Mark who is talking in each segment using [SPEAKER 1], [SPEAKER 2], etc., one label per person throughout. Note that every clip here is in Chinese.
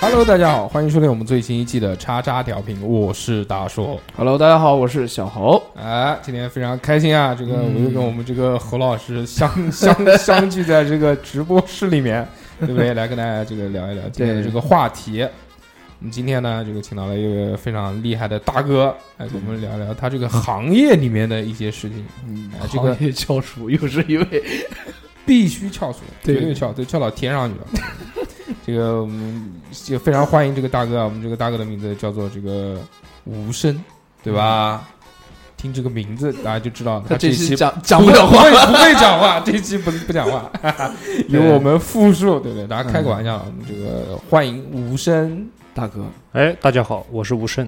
[SPEAKER 1] Hello，大家好，欢迎收听我们最新一期的叉叉调频，我是大硕。
[SPEAKER 2] Hello，大家好，我是小侯。嗯
[SPEAKER 1] 哎，今天非常开心啊！这个我又跟我们这个侯老师相、 相相聚在这个直播室里面，对不对？来跟大家这个聊一聊今天的这个话题。我们今天呢，这个请到了一个非常厉害的大哥来跟我们聊聊他这个行业里面的一些事情。
[SPEAKER 2] 嗯
[SPEAKER 1] 哎，这个
[SPEAKER 2] 行业翘楚又是一位
[SPEAKER 1] 必须翘楚，
[SPEAKER 2] 对
[SPEAKER 1] 绝对翘，对，翘到天上去了。 这个我们就非常欢迎这个大哥啊，我们这个大哥的名字叫做这个无声，对吧？听这个名字，大家就知道他
[SPEAKER 2] 这
[SPEAKER 1] 期
[SPEAKER 2] 期讲讲不了
[SPEAKER 1] 不
[SPEAKER 2] 话
[SPEAKER 1] 会，不会讲话， 这一期不不讲 话，由我们复述，对不对？大家开
[SPEAKER 2] 嗯
[SPEAKER 1] 个玩笑，啊我们这个欢迎无声，
[SPEAKER 2] 大哥，
[SPEAKER 3] 哎，大家好，我是吴胜。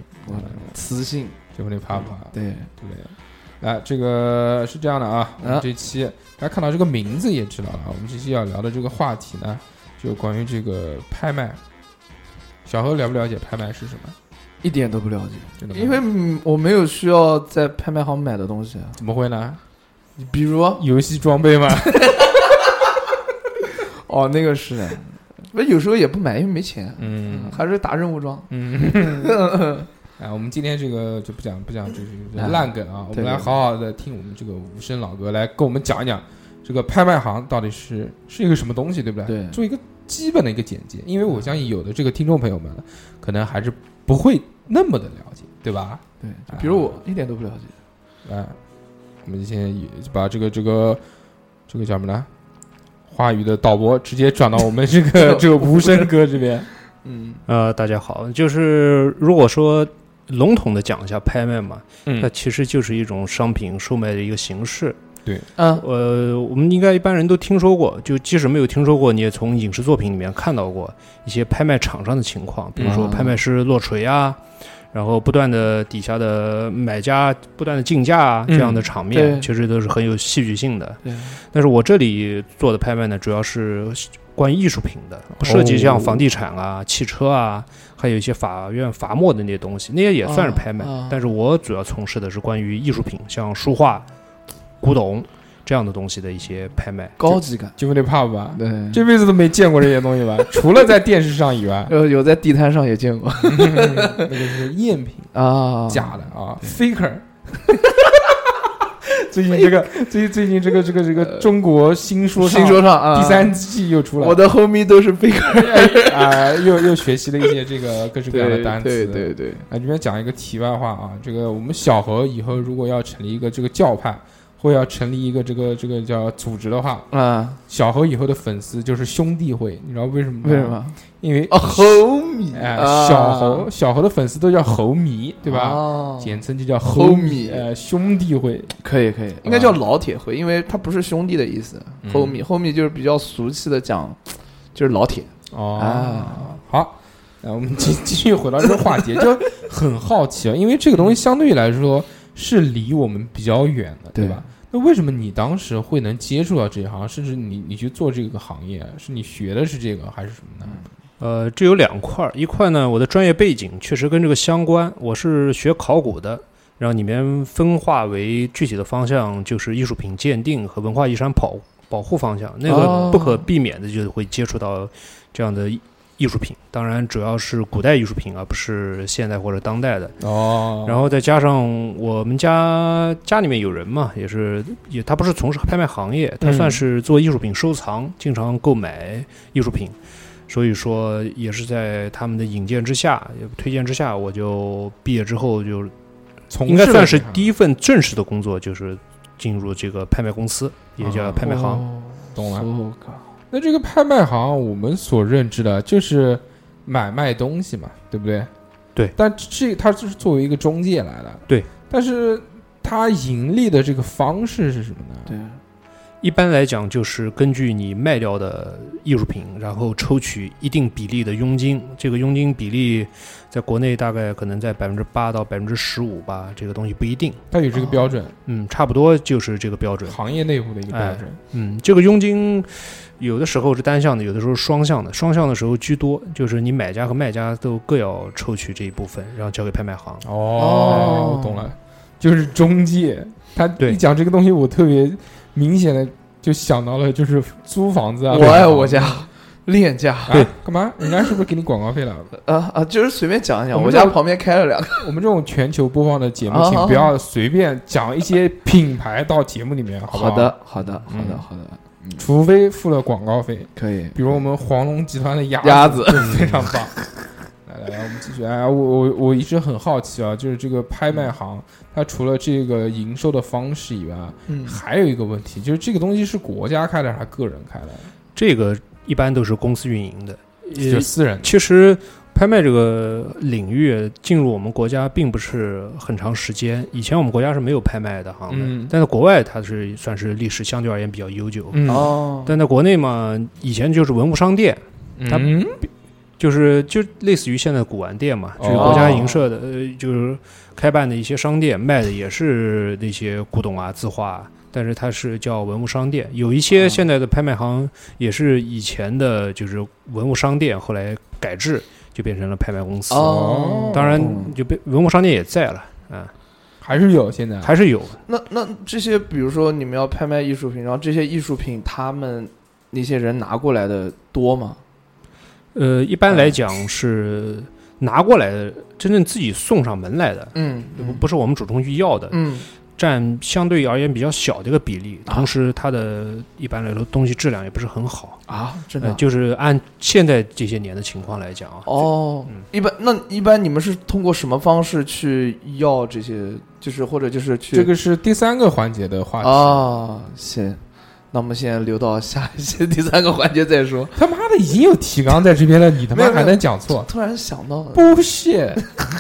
[SPEAKER 2] 磁性
[SPEAKER 1] 这不得怕不怕？
[SPEAKER 2] 嗯对，
[SPEAKER 1] 对不对？啊，这个是这样的啊，我们这期大家看到这个名字也知道了，我们这期要聊的这个话题呢，就关于这个拍卖。小何了不了解拍卖是什么？
[SPEAKER 2] 一点都不了解，
[SPEAKER 1] 真的吗
[SPEAKER 2] 因为嗯我没有需要在拍卖行买的东西啊，
[SPEAKER 1] 怎么会呢？
[SPEAKER 2] 比如啊
[SPEAKER 1] 游戏装备吗？
[SPEAKER 2] 哦，那个是的，不有时候也不买，因为没钱，
[SPEAKER 1] 嗯
[SPEAKER 2] 还是打任务装。
[SPEAKER 1] 嗯。哎，我们今天这个就不讲不讲这些
[SPEAKER 2] 哎
[SPEAKER 1] 烂梗啊，我
[SPEAKER 2] 对
[SPEAKER 1] 们来好好的听我们这个无声老哥来跟我们讲一讲这个拍卖行到底是是一个什么东西，对不对？
[SPEAKER 2] 对
[SPEAKER 1] 做一个基本的一个简介，因为我相信有的这个听众朋友们可能还是不会那么的了解，对吧？
[SPEAKER 2] 对，就比如我一点都不了解，
[SPEAKER 1] 哎，我们现在也把这个这个这个叫什么呢？话语的导播直接转到我们这个这个无声哥这边，
[SPEAKER 2] 嗯，
[SPEAKER 3] 呃，大家好，就是如果说笼统的讲一下拍卖嘛，
[SPEAKER 1] 嗯
[SPEAKER 3] 它其实就是一种商品售卖的一个形式。
[SPEAKER 2] 啊，
[SPEAKER 3] 呃，我们应该一般人都听说过，就即使没有听说过，你也从影视作品里面看到过一些拍卖场上的情况，比如说
[SPEAKER 2] 嗯
[SPEAKER 3] 拍卖师落锤啊，然后不断的底下的买家不断的竞价啊，
[SPEAKER 1] 嗯
[SPEAKER 3] 这样的场面
[SPEAKER 2] 对
[SPEAKER 3] 其实都是很有戏剧性的。
[SPEAKER 2] 对，
[SPEAKER 3] 但是我这里做的拍卖呢，主要是关于艺术品的，不涉及像房地产啊、汽车啊，还有一些法院罚没的那些东西，那些也算是拍卖。
[SPEAKER 2] 啊啊
[SPEAKER 3] 但是我主要从事的是关于艺术品，像书画、古董这样的东西的一些拍卖。
[SPEAKER 2] 高级感，
[SPEAKER 1] 就问你怕不怕？
[SPEAKER 2] 对，
[SPEAKER 1] 这辈子都没见过这些东西吧？除了在电视上以外，
[SPEAKER 2] 呃有在地摊上也见过
[SPEAKER 1] 嗯那个是赝品，
[SPEAKER 2] 啊，
[SPEAKER 1] 假的啊，faker。最近这个， 最近最近这个这个这个中国新说唱
[SPEAKER 2] 新说唱啊，
[SPEAKER 1] 第三季又出来，
[SPEAKER 2] 我的 homie 都是被
[SPEAKER 1] 啊，又又学习了一些这个各式各样的单词。
[SPEAKER 2] 对对对，
[SPEAKER 1] 啊，这边讲一个题外话啊，这个我们小何以后如果要成立一个这个教派，或要成立一个这个这个叫组织的话，
[SPEAKER 2] 啊，
[SPEAKER 1] 小何以后的粉丝就是兄弟会，你知道为什么吗？
[SPEAKER 2] 为什？么？
[SPEAKER 1] 因为
[SPEAKER 2] 哦，homie，
[SPEAKER 1] 哎，
[SPEAKER 2] 啊
[SPEAKER 1] 小猴小猴的粉丝都叫猴迷，对吧？
[SPEAKER 2] 哦
[SPEAKER 1] 简称就叫
[SPEAKER 2] 猴迷
[SPEAKER 1] 呃，兄弟会，
[SPEAKER 2] 可以可以，应该叫老铁会，因为它不是兄弟的意思。
[SPEAKER 1] 嗯
[SPEAKER 2] 后面后面就是比较俗气的讲，就是老铁。
[SPEAKER 1] 哦，
[SPEAKER 2] 啊
[SPEAKER 1] 好，那我们继继续回到这个 话题，就很好奇啊，因为这个东西相对来说是离我们比较远的，对
[SPEAKER 2] 对
[SPEAKER 1] 吧？那为什么你当时会能接触到这一行，甚至你你去做这个行业，是你学的是这个还是什么呢？
[SPEAKER 3] 呃，这有两块儿，一块呢，我的专业背景确实跟这个相关，我是学考古的，然后里面分化为具体的方向，就是艺术品鉴定和文化遗产保保护方向，那
[SPEAKER 2] 哦
[SPEAKER 3] 个不可避免的就会接触到这样的艺艺术品，当然主要是古代艺术品，而不是现代或者当代的。
[SPEAKER 1] 哦
[SPEAKER 3] 然后再加上我们家家里面有人嘛，也是也他不是从事拍卖行业，他
[SPEAKER 1] 嗯
[SPEAKER 3] 算是做艺术品收藏，经常购买艺术品，所以说也是在他们的引荐之下、也推荐之下，我就毕业之后就
[SPEAKER 1] 从
[SPEAKER 3] 应该
[SPEAKER 1] 事了
[SPEAKER 3] 算
[SPEAKER 1] 这
[SPEAKER 3] 是
[SPEAKER 1] 行
[SPEAKER 3] 第一份正式的工作，就是进入这个拍卖公司，也
[SPEAKER 1] 哦
[SPEAKER 3] 叫拍卖行。
[SPEAKER 1] 懂了。
[SPEAKER 2] 哦，靠
[SPEAKER 1] 那这个拍卖行，我们所认知的就是买卖东西嘛，对不对？
[SPEAKER 3] 对
[SPEAKER 1] 但这它就是作为一个中介来的。
[SPEAKER 3] 对，
[SPEAKER 1] 但是它盈利的这个方式是什么呢？
[SPEAKER 2] 对，
[SPEAKER 3] 一般来讲，就是根据你卖掉的艺术品，然后抽取一定比例的佣金。这个佣金比例在国内大概可能在百分之八到百分之十五吧，这个东西不一定。
[SPEAKER 1] 它有这个标准，
[SPEAKER 3] 嗯，差不多就是这个 标准。
[SPEAKER 1] 行业内部的一个标准。
[SPEAKER 3] 嗯，这个佣金有的时候是单向的，有的时候是双向的。双向的时候居多，就是你买家和卖家都各要抽取这一部分，然后交给拍卖行。
[SPEAKER 1] 哦，我懂了，就是中介。他
[SPEAKER 3] 对
[SPEAKER 1] 一讲这个东西，我特别明显的就想到了，就是租房子啊。啊
[SPEAKER 2] 我爱我家，恋家
[SPEAKER 1] 对，干嘛？人家是不是给你广告费了？
[SPEAKER 2] 啊啊，就是随便讲一
[SPEAKER 1] 我
[SPEAKER 2] 讲，我
[SPEAKER 1] 们
[SPEAKER 2] 家
[SPEAKER 1] 就
[SPEAKER 2] 旁边开了两个，
[SPEAKER 1] 我们这种全球播放的节目
[SPEAKER 2] 啊，
[SPEAKER 1] 请
[SPEAKER 2] 好
[SPEAKER 1] 不要随便讲一些品牌到节目里面，好不
[SPEAKER 2] 好
[SPEAKER 1] 好？，
[SPEAKER 2] 的好的好
[SPEAKER 1] 嗯
[SPEAKER 2] 的好的，
[SPEAKER 1] 除非付了广告费，
[SPEAKER 2] 可以，
[SPEAKER 1] 比如我们黄龙集团的鸭
[SPEAKER 2] 鸭子
[SPEAKER 1] 就 非常棒。来来来，我们继续。哎，我我我一直很好奇啊，就是这个拍卖行，它除了这个营售的方式以外，
[SPEAKER 2] 嗯
[SPEAKER 1] 还有一个问题，就是这个东西是国家开的还是个人开的？
[SPEAKER 3] 这个一般都是公司运营的。呃
[SPEAKER 1] 就是私人
[SPEAKER 3] 其实拍卖这个领域进入我们国家并不是很长时间，以前我们国家是没有拍卖的行的，
[SPEAKER 1] 嗯
[SPEAKER 3] 但在国外它是算是历史相对而言比较悠久。
[SPEAKER 1] 嗯
[SPEAKER 2] 哦，
[SPEAKER 3] 但在国内嘛，以前就是文物商店，他
[SPEAKER 1] 嗯
[SPEAKER 3] 就是就类似于现在的古玩店嘛，
[SPEAKER 1] 哦
[SPEAKER 3] 就是国家营设的，呃，就是开办的一些商店，卖的也是那些古董啊、字画、啊，但是它是叫文物商店。有一
[SPEAKER 2] 哦
[SPEAKER 3] 些现在的拍卖行也是以前的，就是文物商店，后来改制就变成了拍卖公司。
[SPEAKER 2] 哦，
[SPEAKER 3] 当然
[SPEAKER 2] 懂了
[SPEAKER 3] 就被文物商店也在了，啊，
[SPEAKER 1] 还是有
[SPEAKER 2] 嗯
[SPEAKER 1] 现在
[SPEAKER 3] 还是有。
[SPEAKER 2] 那那这些，比如说你们要拍卖艺术品，然后这些艺术品他们那些人拿过来的多吗？
[SPEAKER 3] 呃，一般
[SPEAKER 2] 嗯
[SPEAKER 3] 来讲是拿过来的，真正自己送上门来的，
[SPEAKER 2] 嗯
[SPEAKER 3] 不不是我们主动去要的，
[SPEAKER 2] 嗯，
[SPEAKER 3] 占相对而言比较小的一个比例，
[SPEAKER 2] 啊
[SPEAKER 3] 同时它的一般来说东西质量也不是很好，
[SPEAKER 2] 啊，真的
[SPEAKER 3] 呃，
[SPEAKER 2] 啊、
[SPEAKER 3] 就是按现在这些年的情况来讲啊，
[SPEAKER 2] 哦，一般那一般你们是通过什么方式去要这些，就是或者就是去
[SPEAKER 1] 这个是第三个环节的话题。
[SPEAKER 2] 哦，行，那我们先留到下一期 第三个环节再说。
[SPEAKER 1] 他妈的已经有提纲在这边了，你他
[SPEAKER 2] 没
[SPEAKER 1] 妈
[SPEAKER 2] 有没
[SPEAKER 1] 还
[SPEAKER 2] 有
[SPEAKER 1] 能讲错？
[SPEAKER 2] 突然想到了，
[SPEAKER 1] 不是，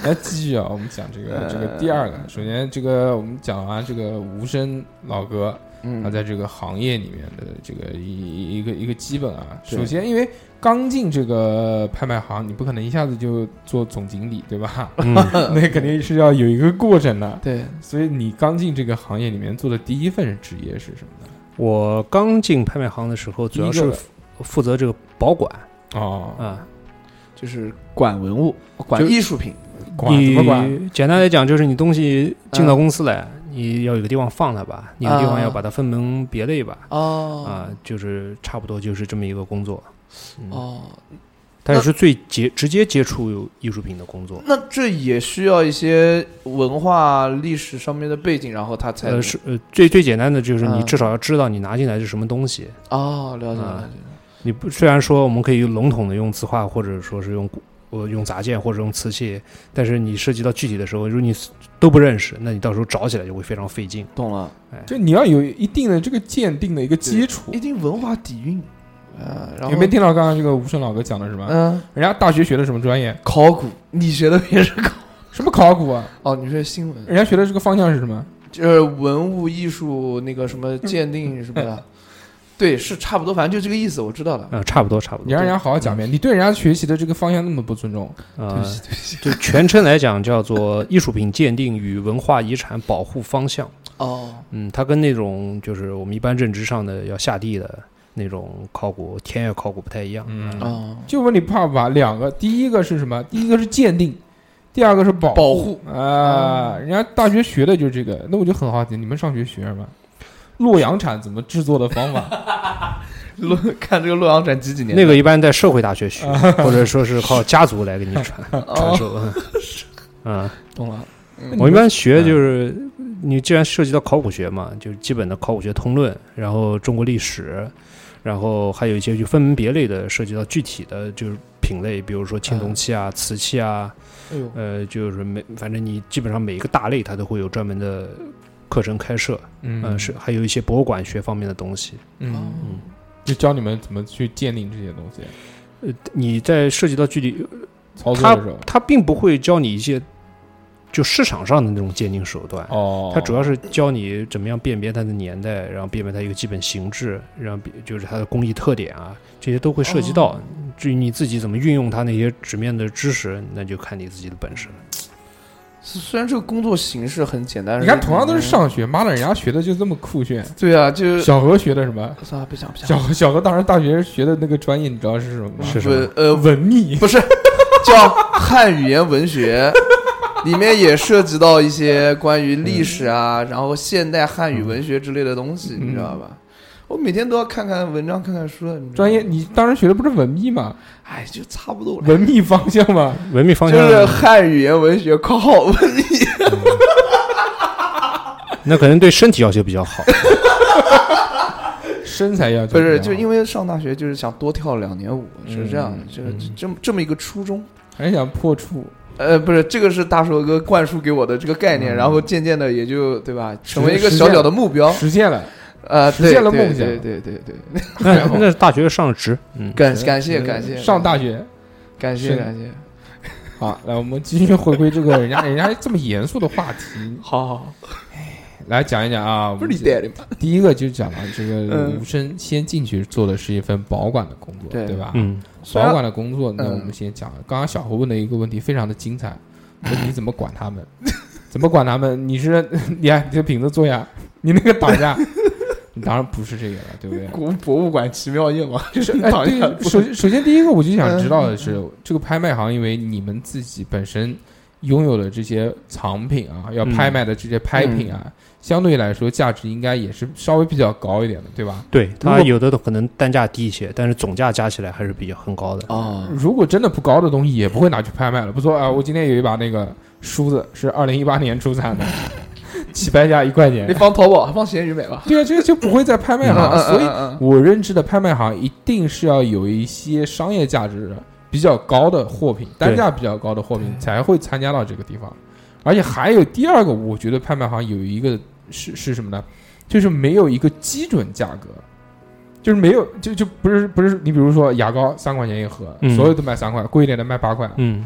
[SPEAKER 1] 来继续啊，我们讲这个这个
[SPEAKER 2] 呃
[SPEAKER 1] 第二个。首先，这个我们讲完这个无声老哥，他
[SPEAKER 2] 嗯，
[SPEAKER 1] 在这个行业里面的这个一一一个一个基本啊。
[SPEAKER 2] 对
[SPEAKER 1] 首先，因为刚进这个拍卖行，你不可能一下子就做总经理，对吧？
[SPEAKER 3] 嗯，
[SPEAKER 2] 呃
[SPEAKER 1] 那肯定是要有一个过程的。
[SPEAKER 2] 对，
[SPEAKER 1] 所以你刚进这个行业里面做的第一份职业是什么呢？
[SPEAKER 3] 我刚进拍卖行的时候，主要
[SPEAKER 1] 第一
[SPEAKER 3] 是
[SPEAKER 1] 个
[SPEAKER 3] 负责这个保管
[SPEAKER 2] 呃
[SPEAKER 1] 哦，
[SPEAKER 3] 啊，
[SPEAKER 2] 就是管文物、管
[SPEAKER 3] 就
[SPEAKER 2] 艺术品，
[SPEAKER 1] 管怎么管？
[SPEAKER 3] 你简单来讲，就是你东西进到公司来，你要有个地方放它吧，你有个地方要把它分门别类吧，
[SPEAKER 2] 哦
[SPEAKER 3] 啊，就是差不多就是这么一个工作，嗯
[SPEAKER 2] 哦，
[SPEAKER 3] 它也是最接直接接触艺术品的工作。
[SPEAKER 2] 那这也需要一些文化历史上面的背景，然后他才
[SPEAKER 3] 呃，是呃，最最简单的就是你
[SPEAKER 2] 嗯
[SPEAKER 3] 至少要知道你拿进来是什么东西。
[SPEAKER 2] 哦，了解
[SPEAKER 3] 啊
[SPEAKER 2] 了解。
[SPEAKER 3] 你不虽然说我们可以笼统的用字画，或者说是用古呃用杂件或者用瓷器，但是你涉及到具体的时候，如果你都不认识，那你到时候找起来就会非常费劲。哎
[SPEAKER 2] 懂了，
[SPEAKER 1] 就你要有一定的这个鉴定的一个基础
[SPEAKER 2] 一。定文化底蕴，呃，然后
[SPEAKER 1] 有没有听到刚刚这个无声老哥讲的什么？
[SPEAKER 2] 嗯、
[SPEAKER 1] 人家大学学的什么专业？
[SPEAKER 2] 考古，你学的也是考
[SPEAKER 1] 什么考古啊？
[SPEAKER 2] 哦，你说新闻，
[SPEAKER 1] 人家学的这个方向是什么？
[SPEAKER 2] 就是文物艺术那个什么鉴定什么的，对，是差不多，反正就这个意思，我知道了。
[SPEAKER 3] 呃，差不多差不
[SPEAKER 1] 你
[SPEAKER 3] 多。
[SPEAKER 1] 让人家好好讲
[SPEAKER 3] 嗯
[SPEAKER 1] 遍。你对人家学习的这个方向那么不尊重，
[SPEAKER 3] 呃，就全称来讲叫做《艺术品鉴定与文化遗产保护方向》。
[SPEAKER 2] 哦，
[SPEAKER 3] 嗯，它跟那种就是我们一般认知上的要下地的那种考古、田野考古不太一样。
[SPEAKER 1] 嗯
[SPEAKER 2] 哦，
[SPEAKER 1] 就问你怕不怕？两个，第一个是什么？第一个是鉴定，第二个是保
[SPEAKER 2] 保护
[SPEAKER 1] 啊。人家大学学的就是这个，那我就很好奇，你们上学学什么？洛阳铲怎么制作的方法？
[SPEAKER 2] 洛看这个洛阳展几几年的？
[SPEAKER 3] 那个一般在社会大学学，或者说是靠家族来给你传传授。 嗯，
[SPEAKER 2] 懂了，
[SPEAKER 3] 我一般学就是，你既然涉及到考古学嘛，就是基本的考古学通论，然后中国历史，然后还有一些就分门别类的，涉及到具体的就是品类，比如说青铜器啊、瓷器啊，
[SPEAKER 2] 哎呦，
[SPEAKER 3] 呃，就是每反正你基本上每一个大类它都会有专门的课程开设。嗯，是还有一些博物馆学方面的东西。
[SPEAKER 1] 嗯，
[SPEAKER 2] 嗯，
[SPEAKER 1] 就教你们怎么去鉴定这些东西，
[SPEAKER 3] 你在涉及到具体
[SPEAKER 1] 操作的时候，
[SPEAKER 3] 他并不会教你一些就市场上的那种鉴定手段。
[SPEAKER 1] 哦，
[SPEAKER 3] 它主要是教你怎么样辨别它的年代，然后辨别它一个基本形制，然后比就是它的工艺特点啊，这些都会涉及到。
[SPEAKER 1] 哦
[SPEAKER 3] 至于你自己怎么运用它那些纸面的知识，那就看你自己的本事了。
[SPEAKER 2] 虽然这个工作形式很简单，
[SPEAKER 1] 你看，同样都是上学，妈的，人家学的就这么酷炫。
[SPEAKER 2] 对啊，就是
[SPEAKER 1] 小何学的什么？
[SPEAKER 2] 算了，不想不 想
[SPEAKER 1] 小，何小何当时大学学的那个专业，你知道是什么吗？
[SPEAKER 3] 是什
[SPEAKER 2] 不
[SPEAKER 3] 么？
[SPEAKER 2] 呃
[SPEAKER 1] 文秘。
[SPEAKER 2] 不是叫汉语言 文学，里面也涉及到一些关于历史啊，然后现代汉语文学之类的东西，
[SPEAKER 1] 嗯
[SPEAKER 2] 你知道吧？我每天都要看看文章，看看书的。你知道吗
[SPEAKER 1] 专业，，你当时学的不是文秘吗？
[SPEAKER 2] 哎，就差不多了。
[SPEAKER 1] 文秘方向吗？
[SPEAKER 3] 文秘方
[SPEAKER 2] 就
[SPEAKER 3] 向
[SPEAKER 2] 是汉语言文学（括号 文艺
[SPEAKER 3] 那可能对身体要求比 较好。
[SPEAKER 1] 身材要），求
[SPEAKER 2] 不是，
[SPEAKER 1] 比较
[SPEAKER 2] 就
[SPEAKER 1] 好
[SPEAKER 2] 因为上大学就是想多跳两年舞，
[SPEAKER 1] 嗯
[SPEAKER 2] 是这样的，这个这么这么一个初衷。
[SPEAKER 1] 还想破处，
[SPEAKER 2] 呃，不是，这个是大硕哥灌输给我的这个概念，然后渐渐的也就对吧，成为一个
[SPEAKER 1] 嗯实现
[SPEAKER 2] 小小的目标，
[SPEAKER 1] 实现了。
[SPEAKER 2] 呃，
[SPEAKER 1] 实现了
[SPEAKER 2] 对
[SPEAKER 1] 梦想
[SPEAKER 2] 对对对对对，
[SPEAKER 3] 那那大学上职，嗯，
[SPEAKER 2] 感感谢感谢，
[SPEAKER 1] 呃上大学。
[SPEAKER 2] 感谢
[SPEAKER 1] 是
[SPEAKER 2] 感谢，
[SPEAKER 1] 好，来，我们继续回归这个人家人家这么严肃的话题，
[SPEAKER 2] 好好，好，
[SPEAKER 1] 来讲一讲啊。
[SPEAKER 2] 不是你带的吗？
[SPEAKER 1] 第一个就讲了这个
[SPEAKER 2] 嗯
[SPEAKER 1] 吴声先进去做的是一份保管的工作，
[SPEAKER 2] 对
[SPEAKER 1] 对吧？
[SPEAKER 3] 嗯，
[SPEAKER 2] 虽然
[SPEAKER 1] 保管的工作，那
[SPEAKER 2] 嗯
[SPEAKER 1] 我们先讲。刚刚小侯问的一个问题非常的精彩，问你怎么管他们？ 怎么管他们？你是 你看你这瓶子做呀，你那个打架，你 当然不是这个了，对不 对？
[SPEAKER 2] 古博物馆奇妙夜晚， 就是 嗯
[SPEAKER 1] 哎，
[SPEAKER 2] 躺下
[SPEAKER 1] 对，首首先第一个我就想知道的是，这个拍卖行因为你们自己本身拥有的这些藏品啊，要
[SPEAKER 2] 嗯
[SPEAKER 1] 拍卖的这些拍品啊，相对来说价值应该也是稍微比较高一点的，对吧？
[SPEAKER 3] 对，它
[SPEAKER 1] 如果
[SPEAKER 3] 有的可能单价低一些，但是总价加起来还是比较很高的。
[SPEAKER 2] 啊，
[SPEAKER 1] 如果真的不高的东西，也不会拿去拍卖了。不说啊，我今天有一把那个梳子是二零一八年出产的， 起拍价一块
[SPEAKER 2] 你
[SPEAKER 1] 钱。
[SPEAKER 2] 放淘宝， 放闲鱼买吧，
[SPEAKER 1] 对啊，这个就不会在拍卖
[SPEAKER 2] 嗯
[SPEAKER 1] 行，
[SPEAKER 2] 嗯
[SPEAKER 1] 啊所以
[SPEAKER 2] 嗯嗯
[SPEAKER 1] 我认知的拍卖行一定是要有一些商业价值比较高的货品，单价比较高的货品才会参加到这个地方。而且还有第二个，我觉得拍卖行有一个是是什么呢？就是没有一个基准价格，就是没有就就不是不是你比如说牙膏三块钱一盒，
[SPEAKER 3] 嗯
[SPEAKER 1] 所有都卖三块，贵一点的卖八块，
[SPEAKER 3] 嗯，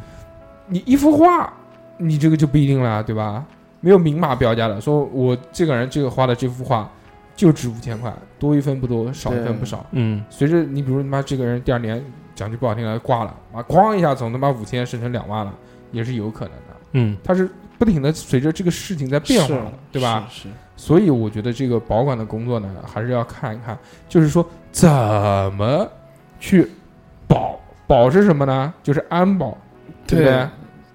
[SPEAKER 1] 你一幅画，你这个就不一定了，对吧？没有明码标价的，说我这个人这个画的这幅画就值五千块，多一分不多，少一分不少。
[SPEAKER 3] 嗯，
[SPEAKER 1] 随着你比如他妈这个人第二年讲句不好听的挂了，啊，哐一下从他妈五千升成两万了，也是有可能的。
[SPEAKER 3] 嗯，
[SPEAKER 1] 它是不停的随着这个事情在变化的
[SPEAKER 2] 是，
[SPEAKER 1] 对吧？？
[SPEAKER 2] 是是
[SPEAKER 1] 所以我觉得这个保管的工作呢，还是要看一看，就是说怎么去保保是什么呢？就是安保，对不对
[SPEAKER 2] 对？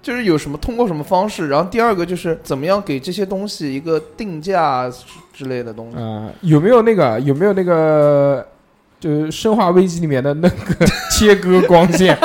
[SPEAKER 2] 就是有什么通过什么方式，然后第二个就是怎么样给这些东西一个定价之类的东西。
[SPEAKER 1] 啊、有没有那个有没有那个，就是《生化危机》里面的那个 切割光 线，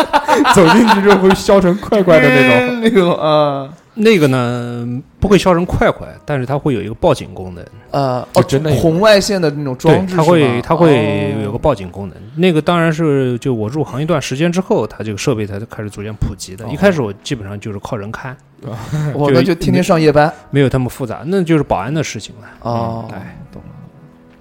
[SPEAKER 1] 走进去之后会削成块块的那种。
[SPEAKER 2] 种 那种啊
[SPEAKER 3] 那个呢不会削成块块，但是它会有一个报警功能，
[SPEAKER 2] 呃
[SPEAKER 1] 就
[SPEAKER 2] 哦，
[SPEAKER 1] 真的有
[SPEAKER 2] 红外线的那种
[SPEAKER 3] 对
[SPEAKER 2] 装，置是
[SPEAKER 3] 它
[SPEAKER 2] 吗，
[SPEAKER 3] 会它会有个
[SPEAKER 2] 哦
[SPEAKER 3] 报警功能。那个当然是就我入行一段时间之后，它这个设备才开始逐渐普
[SPEAKER 2] 哦
[SPEAKER 3] 及的。一开始我基本上就是靠人看，
[SPEAKER 2] 我
[SPEAKER 3] 就
[SPEAKER 2] 那就天天上夜班
[SPEAKER 3] 没有他们复杂，那就是保安的事情了。
[SPEAKER 2] 哦
[SPEAKER 3] 嗯，哎，
[SPEAKER 2] 懂了，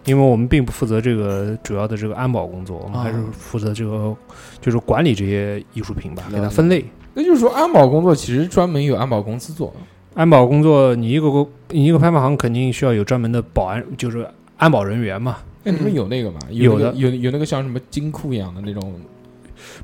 [SPEAKER 3] 因为我们并不负责这个主要的这个安保工作，我们还是
[SPEAKER 2] 哦
[SPEAKER 3] 负责这个就是管理这些艺术品吧，
[SPEAKER 2] 了
[SPEAKER 3] 给它
[SPEAKER 2] 解
[SPEAKER 3] 分类。
[SPEAKER 1] 那就是说，安保工作其实专门有安保公司做，
[SPEAKER 3] 安保工作，你一个公你一个拍卖行肯定需要有专门的保安，就是安保人员嘛。
[SPEAKER 1] 那你们
[SPEAKER 2] 嗯
[SPEAKER 1] 有那个吗？
[SPEAKER 3] 有
[SPEAKER 1] 那个
[SPEAKER 3] 的
[SPEAKER 1] 有有那个像什么金库一样的那种，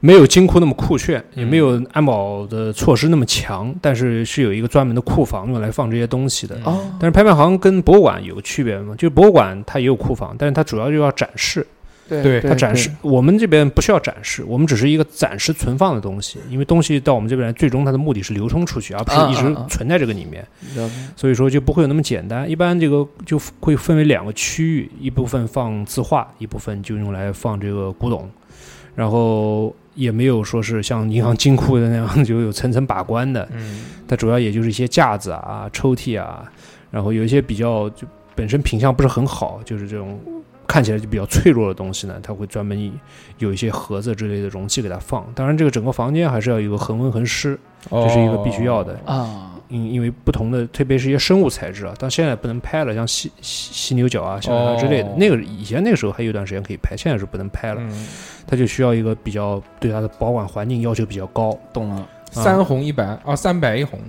[SPEAKER 3] 没有金库那么酷炫，也
[SPEAKER 1] 嗯
[SPEAKER 3] 没有安保的措施那么强，但是是有一个专门的库房用来放这些东西的。
[SPEAKER 1] 嗯
[SPEAKER 2] 哦，
[SPEAKER 3] 但是拍卖行跟博物馆有区别嘛？就博物馆它也有库房，但是它主要就要展示，
[SPEAKER 2] 对
[SPEAKER 1] 对
[SPEAKER 3] 它展示。我们这边不需要展示，我们只是一个暂时存放的东西，因为东西到我们这边来，最终它的目的是流通出去，而不
[SPEAKER 2] 啊
[SPEAKER 3] 是一直
[SPEAKER 2] 啊啊
[SPEAKER 3] 存在这个里面。
[SPEAKER 2] 了解
[SPEAKER 3] 所以说就不会有那么简单。一般这个就会分为两个区域，一部分放字画，一部分就用来放这个古董，然后也没有说是像银行金库的那样 就有层层把关的，
[SPEAKER 1] 嗯，
[SPEAKER 3] 它主要也就是一些架子啊、抽屉啊，然后有一些比较就本身品相不是很好，就是这种。看起来就比较脆弱的东西呢，它会专门有一些盒子之类的容器给它放。当然，这个整个房间还是要有一个恒温恒湿，这是一个必须要的
[SPEAKER 1] 哦
[SPEAKER 2] 啊，
[SPEAKER 3] 因因为不同的，特别是一些生物材质啊，但现在不能拍了，像犀犀犀牛角啊、小鸟之类的，
[SPEAKER 1] 哦
[SPEAKER 3] 那个以前那个时候还有一段时间可以拍，现在是不能拍了。
[SPEAKER 1] 嗯
[SPEAKER 3] 它就需要一个比较对它的保管环境要求比较高，
[SPEAKER 2] 懂了，
[SPEAKER 1] 哦三红一白啊，三白一红，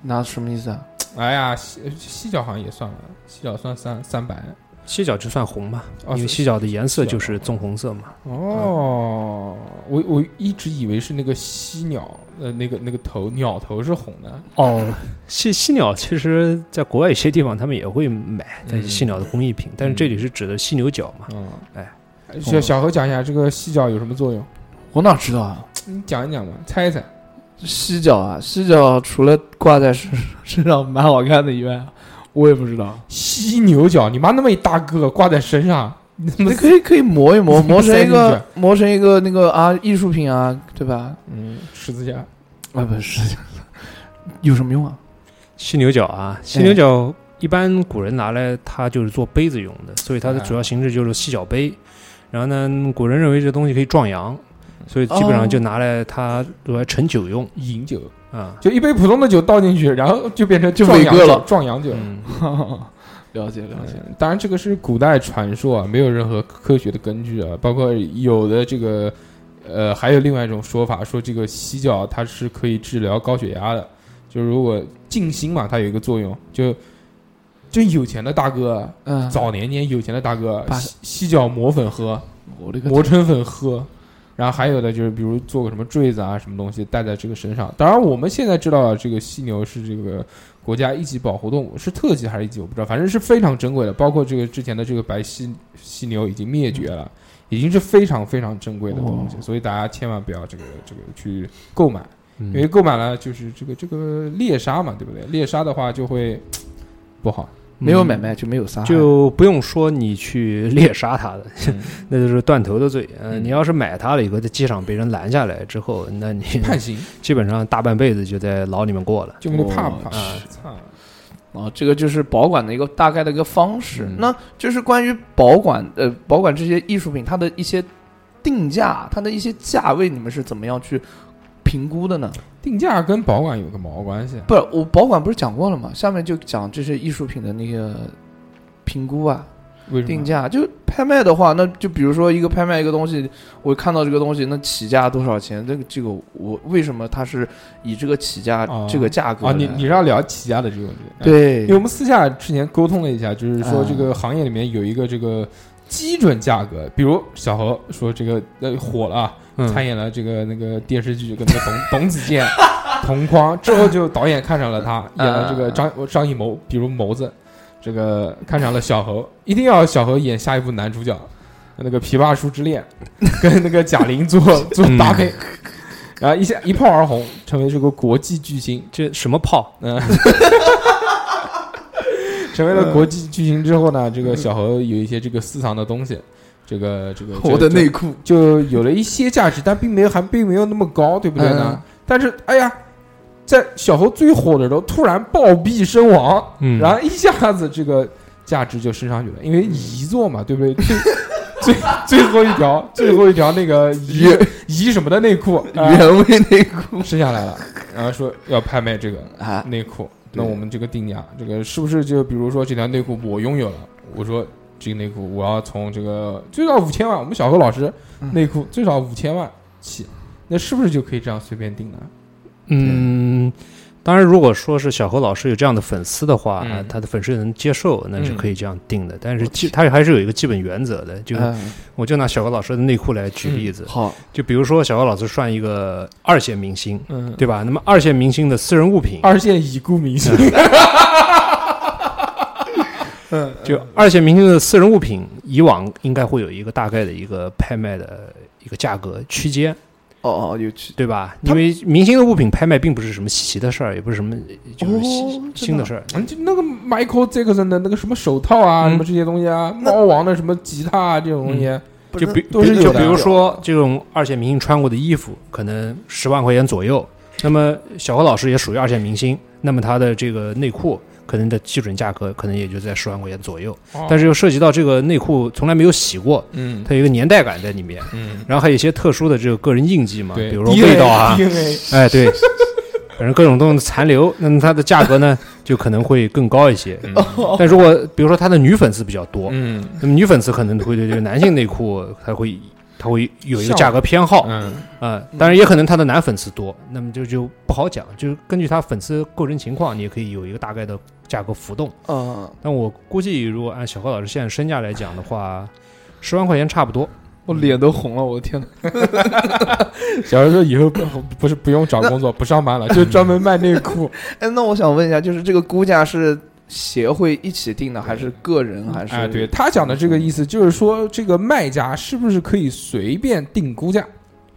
[SPEAKER 2] 那什么意思啊？
[SPEAKER 1] 哎呀，犀犀角好像也算了，犀角算三三白。
[SPEAKER 3] 犀角就算红嘛，
[SPEAKER 1] 哦
[SPEAKER 3] 因为
[SPEAKER 1] 是
[SPEAKER 3] 犀角的颜色
[SPEAKER 1] 是嗯
[SPEAKER 3] 就是棕红色嘛。
[SPEAKER 1] 哦，我我一直以为是那个犀鸟，呃，那个那个头鸟头是红的。
[SPEAKER 3] 哦，犀犀鸟其实在国外有些地方他们也会买，但是犀鸟的工艺品，但是这里是指的犀牛角嘛。
[SPEAKER 1] 嗯，
[SPEAKER 3] 哎，
[SPEAKER 1] 小小何讲一下这个犀角有什么作用？
[SPEAKER 2] 我哪知道啊？
[SPEAKER 1] 你讲一讲吧，猜一猜。
[SPEAKER 2] 犀角啊，犀角除了挂在身身上蛮好看的以外，啊我也不知道。
[SPEAKER 1] 犀牛角，你妈那么一大个挂在身上，你他 妈
[SPEAKER 2] 那可以可以磨一磨，磨成一
[SPEAKER 1] 塞进
[SPEAKER 2] 个磨成一个那个啊艺术品啊，对吧？
[SPEAKER 1] 嗯，十字架。
[SPEAKER 2] 啊，不是，有什么用啊？
[SPEAKER 3] 犀牛角啊，犀牛角一般古人拿来它就是做杯子用的，所以它的主要形制就是犀角杯。然后呢，古人认为这东西可以壮阳，所以基本上就拿来它用来盛酒用
[SPEAKER 1] 饮酒
[SPEAKER 3] 啊。
[SPEAKER 1] 就一杯普通的酒倒进去，然后就变成
[SPEAKER 2] 就
[SPEAKER 1] 壮
[SPEAKER 2] 伟
[SPEAKER 1] 阳
[SPEAKER 2] 哥
[SPEAKER 1] 酒
[SPEAKER 2] 了
[SPEAKER 1] 壮阳酒。
[SPEAKER 3] 嗯，
[SPEAKER 2] 了解了解，
[SPEAKER 1] 嗯当然，这个是古代传说啊，没有任何科学的根据啊。包括有的这个，呃，还有另外一种说法，说这个犀角它是可以治疗高血压的，就如果静心嘛，它有一个作用。就就有钱的大哥，啊
[SPEAKER 2] 嗯，
[SPEAKER 1] 早年间有钱的大哥，
[SPEAKER 2] 把
[SPEAKER 1] 犀犀角磨粉喝，
[SPEAKER 2] 我这个
[SPEAKER 1] 磨成粉喝。然后还有的就是，比如做个什么坠子啊，什么东西戴在这个身上。当然，我们现在知道这个犀牛是这个国家一级保护动物，是特级还是一级我不知道，反正是非常珍贵的。包括这个之前的这个白犀犀牛已经灭绝了，已经是非常非常珍贵的东西，所以大家千万不要这个这个去购买，
[SPEAKER 3] 嗯
[SPEAKER 1] 因为购买了就是这个这个猎杀嘛，对不对？猎杀的话就会不好。
[SPEAKER 2] 没有买卖就没有杀害，
[SPEAKER 3] 嗯就不用说你去猎杀它的，
[SPEAKER 1] 嗯
[SPEAKER 3] 那就是断头的罪。呃，
[SPEAKER 1] 嗯
[SPEAKER 3] 你要是买它了以后，在街上被人拦下来之后，那你
[SPEAKER 1] 判刑，
[SPEAKER 3] 基本上大半辈子就在牢里面过了。
[SPEAKER 1] 就问你怕不怕？
[SPEAKER 3] 哦
[SPEAKER 1] 操！
[SPEAKER 2] 啊，这个就是保管的一个大概的一个方式。
[SPEAKER 1] 嗯
[SPEAKER 2] 那就是关于保管呃保管这些艺术品，它的一些定价，它的一些价位，你们是怎么样去评估的呢？
[SPEAKER 1] 定价跟保管有个毛关系啊？
[SPEAKER 2] 不是我保管不是讲过了吗？下面就讲这些艺术品的那个评估啊，
[SPEAKER 1] 为什么？
[SPEAKER 2] 定价。就拍卖的话，那就比如说一个拍卖一个东西，我看到这个东西，那起价多少钱？这个这个我为什么它是以这个起价、
[SPEAKER 1] 哦
[SPEAKER 2] 这个价格
[SPEAKER 1] 啊，你
[SPEAKER 2] 来
[SPEAKER 1] 你是要聊起家的这个问题？哎，
[SPEAKER 2] 对
[SPEAKER 1] 因为我们私下之前沟通了一下，就是说
[SPEAKER 2] 嗯
[SPEAKER 1] 这个行业里面有一个这个基准价格，比如小何说这个呃火了啊，参
[SPEAKER 3] 嗯，
[SPEAKER 1] 演了这个那个电视剧，跟那个董董子 健同框之后，就导演看上了他，
[SPEAKER 2] 嗯
[SPEAKER 1] 演了这个张张艺谋，比如谋子，这个看上了小何，一定要小何演下一部男主角，那个《琵琶书之恋》，跟那个贾玲 做做
[SPEAKER 2] 嗯
[SPEAKER 1] 搭配，然后一下一炮而红，成为这个国际巨星。
[SPEAKER 3] 这什么炮？
[SPEAKER 1] 嗯，成为了国际巨星之后呢，这个小何有一些这个私藏的东西，这个这个
[SPEAKER 2] 我的
[SPEAKER 1] 这
[SPEAKER 2] 内裤
[SPEAKER 1] 就有了一些价值，但并没有还并没有那么高，对不对呢？但是哎呀，在小猴最火的时候突然暴毙身亡，
[SPEAKER 3] 嗯
[SPEAKER 1] 然后一下子这个价值就升上去了，因为遗作嘛，对不对？最最 最后一条最后一条那个遗
[SPEAKER 2] 原
[SPEAKER 1] 遗什么的内裤、呃
[SPEAKER 2] 原味内裤
[SPEAKER 1] 生下来了，然后说要拍卖这个
[SPEAKER 2] 啊，
[SPEAKER 1] 内裤，那
[SPEAKER 2] 对
[SPEAKER 1] 我们这个定价，这个是不是就比如说这条内裤我拥有了，我说这个内裤我要从这个最少五千万，我们小何老师
[SPEAKER 2] 嗯
[SPEAKER 1] 内裤最少五千万起，那是不是就可以这样随便定了？
[SPEAKER 3] 嗯，当然，如果说是小何老师有这样的粉丝的话，
[SPEAKER 1] 嗯
[SPEAKER 3] 他的粉丝能接受，那是
[SPEAKER 1] 嗯
[SPEAKER 3] 可以这样定的。但是基，他还是有一个基本原则的，就
[SPEAKER 2] 嗯
[SPEAKER 3] 我就拿小何老师的内裤来举
[SPEAKER 1] 嗯
[SPEAKER 3] 例子，
[SPEAKER 2] 好，
[SPEAKER 3] 就比如说小何老师算一个二线明星，
[SPEAKER 1] 嗯，
[SPEAKER 3] 对吧？那么二线明星的私人物品，
[SPEAKER 1] 二线已故明星，
[SPEAKER 3] 就二线明星的私人物品，以往应该会有一个大概的一个拍卖的一个价格区间，
[SPEAKER 2] 哦哦，有趣，
[SPEAKER 3] 对吧？
[SPEAKER 2] 他
[SPEAKER 3] 因为明星的物品拍卖并不是什么稀奇的事儿，也不是什么就是
[SPEAKER 2] 哦
[SPEAKER 3] 新
[SPEAKER 2] 真的
[SPEAKER 3] 新的事儿。
[SPEAKER 1] 嗯就 那个 Michael Jackson 的那个什么手套啊，
[SPEAKER 3] 嗯
[SPEAKER 1] 什么这些东西啊，猫王的什么吉他啊，这种东西，
[SPEAKER 3] 就比
[SPEAKER 1] 都是
[SPEAKER 3] 就
[SPEAKER 1] 有的
[SPEAKER 3] 比如说这种二线明星穿过的衣服，可能十万块钱左右。那么小何老师也属于二线明星，那么他的这个内裤可能的基准价格可能也就在十万块钱左右，
[SPEAKER 1] 哦
[SPEAKER 3] 但是又涉及到这个内裤从来没有洗过，
[SPEAKER 1] 嗯
[SPEAKER 3] 它有一个年代感在里面，
[SPEAKER 1] 嗯，
[SPEAKER 3] 然后还有一些特殊的这个个人印记嘛，
[SPEAKER 1] 对，
[SPEAKER 3] 比如说味道啊，
[SPEAKER 1] ，DNA，
[SPEAKER 3] 哎对，反正各种东西残留，那么它的价 格呢就可能会更高一些。嗯但如果比如说他的女粉丝比较多，
[SPEAKER 1] 嗯
[SPEAKER 3] 那么女粉丝可能会对这个男性内裤，他会他会有一个价格偏好，
[SPEAKER 1] 嗯，
[SPEAKER 3] 嗯，当然也可能他的男粉丝多，那么就就不好讲，就是根据他粉丝构成情况，你也可以有一个大概的价格浮动。
[SPEAKER 1] 啊
[SPEAKER 2] 嗯，
[SPEAKER 3] 但我估计，如果按小何老师现在身价来讲的话，十万块钱差不多。
[SPEAKER 1] 我脸都红了，我的天哪！小时说以后不不是不用找工作，不上班了，就专门卖内裤。
[SPEAKER 2] 哎，那我想问一下，就是这个估价是协会一起定的，还是个人，还是？啊
[SPEAKER 1] 哎，对他讲的这个意思就是说，这个卖家是不是可以随便定估价？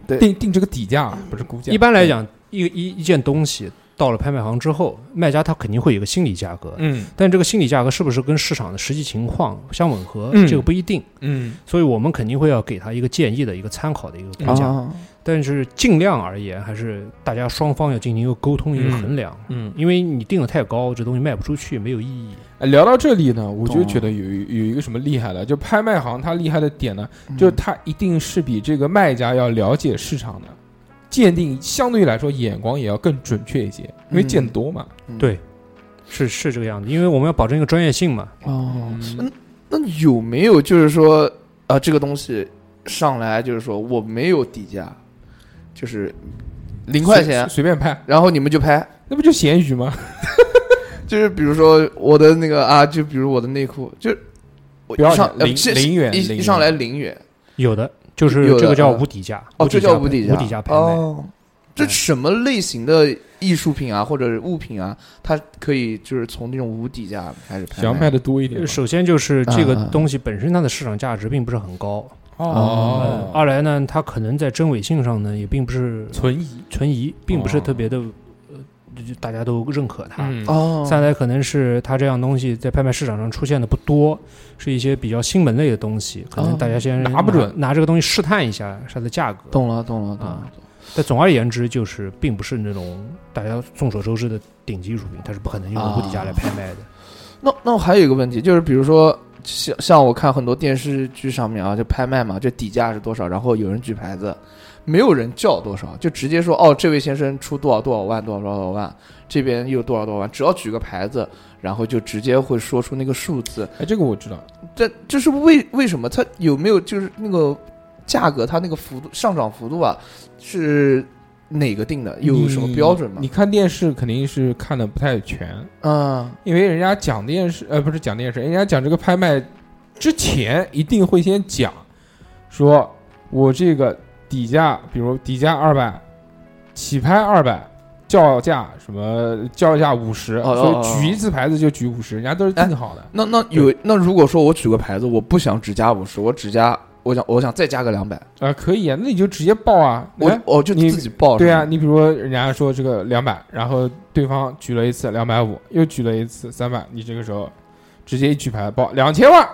[SPEAKER 2] 对
[SPEAKER 1] 定定这个底价，不是估价。
[SPEAKER 3] 一般来讲，一一一件东西到了拍卖行之后，卖家他肯定会有一个心理价格，
[SPEAKER 1] 嗯，
[SPEAKER 3] 但这个心理价格是不是跟市场的实际情况相吻合，
[SPEAKER 1] 嗯
[SPEAKER 3] 这个不一定。
[SPEAKER 1] 嗯
[SPEAKER 3] 所以我们肯定会要给他一个建议的一个参考的一个估价，
[SPEAKER 2] 啊，
[SPEAKER 3] 但是尽量而言，还是大家双方要进行一个沟通、一个衡量。
[SPEAKER 1] 嗯，
[SPEAKER 3] 因为你定的太高，这东西卖不出去，没有意义。
[SPEAKER 1] 哎聊到这里呢，我就
[SPEAKER 2] 懂了
[SPEAKER 1] 觉得有一有一个什么厉害的，就拍卖行它厉害的点呢，
[SPEAKER 2] 嗯
[SPEAKER 1] 就是它一定是比这个卖家要了解市场的，鉴定相对来说眼光也要更准确一些，因为
[SPEAKER 2] 嗯
[SPEAKER 1] 见得多嘛。
[SPEAKER 3] 是是这个样子，因为我们要保证一个专业性嘛。
[SPEAKER 1] 嗯
[SPEAKER 2] 哦，那有没有就是说啊，这个东西上来就是说我没有底价，就是零块钱，
[SPEAKER 1] 随随便拍，
[SPEAKER 2] 然后你们就拍，
[SPEAKER 1] 那不就咸鱼吗？
[SPEAKER 2] 就是比如说我的那个啊，就比如我的内裤，就我
[SPEAKER 1] 不要
[SPEAKER 2] 一上
[SPEAKER 1] 钱
[SPEAKER 2] 呃
[SPEAKER 1] 零
[SPEAKER 2] 先
[SPEAKER 1] 零元
[SPEAKER 2] 一
[SPEAKER 1] 零
[SPEAKER 2] 一上来
[SPEAKER 1] 元
[SPEAKER 2] 零元，
[SPEAKER 3] 有的就是
[SPEAKER 2] 有的
[SPEAKER 3] 这个叫
[SPEAKER 2] 嗯
[SPEAKER 3] 无底价，
[SPEAKER 2] 哦，这叫
[SPEAKER 3] 无
[SPEAKER 2] 无底
[SPEAKER 3] 价，
[SPEAKER 2] 价，
[SPEAKER 3] 无底价拍卖。
[SPEAKER 2] 哦，这
[SPEAKER 3] 对
[SPEAKER 2] 什么类型的艺术品啊，或者物品啊，它可以就是从这种无底价开始拍
[SPEAKER 1] 想要卖的多一点嘛。
[SPEAKER 3] 首先就是这个
[SPEAKER 2] 嗯嗯
[SPEAKER 3] 东西本身它的市场价值并不是很高，呃
[SPEAKER 1] 哦，
[SPEAKER 3] 二来呢，它可能在真伪性上呢也并不是
[SPEAKER 1] 存疑。
[SPEAKER 3] 存疑，并不是
[SPEAKER 1] 哦
[SPEAKER 3] 特别的，呃，就大家都认可它。
[SPEAKER 1] 嗯，
[SPEAKER 2] 哦，
[SPEAKER 3] 三来可能是它这样东西在拍卖市场上出现的不多，是一些比较新门类的东西，可能大家先
[SPEAKER 1] 哦拿不准哦
[SPEAKER 3] 拿这个东西试探一下它的价格。
[SPEAKER 2] 懂了，懂了，懂了
[SPEAKER 3] 啊。但总而言之，就是并不是那种大家众所周知的顶级艺术品，它是不可能
[SPEAKER 2] 啊
[SPEAKER 3] 用无底价来拍卖的。
[SPEAKER 2] 那那我还有一个问题，就是比如说像像我看很多电视剧上面啊，就拍卖嘛，就底价是多少，然后有人举牌子，没有人叫多少，就直接说哦，这位先生出多少多少万，多少多少万，这边又多少多少万，只要举个牌子，然后就直接会说出那个数字。
[SPEAKER 1] 哎，这个我知道。
[SPEAKER 2] 这这是为为什么？它有没有就是那个价格，它那个幅度上涨幅度啊，是哪个定的？有什么
[SPEAKER 1] 你
[SPEAKER 2] 标准吗
[SPEAKER 1] 你？看电视肯定是看的不太全，
[SPEAKER 2] 嗯，
[SPEAKER 1] 因为人家讲电视，呃，不是讲电视，人家讲这个拍卖之前一定会先讲，说我这个底价，比如底价二百，起拍二百。叫价什么？叫价五十，所
[SPEAKER 2] 哦哦哎哦
[SPEAKER 1] 以举一次牌子就举五十，人家都是定好的。
[SPEAKER 2] 那那有那如果说我举个牌子，我不想只加五十，我只加我想我想再加个两百，
[SPEAKER 1] 啊，可以啊，那你就直接报啊。
[SPEAKER 2] 我
[SPEAKER 1] 哎
[SPEAKER 2] 我就
[SPEAKER 1] 你
[SPEAKER 2] 自己报。
[SPEAKER 1] 对啊，
[SPEAKER 2] 是吗，
[SPEAKER 1] 你比如说人家说这个两百，然后对方举了一次两百五，又举了一次三百，你这个时候直接一举牌报两千万，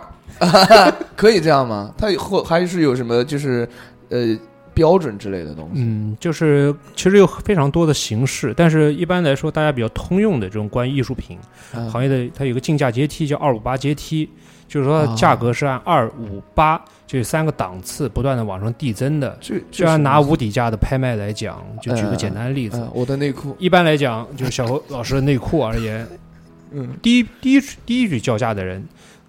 [SPEAKER 2] 可以这样吗？它或还是有什么就是呃标准之类的东西？
[SPEAKER 3] 嗯，就是其实有非常多的形式，但是一般来说，大家比较通用的这种关于艺术品
[SPEAKER 2] 嗯
[SPEAKER 3] 行业的，它有个竞价阶梯叫二五八阶梯，就是说它
[SPEAKER 2] 啊
[SPEAKER 3] 价格是按二五八这三个档次不断的往上递增的。
[SPEAKER 2] 这
[SPEAKER 3] 就按拿无底价的拍卖来讲，就
[SPEAKER 2] 嗯
[SPEAKER 3] 举个简单的例
[SPEAKER 2] 底
[SPEAKER 3] 子，
[SPEAKER 2] 啊我的内裤，
[SPEAKER 3] 一般来讲，就是小侯老师的内裤而言，
[SPEAKER 2] 嗯
[SPEAKER 3] 第一第一第一举叫价的人，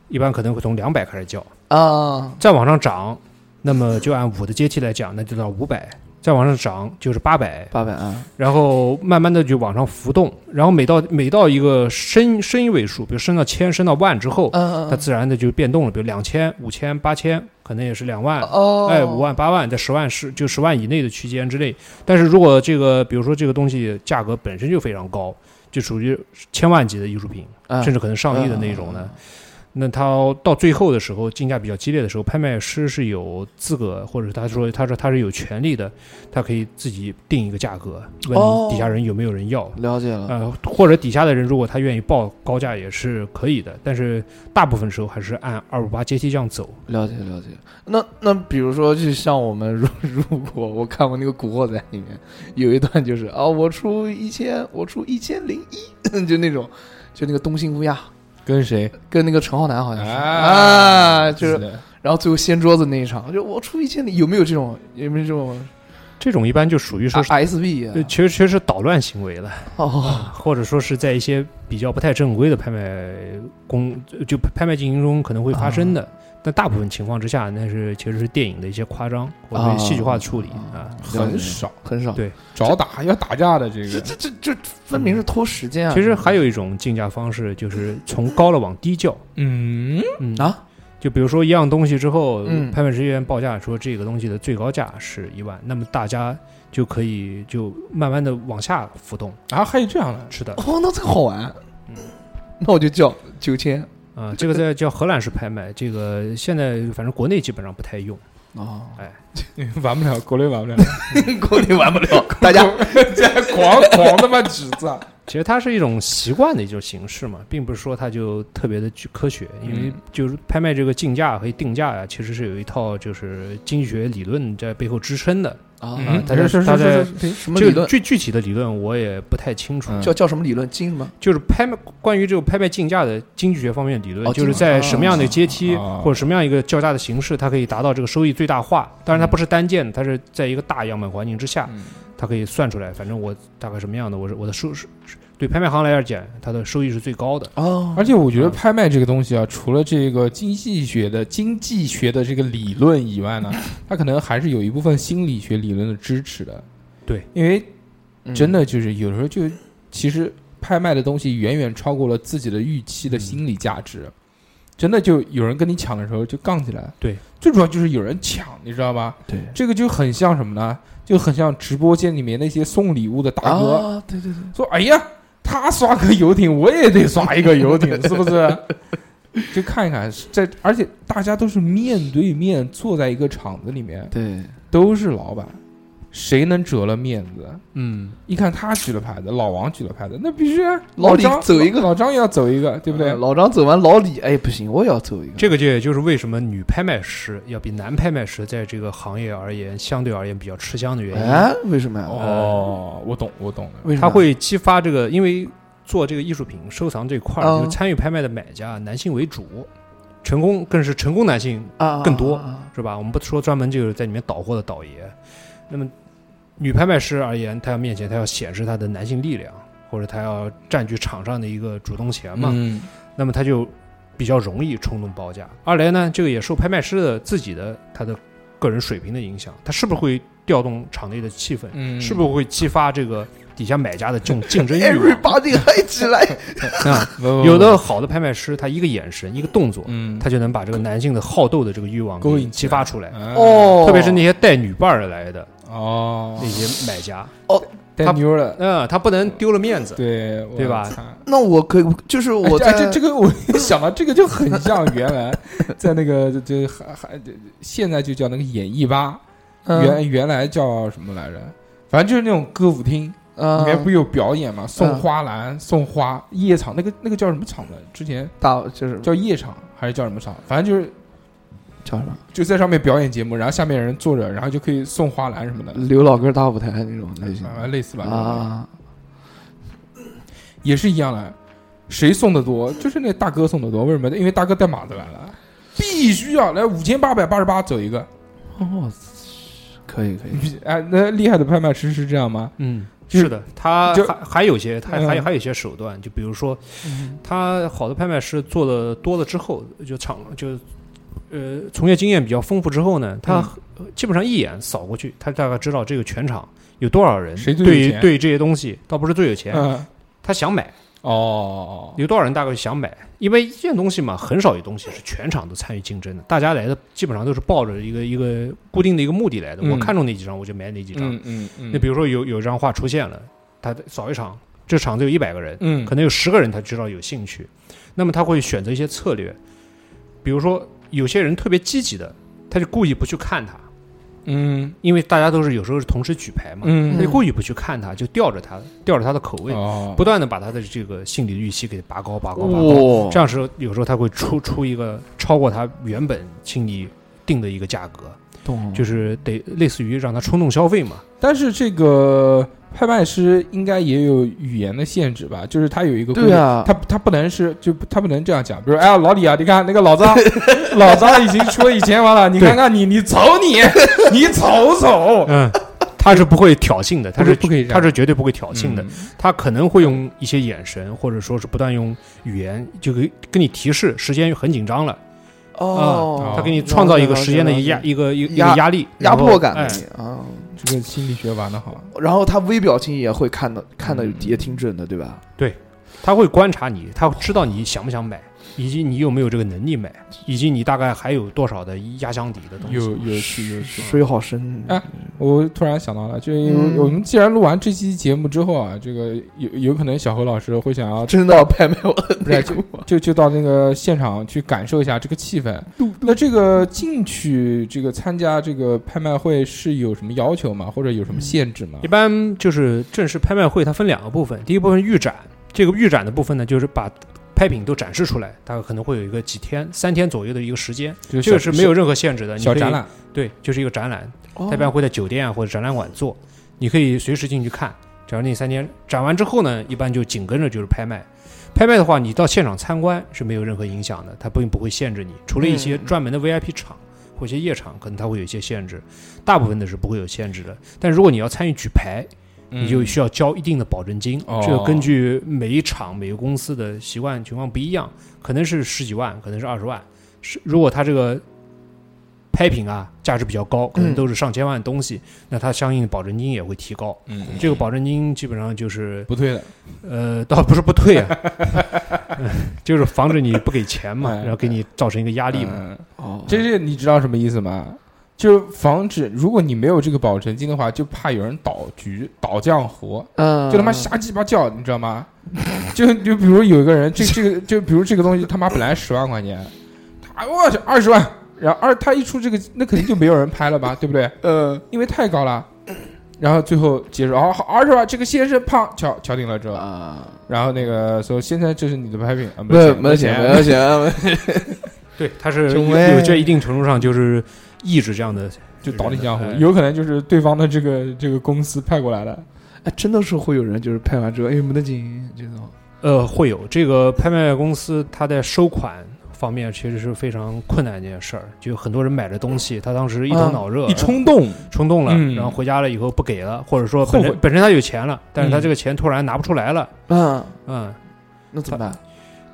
[SPEAKER 3] 一般可能会从两百开始叫，
[SPEAKER 2] 啊，
[SPEAKER 3] 再往上涨，那么就按五的阶梯来讲，那就到五百，再往上涨就是八百，
[SPEAKER 2] 八百啊，
[SPEAKER 3] 然后慢慢的就往上浮动，然后每到每到一个升升一位数，比如升到千、升到万之后，
[SPEAKER 2] 嗯
[SPEAKER 3] 它自然的就变动了，比如两千、五千、八千，可能也是两万。
[SPEAKER 2] 哦，
[SPEAKER 3] 哎，五万、八万，在十万是就十万以内的区间之内。但是如果这个，比如说这个东西价格本身就非常高，就属于千万级的艺术品，
[SPEAKER 2] 嗯，
[SPEAKER 3] 甚至可能上亿的那种呢，那它到最后的时候，竞价比较激烈的时候，拍卖师是有资格，或者是他说他说他是有权利的，他可以自己定一个价格，问
[SPEAKER 2] 哦
[SPEAKER 3] 你底下人有没有人要。
[SPEAKER 2] 了解了。
[SPEAKER 3] 呃，或者底下的人如果他愿意报高价也是可以的，但是大部分时候还是按二五八阶梯这样走。
[SPEAKER 2] 了解了解，那那比如说，就像我们如 如果我看过那个《古惑仔》里面有一段就是啊，我出一千，我出一千零一， 就那种，就那个东兴乌鸦
[SPEAKER 1] 跟谁？
[SPEAKER 2] 跟那个陈浩南好像
[SPEAKER 3] 啊
[SPEAKER 2] 是
[SPEAKER 1] 啊
[SPEAKER 2] 就是
[SPEAKER 1] 的
[SPEAKER 2] 然后最后掀桌子那一场，就我出一千零，有没有这种有没有这种
[SPEAKER 3] 这种一般就属于说是
[SPEAKER 2] SB 啊
[SPEAKER 3] 对，？其实其实是捣乱行为了，
[SPEAKER 2] 哦，
[SPEAKER 3] 或者说是在一
[SPEAKER 2] 啊
[SPEAKER 3] 些比较不太正规的拍卖公就拍卖进行中可能会发生的。但大部分情况之下，那是其实是电影的一些夸张或者戏剧化的处理啊。
[SPEAKER 1] 很少
[SPEAKER 2] 很少。
[SPEAKER 3] 对
[SPEAKER 1] 找打要打架的这
[SPEAKER 2] 这
[SPEAKER 1] 个，
[SPEAKER 2] 这这这分明是拖时间啊！
[SPEAKER 3] 其实还有一种竞价方式，就是从高了往低叫。
[SPEAKER 1] 嗯，
[SPEAKER 3] 嗯
[SPEAKER 2] 啊，
[SPEAKER 3] 就比如说一样东西之后，
[SPEAKER 2] 嗯
[SPEAKER 3] 拍卖职员报价说这个东西的最高价是一万，那么大家就可以就慢慢的往下浮动。
[SPEAKER 1] 啊，还有这样的，
[SPEAKER 3] 是的，
[SPEAKER 2] 哦，那这个好玩。
[SPEAKER 3] 嗯
[SPEAKER 2] 那我就叫九千
[SPEAKER 3] 啊，这个在叫荷兰式拍卖，这个现在反正国内基本上不太用。
[SPEAKER 2] 哦，
[SPEAKER 1] 玩不了，国内玩不了，
[SPEAKER 2] 国内玩不 了，大家
[SPEAKER 1] 狂狂他妈指责，
[SPEAKER 3] 其实它是一种习惯的一种形式嘛，并不是说它就特别的去科学，因
[SPEAKER 2] 嗯
[SPEAKER 3] 为就是拍卖这个竞价和定价呀、其实是有一套就是经济学理论在背后支撑的。
[SPEAKER 2] 啊
[SPEAKER 1] 嗯，
[SPEAKER 2] 大家
[SPEAKER 1] 是是
[SPEAKER 2] 大家
[SPEAKER 3] 是
[SPEAKER 2] 什么
[SPEAKER 3] 这
[SPEAKER 2] 理
[SPEAKER 3] 个
[SPEAKER 2] 论？
[SPEAKER 3] 具具体的理论我也不太清楚，
[SPEAKER 1] 嗯
[SPEAKER 2] 叫叫什么理论？金什么？
[SPEAKER 3] 就是拍卖关于这个拍卖竞价的经济学方面的理论，
[SPEAKER 2] 哦
[SPEAKER 3] 就是在什么样的阶梯、
[SPEAKER 1] 啊
[SPEAKER 3] 或者什么样一个叫价的形式，它可以达到这个收益最大化。当然，
[SPEAKER 2] 嗯
[SPEAKER 3] 它不是单件，它是在一个大样本环境之下，
[SPEAKER 1] 嗯
[SPEAKER 3] 它可以算出来。反正我大概什么样的，我是我的收是是对拍卖行来讲，它的收益是最高的。
[SPEAKER 2] 哦，
[SPEAKER 1] 而且我觉得拍卖这个东西啊，除了这个经济学的经济学的这个理论以外呢，它可能还是有一部分心理学理论的支持的。
[SPEAKER 3] 对，
[SPEAKER 1] 因为
[SPEAKER 2] 嗯
[SPEAKER 1] 真的就是有时候就其实拍卖的东西远远超过了自己的预期的心理价值，真的就有人跟你抢的时候就杠起来。
[SPEAKER 3] 对，
[SPEAKER 1] 最主要就是有人抢，你知道吧？
[SPEAKER 2] 对，
[SPEAKER 1] 这个就很像什么呢？就很像直播间里面那些送礼物的大哥，
[SPEAKER 2] 啊，对对对，
[SPEAKER 1] 说：“哎呀，他刷个游艇，我也得刷一个游艇， 是不是？”就看一看，在而且大家都是面对面坐在一个场子里面，
[SPEAKER 2] 对，
[SPEAKER 1] 都是老板，谁能折了面子？
[SPEAKER 3] 嗯，
[SPEAKER 1] 一看他举了牌子，老王举了牌子，那必须啊
[SPEAKER 2] 老李
[SPEAKER 1] 张
[SPEAKER 2] 走一个
[SPEAKER 1] 老张也要走一个，对不对？
[SPEAKER 2] 呃老张走完老李，哎，不行，我也要走一个。
[SPEAKER 3] 这个就也就是为什么女拍卖师要比男拍卖师在这个行业而言相对而言比较吃香的原因。
[SPEAKER 2] 哎，为什么呀？
[SPEAKER 1] 哦，我懂，我懂了。
[SPEAKER 2] 为什么
[SPEAKER 3] 它
[SPEAKER 2] 呀？
[SPEAKER 3] 会激发这个，因为做这个艺术品收藏这块儿，
[SPEAKER 2] 嗯
[SPEAKER 3] 就参与拍卖的买家男性为主，成功更是成功男性
[SPEAKER 2] 啊
[SPEAKER 3] 更多
[SPEAKER 2] 啊啊
[SPEAKER 3] 是吧？我们不说专门就是在里面倒货的倒爷，那么女拍卖师而言，她要面前她要显示她的男性力量，或者她要占据场上的一个主动权嘛，
[SPEAKER 1] 嗯，
[SPEAKER 3] 那么她就比较容易冲动报价。二来呢，这个也受拍卖师的自己的他的个人水平的影响，他是不是会调动场内的气氛，
[SPEAKER 1] 嗯
[SPEAKER 3] 是不是会激发这个底下买 家的这种竞
[SPEAKER 2] 哎
[SPEAKER 3] 争欲望？啊
[SPEAKER 2] ，everybody 嗨起 来！
[SPEAKER 1] 不
[SPEAKER 3] 有的好的拍卖师，他一个眼神、一个动作，
[SPEAKER 1] 哦嗯，
[SPEAKER 3] 他就能把这个男性的好斗的这个欲望
[SPEAKER 1] 勾
[SPEAKER 3] 给
[SPEAKER 1] 引
[SPEAKER 3] 激发出来。
[SPEAKER 1] 哎
[SPEAKER 2] 哦，
[SPEAKER 3] 特别是那些带女伴儿来的
[SPEAKER 1] 哦
[SPEAKER 3] 那，些买家，
[SPEAKER 1] 太
[SPEAKER 3] 他
[SPEAKER 1] 牛了，
[SPEAKER 3] 嗯，他不能丢了面子。
[SPEAKER 1] 对
[SPEAKER 3] 对吧
[SPEAKER 1] 我操
[SPEAKER 2] 那我可以，就是我
[SPEAKER 1] 哎
[SPEAKER 2] 在
[SPEAKER 1] 这这这个我想到这个就很像原 来在那个这还还这现在就叫那个演艺吧，
[SPEAKER 2] 嗯
[SPEAKER 1] 原原来叫什么来着？反正就是那种歌舞厅，里
[SPEAKER 2] 啊
[SPEAKER 1] 面不有表演嘛，
[SPEAKER 2] 嗯
[SPEAKER 1] 送花篮、送花、夜场，那个那个叫什么场的？之前
[SPEAKER 2] 大就是
[SPEAKER 1] 叫夜场还是叫什么场？反正就是
[SPEAKER 2] 叫什么
[SPEAKER 1] 就在上面表演节目，然后下面人坐着，然后就可以送花篮什么的，
[SPEAKER 2] 刘老根大舞台那种类型
[SPEAKER 1] 反正类似吧？
[SPEAKER 2] 啊，
[SPEAKER 1] 也是一样的，谁送的多，就是那大哥送的多。为什么？因为大哥带马子来了，必须要来五千八百八十八走一个。
[SPEAKER 2] 哦，可以可以，
[SPEAKER 1] 哎，那厉害的拍卖师是这样吗？
[SPEAKER 3] 嗯，
[SPEAKER 1] 就是
[SPEAKER 3] 是的，他
[SPEAKER 1] 就
[SPEAKER 3] 还还有一些，他
[SPEAKER 1] 嗯
[SPEAKER 3] 还有还有一些手段，就比如说，他好的拍卖师做的多了之后，就场就呃从业经验比较丰富之后呢，他
[SPEAKER 1] 嗯
[SPEAKER 3] 呃基本上一眼扫过去，他大概知道这个全场有多少人
[SPEAKER 1] 谁最有
[SPEAKER 3] 对于
[SPEAKER 1] 钱
[SPEAKER 3] 对于这些东西，倒不是最有钱，
[SPEAKER 1] 嗯，
[SPEAKER 3] 他想买，
[SPEAKER 1] 哦，
[SPEAKER 3] 有多少人大概想买，因为一件东西嘛，很少有东西是全场都参与竞争的，大家来的基本上都是抱着一个一个固定的一个目的来的，我
[SPEAKER 1] 嗯
[SPEAKER 3] 看中哪几张我就买哪几张，
[SPEAKER 1] 嗯嗯嗯，
[SPEAKER 3] 那比如说有有一张画出现了，他扫一场，这场子有一百个人，
[SPEAKER 1] 嗯
[SPEAKER 3] 可能有十个人他知道有兴趣，那么他会选择一些策略，比如说有些人特别积极的，他就故意不去看他，
[SPEAKER 1] 嗯
[SPEAKER 3] 因为大家都是有时候是同时举牌嘛，
[SPEAKER 1] 嗯
[SPEAKER 3] 他就故意不去看他，就吊着他，吊着他的口味，
[SPEAKER 1] 哦，
[SPEAKER 3] 不断的把他的这个心理预期给拔高、拔高、拔高，
[SPEAKER 2] 哇
[SPEAKER 3] 这样时候有时候他会出出一个超过他原本心里定的一个价格，
[SPEAKER 2] 懂
[SPEAKER 3] 就是得类似于让他冲动消费嘛。
[SPEAKER 1] 但是这个拍卖师应该也有语言的限制吧？就是他有一个规
[SPEAKER 2] 对
[SPEAKER 1] 定，
[SPEAKER 2] 啊，
[SPEAKER 1] 他他不能是就他不能这样讲，比如哎呀老李啊，你看那个老 张，老张已经出了一千万了，你看看你你瞅你 你瞅瞅，
[SPEAKER 3] 嗯，他是不会挑衅的，他是
[SPEAKER 1] 不可以这样嗯
[SPEAKER 3] 他是绝对不会挑衅的。他可能会用一些眼神，或者说是不断用语言，就给跟你提示时间很紧张了，
[SPEAKER 2] 哦，
[SPEAKER 3] 他给你创造一个时间的压一个一个一个压力
[SPEAKER 2] 压迫感
[SPEAKER 3] 然
[SPEAKER 2] 给
[SPEAKER 3] 后哎
[SPEAKER 2] 你啊。
[SPEAKER 1] 这个心理学玩的好，
[SPEAKER 2] 然后他微表情也会看的，看的也挺准的，对吧？
[SPEAKER 3] 他会观察你，他会知道你想不想买，以及你有没有这个能力买，以及你大概还有多少的压箱底的东西。
[SPEAKER 1] 有有趣有趣。
[SPEAKER 2] 水好深，
[SPEAKER 1] 哎我突然想到了，就因
[SPEAKER 2] 嗯
[SPEAKER 1] 为我们既然录完这期节目之后啊，这个有有可能小何老师会想要
[SPEAKER 2] 真的要拍卖我的啊
[SPEAKER 1] 不
[SPEAKER 2] 内
[SPEAKER 1] 是
[SPEAKER 2] 裤。
[SPEAKER 1] 就就到那个现场去感受一下这个气氛。那这个进去这个参加这个拍卖会是有什么要求吗？或者有什么
[SPEAKER 3] 嗯
[SPEAKER 1] 限制吗
[SPEAKER 3] 一？般就是正式拍卖会，它分两个部分，第一部分预展，这个预展的部分呢，就是把拍品都展示出来，大概可能会有一个几天、三天左右的一个时间，
[SPEAKER 1] 就
[SPEAKER 3] 这个
[SPEAKER 1] 小
[SPEAKER 3] 是没有任何限制的。你
[SPEAKER 1] 小
[SPEAKER 3] 可以
[SPEAKER 1] 展，览，
[SPEAKER 3] 对，就是一个展览，
[SPEAKER 2] 哦
[SPEAKER 3] 它一般会在酒店啊或者展览馆做，你可以随时进去看。只要那三天展完之后呢，一般就紧跟着就是拍卖。拍卖的话，你到现场参观是没有任何影响的，它并不会限制你，除了一些
[SPEAKER 2] 嗯
[SPEAKER 3] 专门的 VIP 场或一些夜场，可能它会有一些限制，大部分的是不会有限制的。但如果你要参与举牌，你就需要交一定的保证金，
[SPEAKER 1] 嗯哦
[SPEAKER 3] 这个根据每一场每个公司的习惯情况不一样，可能是十几万，可能是二十万。是如果它这个拍品啊价值比较高，可能都是上千万的东西，那它相应的保证金也会提高。
[SPEAKER 1] 嗯
[SPEAKER 3] 这个保证金基本上就是
[SPEAKER 1] 不退的，
[SPEAKER 3] 呃，倒不是不 退啊，就是防止你不给钱嘛，
[SPEAKER 1] 哎
[SPEAKER 3] 然后给你造成一个压力嘛。
[SPEAKER 1] 嗯
[SPEAKER 2] 哦，
[SPEAKER 1] 这是你知道什么意思吗？就防止如果你没有这个保证金的话，就怕有人倒局、倒江湖，
[SPEAKER 2] 嗯，
[SPEAKER 1] 就他妈瞎鸡巴叫，你知道吗？ 就就比如有一个人，这这个就比如这个东西他妈本来十万块钱，他我去二十万，然后二他一出这个，那肯定就没有人拍了吧，对 不对？
[SPEAKER 2] 呃，
[SPEAKER 1] 因为太高了。然后最后结束，哦，好二十万，这个先生胖敲敲定了之后，
[SPEAKER 2] 啊，
[SPEAKER 1] 然后那个说现在这是你的拍品，啊
[SPEAKER 2] 没
[SPEAKER 1] 有
[SPEAKER 2] 有没有钱，没有钱，
[SPEAKER 3] 对，它是有
[SPEAKER 2] 中文
[SPEAKER 3] 有在一定程度上就是抑制这样的
[SPEAKER 1] 就倒你江湖
[SPEAKER 3] 哎，
[SPEAKER 1] 有可能就是对方的这个这个公司派过来的，
[SPEAKER 2] 哎，真的是会有人就是拍完之后，哎，没得劲，这种
[SPEAKER 3] 呃，会有这个拍卖公司，它在收款方面其实是非常困难的一件事儿。就很多人买的东西，他当时一头脑热，
[SPEAKER 1] 啊一冲动，
[SPEAKER 3] 冲动了，
[SPEAKER 1] 嗯
[SPEAKER 3] 然后回家了以后不给了，或者说本
[SPEAKER 1] 后
[SPEAKER 3] 身
[SPEAKER 1] 悔
[SPEAKER 3] 本身他有钱了，但是他
[SPEAKER 1] 嗯
[SPEAKER 3] 这个钱突然拿不出来了，
[SPEAKER 2] 啊，
[SPEAKER 3] 嗯，
[SPEAKER 2] 那怎么办？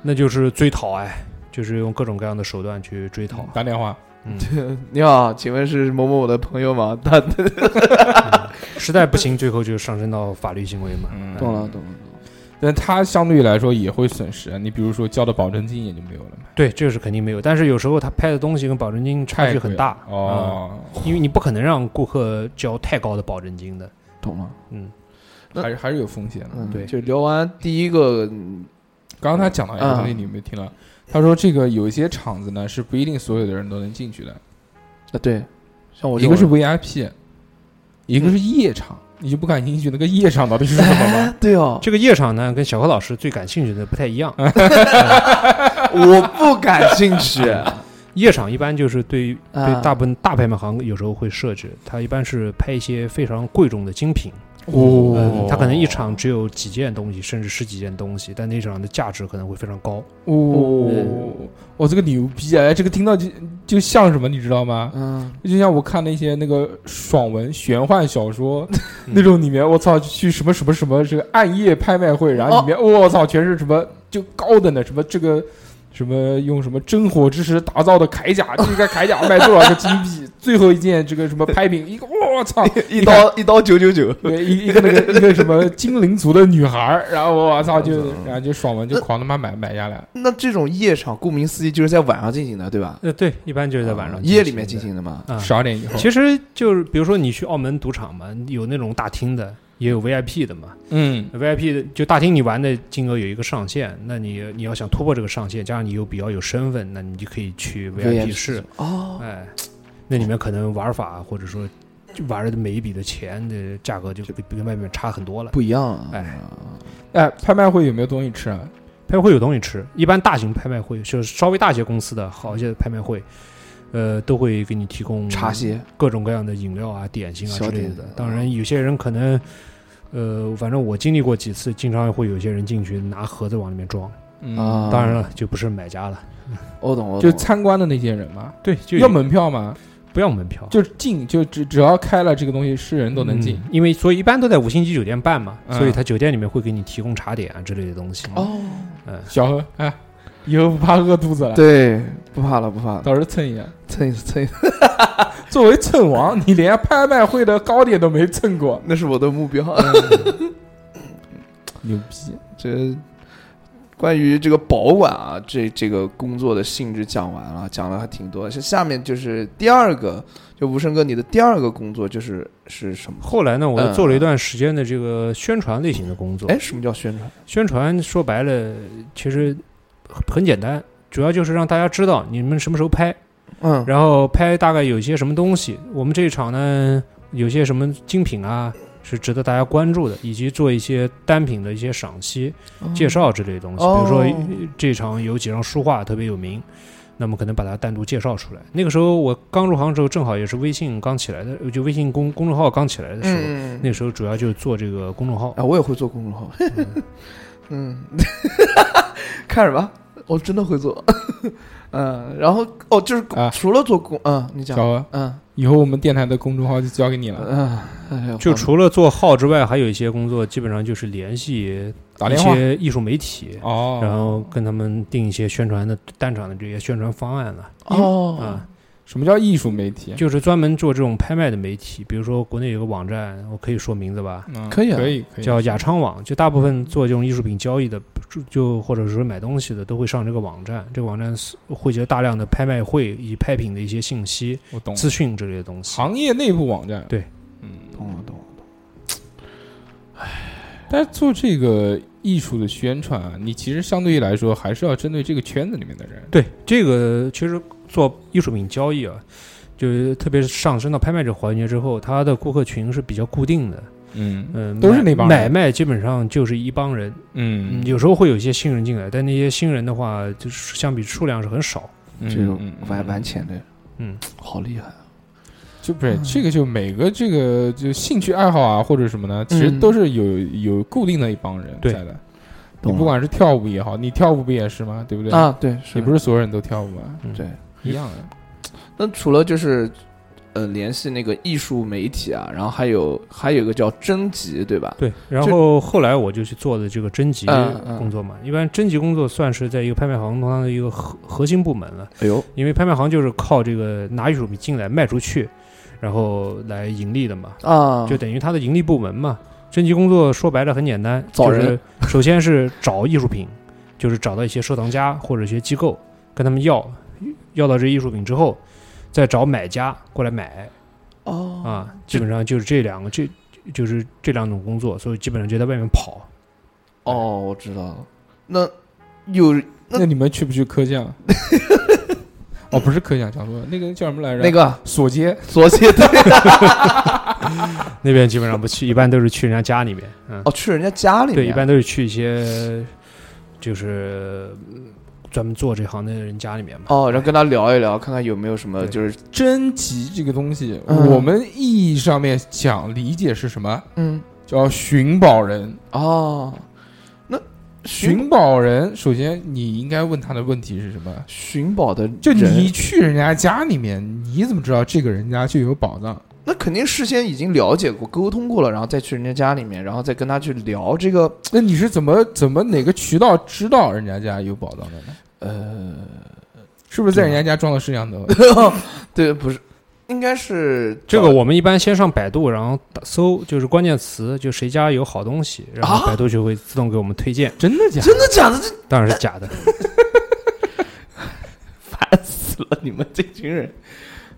[SPEAKER 3] 那就是追讨哎，就是用各种各样的手段去追讨。
[SPEAKER 1] 打电话，
[SPEAKER 3] 嗯，
[SPEAKER 2] 你好，请问是某某的 朋友吗？他
[SPEAKER 3] 嗯实在不行，最后就上升到法律行为嘛。
[SPEAKER 1] 嗯
[SPEAKER 2] 懂了，懂了，
[SPEAKER 1] 但他相对来说也会损失，你比如说交的保证金也就没有了嘛，
[SPEAKER 3] 对，这个是肯定没有，但是有时候他拍的东西跟保证金差距很大
[SPEAKER 1] 太贵了哦，
[SPEAKER 3] 嗯因为你不可能让顾客交太高的保证金的。
[SPEAKER 2] 懂了。
[SPEAKER 3] 嗯，
[SPEAKER 2] 那
[SPEAKER 1] 还是还是有风险的。
[SPEAKER 2] 嗯，
[SPEAKER 3] 对
[SPEAKER 2] 就聊完第一个，嗯
[SPEAKER 1] 刚刚他讲到一个东西，
[SPEAKER 2] 嗯
[SPEAKER 1] 你有没有听到？他说这个有一些场子呢是不一定所有的人都能进去的，
[SPEAKER 2] 啊，对，像我
[SPEAKER 1] 一
[SPEAKER 2] 这
[SPEAKER 1] 个
[SPEAKER 2] 种
[SPEAKER 1] 是
[SPEAKER 2] 人
[SPEAKER 1] VIP，一个是夜场，你就不感兴趣那个夜场到底是什么吗？
[SPEAKER 2] 哎对哦，
[SPEAKER 3] 这个夜场呢，跟小何老师最感兴趣的不太一样。
[SPEAKER 2] 我不感兴趣。
[SPEAKER 3] 夜场一般就是对于
[SPEAKER 2] 啊
[SPEAKER 3] 对大部分大拍卖行有时候会设置，它一般是拍一些非常贵重的精品，嗯，它可能一场只有几件东西，甚至十几件东西，但那场的价值可能会非常高。
[SPEAKER 1] 哦，我这个牛逼啊！哎这个听到就就像什么，你知道吗？
[SPEAKER 2] 嗯，
[SPEAKER 1] 就像我看那些那个爽文、玄幻小 说
[SPEAKER 3] 嗯
[SPEAKER 1] 那种里面，我操，去什么什么什么这个暗夜拍卖会，然
[SPEAKER 2] 哦
[SPEAKER 1] 后里面我操，全是什么就高等的什么这个什么用什么真火之石打造的铠甲，这个铠甲卖多少个金币？最后一件这个什么拍 品，一个我操，
[SPEAKER 2] 一刀一刀九九九，
[SPEAKER 1] 对一一个那 个一个什么精灵族的女孩儿，然后我操就然后就爽文就狂他妈买买下来。
[SPEAKER 2] 那这种夜场，顾名思义就是在晚上进行的，对吧？啊
[SPEAKER 3] 呃，对，一般就是在晚上、
[SPEAKER 2] 夜里面进。行的嘛。
[SPEAKER 3] 啊
[SPEAKER 1] 十二点以后，
[SPEAKER 3] 其实就是比如说你去澳门赌场嘛，有那种大厅的，也有 VIP 的嘛。
[SPEAKER 1] 嗯，
[SPEAKER 3] VIP 的就大厅你玩的金额有一个上限，那你你要想突破这个上限，加上你又比较有身份，那你就可以去
[SPEAKER 2] VIP
[SPEAKER 3] 室。
[SPEAKER 2] 哦，
[SPEAKER 3] 哎，那里面可能玩法或者说就玩的每一笔的钱的价格就比跟外面差很多了。
[SPEAKER 2] 不一样啊。
[SPEAKER 3] 哎，
[SPEAKER 1] 哎，拍卖会有没有东西吃啊？
[SPEAKER 3] 拍卖会有东西吃，一般大型拍卖会就是稍微大些公司的好一些的拍卖会，呃，都会给你提供
[SPEAKER 2] 茶歇，
[SPEAKER 3] 各种各样的饮料啊、点心啊
[SPEAKER 2] 小
[SPEAKER 3] 之类
[SPEAKER 2] 点
[SPEAKER 3] 的
[SPEAKER 2] 心。
[SPEAKER 3] 当然，有些人可能，呃，反正我经历过几次，经常会有些人进去拿盒子往里面装。
[SPEAKER 1] 嗯，
[SPEAKER 2] 啊，哦
[SPEAKER 3] 当然，了，就不是买家了。
[SPEAKER 2] 我懂，我懂
[SPEAKER 1] 就参观的那些人嘛，
[SPEAKER 3] 对，就
[SPEAKER 1] 要门票嘛，
[SPEAKER 3] 不要门票
[SPEAKER 1] 就进就只只要开了这个东西，是人都能进
[SPEAKER 3] 嗯。因为所以一般都在五星级酒店办嘛，
[SPEAKER 1] 嗯
[SPEAKER 3] 所以他酒店里面会给你提供茶点啊之类的东西。
[SPEAKER 2] 哦，
[SPEAKER 1] 小何，哎，以后不怕饿肚子了。
[SPEAKER 2] 对，不怕了，不怕了，
[SPEAKER 1] 到时候蹭一下。
[SPEAKER 2] 蹭一次蹭一次，
[SPEAKER 1] 作为蹭王，你连拍卖会的高点都没蹭过，
[SPEAKER 2] 那是我的目标。
[SPEAKER 3] 嗯
[SPEAKER 1] 牛逼！
[SPEAKER 2] 这关于这个保管啊，这这个工作的性质讲完了，讲了还挺多。是下面就是第二个，就无声哥，你的第二个工作就是是什么？
[SPEAKER 3] 后来呢，我
[SPEAKER 2] 嗯
[SPEAKER 3] 做了一段时间的这个宣传类型的工作。
[SPEAKER 1] 嗯
[SPEAKER 2] 哎，什么叫宣传？
[SPEAKER 3] 宣传说白了，其实很简单，主要就是让大家知道你们什么时候拍，
[SPEAKER 2] 嗯，
[SPEAKER 3] 然后拍大概有些什么东西。我们这一场呢，有些什么精品啊，是值得大家关注的，以及做一些单品的一些赏析、介绍之类的东西。比如说
[SPEAKER 2] 哦
[SPEAKER 3] 呃这场有几张书画特别有名，那么可能把它单独介绍出来。那个时候我刚入行的时候，正好也是微信刚起来的，就微信公公众号刚起来的时候。
[SPEAKER 2] 嗯，
[SPEAKER 3] 那时候主要就是做这个公众号
[SPEAKER 1] 嗯
[SPEAKER 2] 啊，，我也会做公众号。 嗯，看什么？我真的会做。 嗯，然后哦，就是公
[SPEAKER 1] 啊
[SPEAKER 2] 除了做公，嗯，你
[SPEAKER 1] 小
[SPEAKER 2] 讲，
[SPEAKER 1] 何，
[SPEAKER 2] 嗯
[SPEAKER 1] 以后我们电台的公众号就交给你了，
[SPEAKER 2] 嗯，哎呀
[SPEAKER 3] 就除了做号之外，还有一些工作，基本上就是联系
[SPEAKER 1] 打
[SPEAKER 3] 一
[SPEAKER 1] 电话。
[SPEAKER 3] 些艺术媒体，
[SPEAKER 1] 哦，
[SPEAKER 3] 然后跟他们定一些宣传的单场的这些宣传方案了
[SPEAKER 2] 哦，
[SPEAKER 3] 啊，
[SPEAKER 1] 什么叫艺术媒体？
[SPEAKER 3] 就是专门做这种拍卖的媒体，比如说国内有个网站，我可以说名字吧，
[SPEAKER 1] 嗯
[SPEAKER 2] 可以啊
[SPEAKER 1] 可以，可以。
[SPEAKER 3] 叫雅昌网，就大部
[SPEAKER 1] 嗯
[SPEAKER 3] 分做这种艺术品交易的，就就或者说买东西的都会上这个网站，这个网站是汇集了大量的拍卖会以及拍品的一些信息、
[SPEAKER 1] 我懂。
[SPEAKER 3] 资讯之类的东西。
[SPEAKER 1] 行业内部网站。
[SPEAKER 3] 对，
[SPEAKER 1] 嗯。
[SPEAKER 2] 懂了懂了。
[SPEAKER 1] 但是做这个艺术的宣传啊，你其实相对于来说还是要针对这个圈子里面的人。
[SPEAKER 3] 对，这个其实做艺术品交易啊，就是特别是上升到拍卖这个环节之后，它的顾客群是比较固定的，
[SPEAKER 1] 嗯
[SPEAKER 3] 嗯、
[SPEAKER 1] 都是那帮人
[SPEAKER 3] 买买卖基本上就是一帮人，嗯，
[SPEAKER 1] 嗯，
[SPEAKER 3] 有时候会有一些新人进来，但那些新人的话，就是相比数量是很少，
[SPEAKER 1] 嗯
[SPEAKER 2] 这种
[SPEAKER 1] 嗯嗯
[SPEAKER 2] 玩玩钱的，
[SPEAKER 3] 嗯，
[SPEAKER 2] 好厉害啊！
[SPEAKER 1] 就不是这个，就每个这个就兴趣爱好啊，或者什么呢，其实
[SPEAKER 2] 嗯
[SPEAKER 1] 都是有有固定的一帮人
[SPEAKER 3] 对
[SPEAKER 1] 在的。你
[SPEAKER 2] 懂
[SPEAKER 1] 不管是跳舞也好，你跳舞不也是吗？对不对？
[SPEAKER 2] 啊，对，是
[SPEAKER 1] 也不
[SPEAKER 2] 是
[SPEAKER 1] 是所有人都跳舞啊，
[SPEAKER 3] 嗯
[SPEAKER 2] 对。
[SPEAKER 1] 一样的。
[SPEAKER 2] 那除了就是呃联系那个艺术媒体啊，然后还有还有一个叫征集，对吧？
[SPEAKER 3] 对，然后后来我就去做的这个征集
[SPEAKER 2] 嗯嗯
[SPEAKER 3] 工作嘛，一般征集工作算是在一个拍卖行当中的一个核核心部门了，
[SPEAKER 2] 哎呦，
[SPEAKER 3] 因为拍卖行就是靠这个拿艺术品进来卖出去，然后来盈利的嘛，
[SPEAKER 2] 啊，
[SPEAKER 3] 就等于它的盈利部门嘛。征集工作说白了很简单，
[SPEAKER 2] 找
[SPEAKER 3] 就是
[SPEAKER 2] 人
[SPEAKER 3] 首先是找艺术品，就是找到一些收藏家或者一些机构，跟他们要，要到这艺术品之后，再找买家过来买
[SPEAKER 2] 哦
[SPEAKER 3] 啊。基本上就是这两个，这就是这两种工作，所以基本上就在外面跑。
[SPEAKER 2] 哦，我知道了。那有那
[SPEAKER 1] 那你们去不去科匠？哦，不是科匠，讲说那个叫什么来着？
[SPEAKER 2] 那个
[SPEAKER 1] 锁街，
[SPEAKER 2] 左协对
[SPEAKER 3] 那边基本上不 去，一般都是去人家家里面。嗯，
[SPEAKER 2] 哦，去人家家里面
[SPEAKER 3] 对，一般都是去一些就是嗯专门做这行的人家里面嘛。
[SPEAKER 2] 哦，然后跟他聊一聊，看看有没有什么
[SPEAKER 3] 对
[SPEAKER 2] 就是
[SPEAKER 1] 征集这个东西，
[SPEAKER 2] 嗯
[SPEAKER 1] 我们意义上面讲理解是什么？
[SPEAKER 2] 嗯
[SPEAKER 1] 叫寻宝人。
[SPEAKER 2] 哦，那
[SPEAKER 1] 寻宝人，首先你应该问他的问题是什么？
[SPEAKER 2] 寻宝的
[SPEAKER 1] 就你
[SPEAKER 2] 人
[SPEAKER 1] 去人家家里面，你怎么知道这个人家就有宝藏？
[SPEAKER 2] 那肯定事先已经了解过、沟通过了，然后再去人家家里面，然后再跟他去聊这个
[SPEAKER 1] 那你是怎么怎么哪个渠道知道人家家有宝藏的呢？
[SPEAKER 2] 呃，
[SPEAKER 1] 是不是在人家家装了摄像头？
[SPEAKER 2] 对，不是，应该是
[SPEAKER 3] 这个
[SPEAKER 2] 找
[SPEAKER 3] 我们一般先上百度，然后打搜就是关键词，就谁家有好东西，然
[SPEAKER 2] 啊
[SPEAKER 3] 后百度就会自动给我们推荐，
[SPEAKER 1] 真的假的？
[SPEAKER 2] 真的假的？这
[SPEAKER 3] 当然是假 的。
[SPEAKER 2] 烦死了，你们这群人。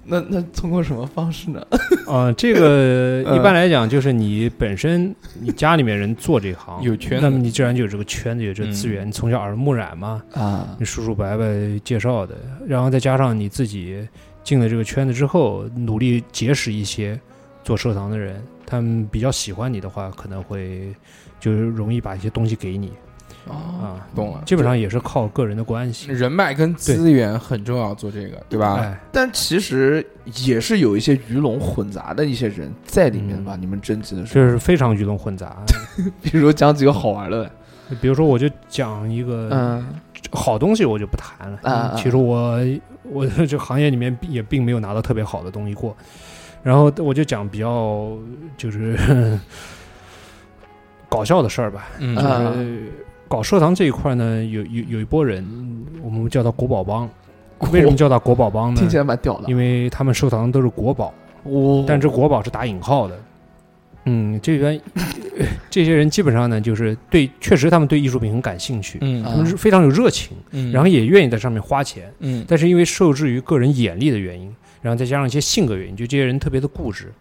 [SPEAKER 2] 那那通过什么方式 呢？啊
[SPEAKER 3] 呃，这 个
[SPEAKER 2] 嗯
[SPEAKER 3] 一般来讲就是你本身你家里面人做这行，
[SPEAKER 1] 有圈子
[SPEAKER 3] 那么你自然就有这个圈子，有这个资
[SPEAKER 2] 嗯
[SPEAKER 3] 源，你从小耳濡目染嘛，
[SPEAKER 2] 啊，
[SPEAKER 3] 你叔叔伯伯介绍的，然后再加上你自己进了这个圈子之后，努力结识一些做收藏的人，他们比较喜欢你的话，可能会就是容易把一些东西给你
[SPEAKER 2] 哦，
[SPEAKER 3] 啊。
[SPEAKER 1] 懂了，
[SPEAKER 3] 基本上也是靠个人的关系，
[SPEAKER 1] 人脉跟资源很重要，做这个对
[SPEAKER 2] 啊
[SPEAKER 1] 吧？
[SPEAKER 3] 哎，
[SPEAKER 2] 但其实也是有一些鱼龙混杂的一些人在里面吧？
[SPEAKER 3] 嗯
[SPEAKER 2] 你们征集的时
[SPEAKER 3] 这是非常鱼龙混杂。
[SPEAKER 2] 候， 比如讲几个好玩的，
[SPEAKER 3] 比如说，我就讲一个
[SPEAKER 2] 嗯，
[SPEAKER 3] 好东西，我就不谈了。
[SPEAKER 2] 啊啊
[SPEAKER 3] 其实我我这行业里面也并没有拿到特别好的东西过，然后我就讲比较就是 搞笑的事儿吧。呃
[SPEAKER 1] 嗯
[SPEAKER 2] 啊
[SPEAKER 3] 就是搞收藏这一块呢，有有有一波人，我们叫他古堡帮，为什么叫它国宝帮呢
[SPEAKER 2] 听？起来蛮屌的
[SPEAKER 3] 因。为他们收藏的都是国宝，
[SPEAKER 2] 哦
[SPEAKER 3] 但这国宝是打引号的。嗯，这边 这些人基本上呢，就是对，确实他们对艺术品很感兴趣，
[SPEAKER 1] 嗯
[SPEAKER 3] 他们是非常有热情，
[SPEAKER 1] 嗯
[SPEAKER 3] 然后也愿意在上面花钱。
[SPEAKER 1] 嗯
[SPEAKER 3] 但是因为受制于个人眼力的原因，然后再加上一些性格原因，就这些人特别的固执，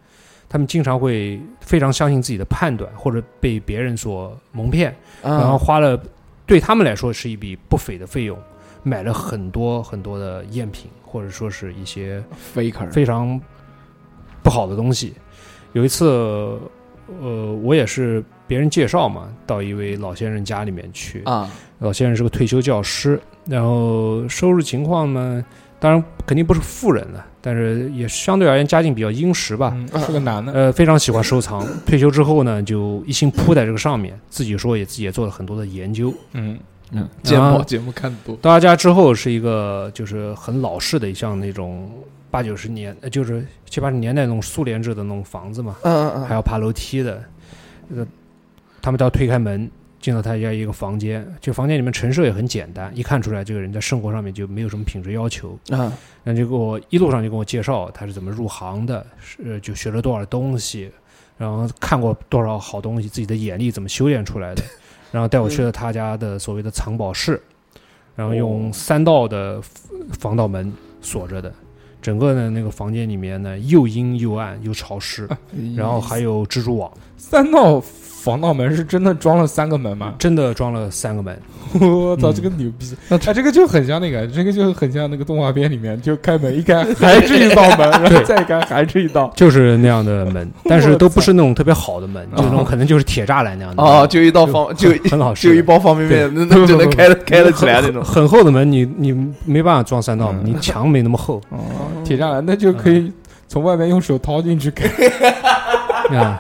[SPEAKER 3] 他们经常会非常相信自己的判断，或者被别人所蒙骗，然后
[SPEAKER 2] 啊，
[SPEAKER 3] 花了对他们来说是一笔不菲的费用，买了很多很多的赝品，或者说是一些
[SPEAKER 2] faker
[SPEAKER 3] 非常不好的东西。有一次，呃，我也是别人介绍嘛，到一位老先生家里面去，
[SPEAKER 2] 啊，
[SPEAKER 3] 老先生是个退休教师，然后收入情况呢，当然肯定不是富人了，但是也相对而言家境比较殷实吧。
[SPEAKER 1] 嗯，是个男的，
[SPEAKER 3] 呃，非常喜欢收藏。退休之后呢，就一心扑在这个上面，自己说也自己也做了很多的研究。
[SPEAKER 1] 嗯
[SPEAKER 2] 嗯，
[SPEAKER 3] 鉴宝
[SPEAKER 2] 节目看的多
[SPEAKER 3] 到他家之后是一个就是很老式的，像那种八九十年，呃就是七八十年代那种苏联制的那种房子嘛，
[SPEAKER 2] 嗯嗯嗯，
[SPEAKER 3] 还要爬楼梯的。呃，他们都要推开门进到他家一个房间，这房间里面陈设也很简单，一看出来这个人在生活上面就没有什么品质要求。
[SPEAKER 2] 嗯
[SPEAKER 3] 然后就给我一路上就跟我介绍他是怎么入行的，是呃就学了多少东西，然后看过多少好东西，自己的眼力怎么修炼出来的，然后带我去了他家的所谓的藏宝室，然后用三道的防盗门锁着的，整个呢那个房间里面呢又阴又暗又潮湿，
[SPEAKER 1] 哎
[SPEAKER 3] 然
[SPEAKER 2] 嗯
[SPEAKER 3] 后还有蜘蛛网，
[SPEAKER 1] 三道防盗门是真的装了三个门 吗？
[SPEAKER 3] 真的装了三个门，
[SPEAKER 1] 我操，
[SPEAKER 3] 嗯
[SPEAKER 1] 这个牛逼！
[SPEAKER 2] 那
[SPEAKER 1] 哎，这个就很像那个，这个就很像那个动画片里面，就开门一 开还是一道 门，然后
[SPEAKER 3] 对
[SPEAKER 1] 再一开还是一道。
[SPEAKER 3] 就是那样的 门，但是都不是那种特别好的门，就那种可能就是铁栅栏那样的门
[SPEAKER 2] 哦，就一道方就
[SPEAKER 3] 很老实
[SPEAKER 2] 就
[SPEAKER 3] 的
[SPEAKER 2] 一包方便面，那那
[SPEAKER 3] 不
[SPEAKER 2] 就
[SPEAKER 3] 不
[SPEAKER 2] 能
[SPEAKER 3] 不
[SPEAKER 2] 开得开得起来那种。
[SPEAKER 3] 很厚的门，你你没办法装三
[SPEAKER 2] 嗯
[SPEAKER 3] 道门，你墙没那 么厚
[SPEAKER 1] 哦，嗯铁栅栏那就可以从外面用手掏进去开。
[SPEAKER 3] 啊。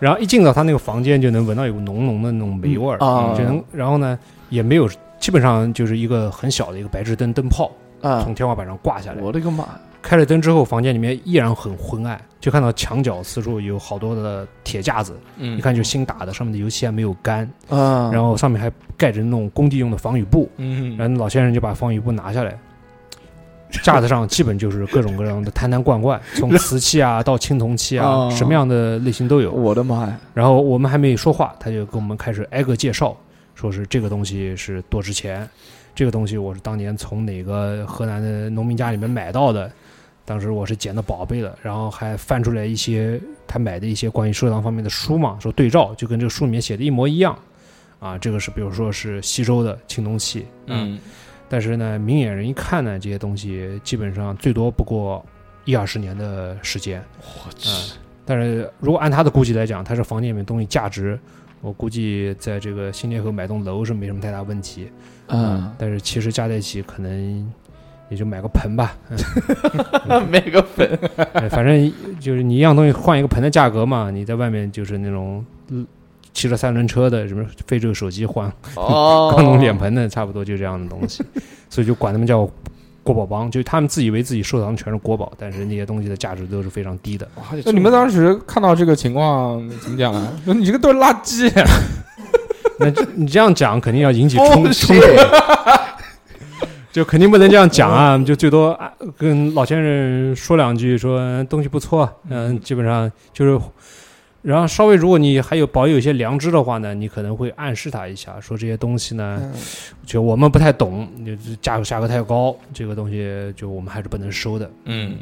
[SPEAKER 3] 然后一进到他那个房间，就能闻到有浓浓的那种霉味儿
[SPEAKER 2] 嗯啊
[SPEAKER 3] 就能然后呢也没有，基本上就是一个很小的一个白炽灯灯泡
[SPEAKER 2] 啊
[SPEAKER 3] 嗯从，天花板上挂下来。
[SPEAKER 2] 我的个妈呀！
[SPEAKER 3] 开了灯之后，房间里面依然很昏暗，就看到墙角四处有好多的铁架子，
[SPEAKER 1] 嗯
[SPEAKER 3] 一看就新打的，上面的油漆还没有干，
[SPEAKER 2] 啊，
[SPEAKER 3] 然后上面还盖着那种工地用的防雨布。
[SPEAKER 1] 嗯
[SPEAKER 3] 然后老先生就把方雨布拿下来，架子上基本就是各种各样的 坛坛罐罐，从瓷器啊到青铜器啊
[SPEAKER 2] 哦，
[SPEAKER 3] 什么样的类型都有。
[SPEAKER 2] 我的妈呀！
[SPEAKER 3] 然后我们还没说话，他就跟我们开始挨个介绍，说是这个东西是多值钱，这个东西我是当年从哪个河南的农民家里面买到的，当时我是捡到宝贝了，然后还翻出来一些他买的一些关于收藏方面的书嘛，说对照就跟这个书里面写的一模一样，啊，这个是比如说是西周的青铜器，
[SPEAKER 1] 嗯
[SPEAKER 3] 但是呢，明眼人一看呢，这些东西基本上最多不过一二十年的时间。我去、但是如果按他的估计来讲，他这房间里面东西价值，我估计在这个新街口买栋楼是没什么太大问题。啊
[SPEAKER 2] 嗯，
[SPEAKER 3] 但是其实加在一起可能。也就买个盆吧， 嗯
[SPEAKER 2] 每个粉
[SPEAKER 3] 哎反正就是你一样东西换一个盆的价格嘛。你在外面就是那种嗯骑着三轮车的，什么非洲手机换
[SPEAKER 2] 哦，
[SPEAKER 3] 光弄脸盆的，差不多就这样的东 西，所以就管他们叫国宝帮，就他们自以为自己收藏全是国宝，但是那些东西的价值都是非常低的。
[SPEAKER 1] 那你们当时看到这个情况怎么讲啊？说你这个都是垃圾，
[SPEAKER 3] 那这你这样讲肯定要引起冲
[SPEAKER 2] 哦，
[SPEAKER 3] 冲
[SPEAKER 2] 是
[SPEAKER 3] 突，就肯定不能这样讲啊！就最多啊跟老先生说两句，说嗯东西不错，嗯，基本上就是。然后稍微，如果你还有保有一些良知的话呢，你可能会暗示他一下，说这些东西呢，就我们不太懂，就是价格价格太高，这个东西就我们还是不能收的。
[SPEAKER 1] 嗯，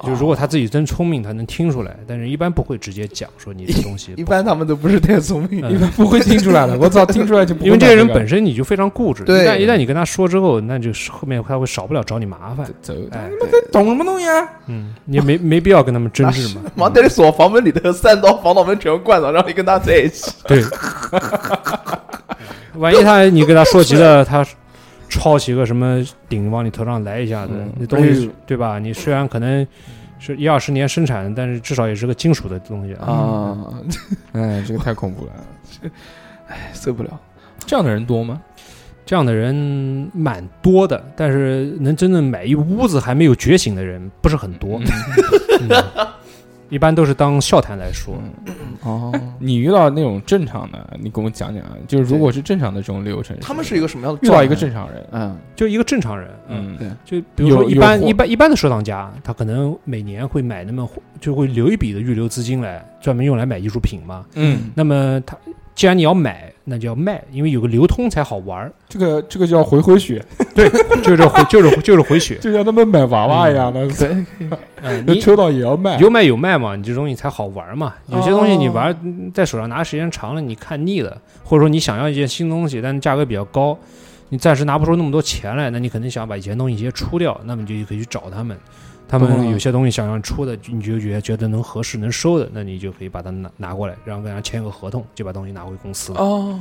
[SPEAKER 3] 就如果他自己真聪明，他能听出来，但是一般不会直接讲说你这东西不好。
[SPEAKER 2] 一般他们都不是太聪明。
[SPEAKER 3] 嗯
[SPEAKER 1] 一般不会听出来 的。我操，听出来就不会
[SPEAKER 3] 因为这个人
[SPEAKER 1] 买
[SPEAKER 3] 本身你就非常固执，
[SPEAKER 2] 对
[SPEAKER 3] 一旦一旦你跟他说之后，那就是后面他会少不了找你麻烦，
[SPEAKER 1] 走，
[SPEAKER 3] 哎，
[SPEAKER 1] 懂什么东西啊？
[SPEAKER 3] 嗯，你也没没必要跟他们争执嘛，嗯
[SPEAKER 2] 忙得你锁房门里头，三道防盗门全部关上，让你跟他在一起。
[SPEAKER 3] 对，万一他你跟他说急了，他抄起个什么顶往你头上来一下子
[SPEAKER 1] 嗯，
[SPEAKER 3] 那东西对吧？你虽然可能是一二十年生产，但是至少也是个金属的东西啊，
[SPEAKER 2] 啊，
[SPEAKER 1] 哎，这个太恐怖了。
[SPEAKER 2] 受不了！
[SPEAKER 1] 这样的人多吗？
[SPEAKER 3] 这样的人蛮多的，但是能真正买一屋子还没有觉醒的人不是很多。嗯嗯一般都是当笑谈来说。
[SPEAKER 1] 嗯
[SPEAKER 2] 哦，
[SPEAKER 1] 你遇到那种正常的，你跟我讲讲，啊就是如果是正常的这种流程，
[SPEAKER 2] 他们是一个什么样的
[SPEAKER 1] 遇
[SPEAKER 2] 状态？
[SPEAKER 1] 到一个正常人，
[SPEAKER 2] 嗯，
[SPEAKER 3] 就一个正常人，，
[SPEAKER 1] 嗯，
[SPEAKER 3] 就比如说
[SPEAKER 1] 有
[SPEAKER 3] 一
[SPEAKER 1] 有
[SPEAKER 3] 般
[SPEAKER 1] 货
[SPEAKER 3] 一般一般的收藏家，啊他可能每年会买那么就会留一笔的预留资金来专门用来买艺术品嘛。
[SPEAKER 1] 嗯，
[SPEAKER 3] 那么他既然你要买，那就要卖，因为有个流通才好玩儿，
[SPEAKER 1] 这个这个叫回回血，
[SPEAKER 3] 就是回就是就是 回血，
[SPEAKER 1] 就像他们买娃娃一样的，
[SPEAKER 3] 嗯，
[SPEAKER 1] 就
[SPEAKER 3] 你
[SPEAKER 1] 抽到也要卖。
[SPEAKER 3] 有买有卖嘛，你这东西才好玩嘛。有些东西你玩嗯在手上拿时间长了，你看腻了，或者说你想要一件新东西，但是价格比较高，你暂时拿不出那么多钱来，那你肯定想把以前东西先出掉，那么你就可以去找他们。他们有些东西想要出的，你就觉得觉得能合适能收的，那你就可以把它拿拿过来，然后跟人家签个合同，就把东西拿回公司了。
[SPEAKER 2] 哦，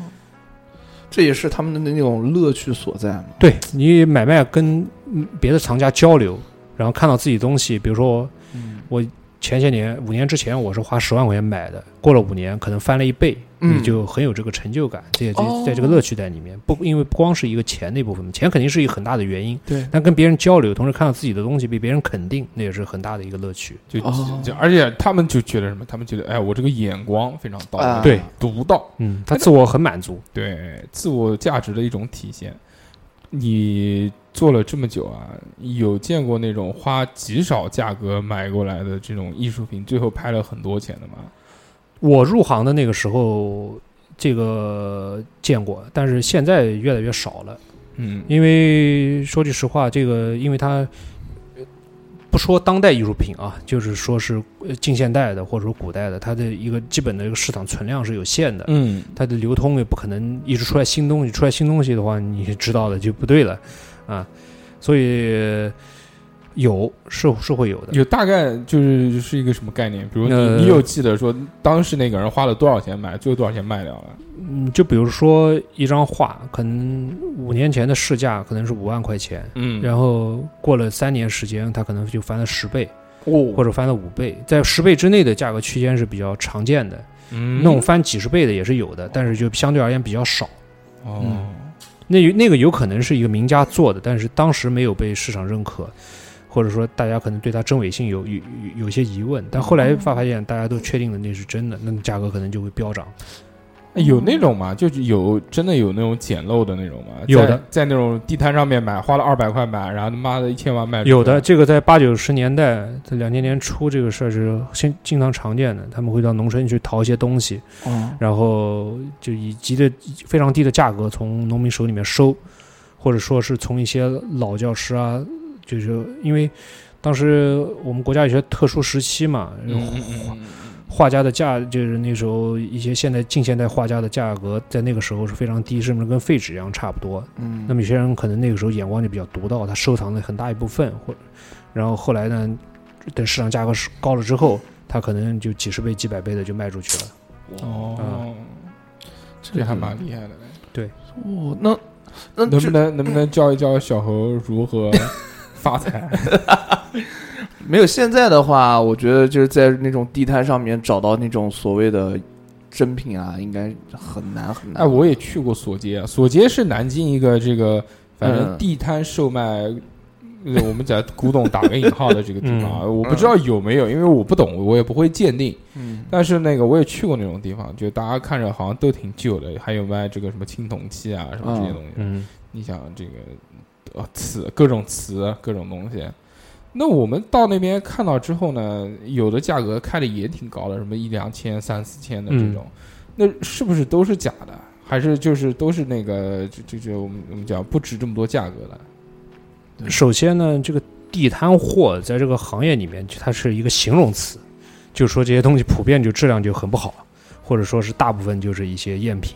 [SPEAKER 2] 这也是他们的那种乐趣所在嘛。
[SPEAKER 3] 对你买卖跟嗯别的藏家交流，然后看到自己东西，比如说
[SPEAKER 2] 嗯
[SPEAKER 3] 我前些年五年之前我是花十万块钱买的，过了五年可能翻了一倍，
[SPEAKER 2] 嗯
[SPEAKER 3] 你就很有这个成就感，这也在
[SPEAKER 2] 哦
[SPEAKER 3] 在这个乐趣在里面。不，因为不光是一个钱那部分，钱肯定是一个很大的原因，
[SPEAKER 2] 对
[SPEAKER 3] 但跟别人交流，同时看到自己的东西被别人肯定，那也是很大的一个乐趣。
[SPEAKER 1] 就
[SPEAKER 2] 哦
[SPEAKER 1] 就而且他们就觉得什么？他们觉得哎，我这个眼光非常到
[SPEAKER 2] 啊
[SPEAKER 1] 位，
[SPEAKER 3] 对
[SPEAKER 1] 独到，
[SPEAKER 3] 嗯，他自我很满足。
[SPEAKER 1] 对自我价值的一种体现。你做了这么久啊，有见过那种花极少价格买过来的这种艺术品，最后拍了很多钱的吗？
[SPEAKER 3] 我入行的那个时候，这个见过，但是现在越来越少了。
[SPEAKER 1] 嗯，
[SPEAKER 3] 因为说句实话，这个因为它呃不说当代艺术品啊，就是说是呃近现代的或者说古代的，它的一个基本的一个市场存量是有限的，
[SPEAKER 1] 嗯，
[SPEAKER 3] 它的流通也不可能一直出来新东西，出来新东西的话，你知道的就不对了啊，所以有是是会有的，
[SPEAKER 1] 有大概就是是一个什么概念？比如你、
[SPEAKER 3] 呃
[SPEAKER 1] 你有记得说当时那个人花了多少钱买，最后多少钱卖掉了？
[SPEAKER 3] 嗯，就比如说一张画，可能五年前的市价可能是五万块钱，
[SPEAKER 1] 嗯
[SPEAKER 3] 然后过了三年时间，它可能就翻了十倍，哦，或者翻了五倍，在十倍之内的价格区间是比较常见的，
[SPEAKER 1] 嗯
[SPEAKER 3] 那种翻几十倍的也是有的，但是就相对而言比较少。
[SPEAKER 1] 哦，
[SPEAKER 3] 嗯那有那个有可能是一个名家做的，但是当时没有被市场认可，或者说大家可能对它真伪性有有有有些疑问，但后来发发现大家都确定了那是真的，那么价格可能就会飙涨。
[SPEAKER 1] 哎有
[SPEAKER 3] 嗯
[SPEAKER 1] 那种吗？就是有真的有那种捡漏的那种吗？
[SPEAKER 3] 有的
[SPEAKER 1] 在，在那种地摊上面买，花了二百块买，然后他妈的一千万卖出去
[SPEAKER 3] 有的，这个在八九十年代，在两千年初这个事儿是经经常常见的，他们会到农村去淘一些东西，
[SPEAKER 2] 哦，
[SPEAKER 3] 然后就以极的非常低的价格从农民手里面收，或者说是从一些老教师啊，就是因为当时我们国家有些特殊时期嘛，
[SPEAKER 1] 嗯嗯嗯嗯
[SPEAKER 3] 画家的价就是那时候一些现代近现代画家的价格在那个时候是非常低，甚至跟废纸一样差不多。
[SPEAKER 2] 嗯
[SPEAKER 3] 那么有些人可能那个时候眼光就比较独到，他收藏了很大一部分，或然后后来呢，等市场价格是高了之后，他可能就几十倍、几百倍的就卖出去了。
[SPEAKER 1] 哦，
[SPEAKER 2] 这
[SPEAKER 1] 这还蛮厉害的嘞。
[SPEAKER 2] 哦，那那
[SPEAKER 1] 能
[SPEAKER 2] 这
[SPEAKER 1] 不能能不能教一教小猴如 何发财？
[SPEAKER 2] 没有现在的话，我觉得就是在那种地摊上面找到那种所谓的真品啊，应该很难很难。
[SPEAKER 1] 哎，我也去过索街，啊，索街是南京一个这个反正
[SPEAKER 2] 嗯
[SPEAKER 1] 地摊售卖。呃我们讲古董打个引号的这个地方啊，我不知道有没有，因为我不懂，我也不会鉴定。
[SPEAKER 2] 嗯，
[SPEAKER 1] 但是那个我也去过那种地方，就大家看着好像都挺旧的，还有卖这个什么青铜器啊什么这些东西。
[SPEAKER 3] 嗯，
[SPEAKER 1] 你想这个呃瓷各种瓷各种东西，那我们到那边看到之后呢，有的价格开的也挺高的，什么一两千、三四千的
[SPEAKER 3] 嗯
[SPEAKER 1] 这种，那是不是都是假的？还是就是都是那个就就就我们我们讲不值这么多价格的？
[SPEAKER 3] 首先呢，这个地摊货在这个行业里面，它是一个形容词，就说这些东西普遍就质量就很不好，或者说是大部分就是一些赝品。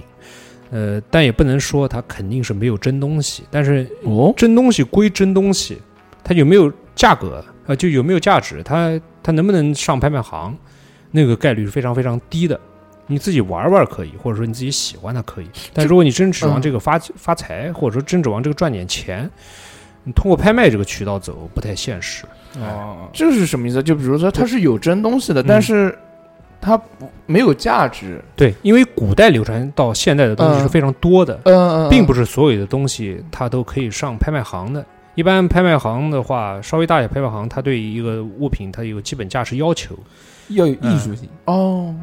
[SPEAKER 3] 呃，但也不能说它肯定是没有真东西，但是
[SPEAKER 2] 哦，
[SPEAKER 3] 真东西归真东西，它有没有价格啊、呃就有没有价值，它它能不能上拍卖行，那个概率是非常非常低的。你自己玩玩可以，或者说你自己喜欢它可以，但如果你真指望这个发、发财，或者说真指望这个赚点钱，你通过拍卖这个渠道走不太现实。
[SPEAKER 1] 哦，
[SPEAKER 2] 这是什么意思？就比如说它是有真东西的，但是它不没有价值。
[SPEAKER 3] 对，因为古代流传到现代的东西是
[SPEAKER 2] 嗯
[SPEAKER 3] 非常多的，
[SPEAKER 2] 嗯，
[SPEAKER 3] 并不是所有的东西它都可以上拍卖行的。一般拍卖行的话，稍微大一点拍卖行，它对一个物品它有基本价值要求，
[SPEAKER 1] 要有艺
[SPEAKER 3] 嗯
[SPEAKER 1] 术性，
[SPEAKER 2] 哦，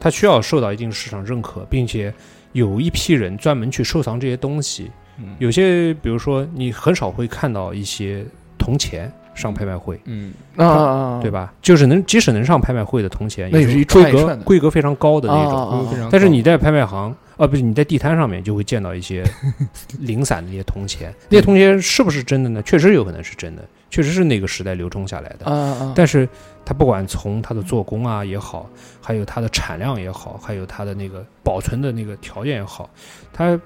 [SPEAKER 3] 它需要受到一定市场认可，并且有一批人专门去收藏这些东西。
[SPEAKER 1] 嗯
[SPEAKER 3] 有些，比如说你很少会看到一些铜钱上拍卖会，
[SPEAKER 1] 嗯，
[SPEAKER 2] 啊，
[SPEAKER 3] 对吧？就是能即使能上拍卖会的铜钱，
[SPEAKER 2] 那也
[SPEAKER 3] 也
[SPEAKER 2] 是一
[SPEAKER 3] 规
[SPEAKER 2] 串一
[SPEAKER 3] 格
[SPEAKER 2] 串的
[SPEAKER 3] 规格非常高的那种。
[SPEAKER 2] 啊
[SPEAKER 1] 非常高
[SPEAKER 3] 但是你在拍卖行啊，不是你在地摊上面就会见到 一些零散的那些铜钱，那些铜钱是不是真的呢？确实有可能是真的，确实是那个时代流通下来的。
[SPEAKER 2] 啊啊，
[SPEAKER 3] 但是它不管从它的做工啊也好，还有它的产量也好，还有它的那个保存的那个条件也好，它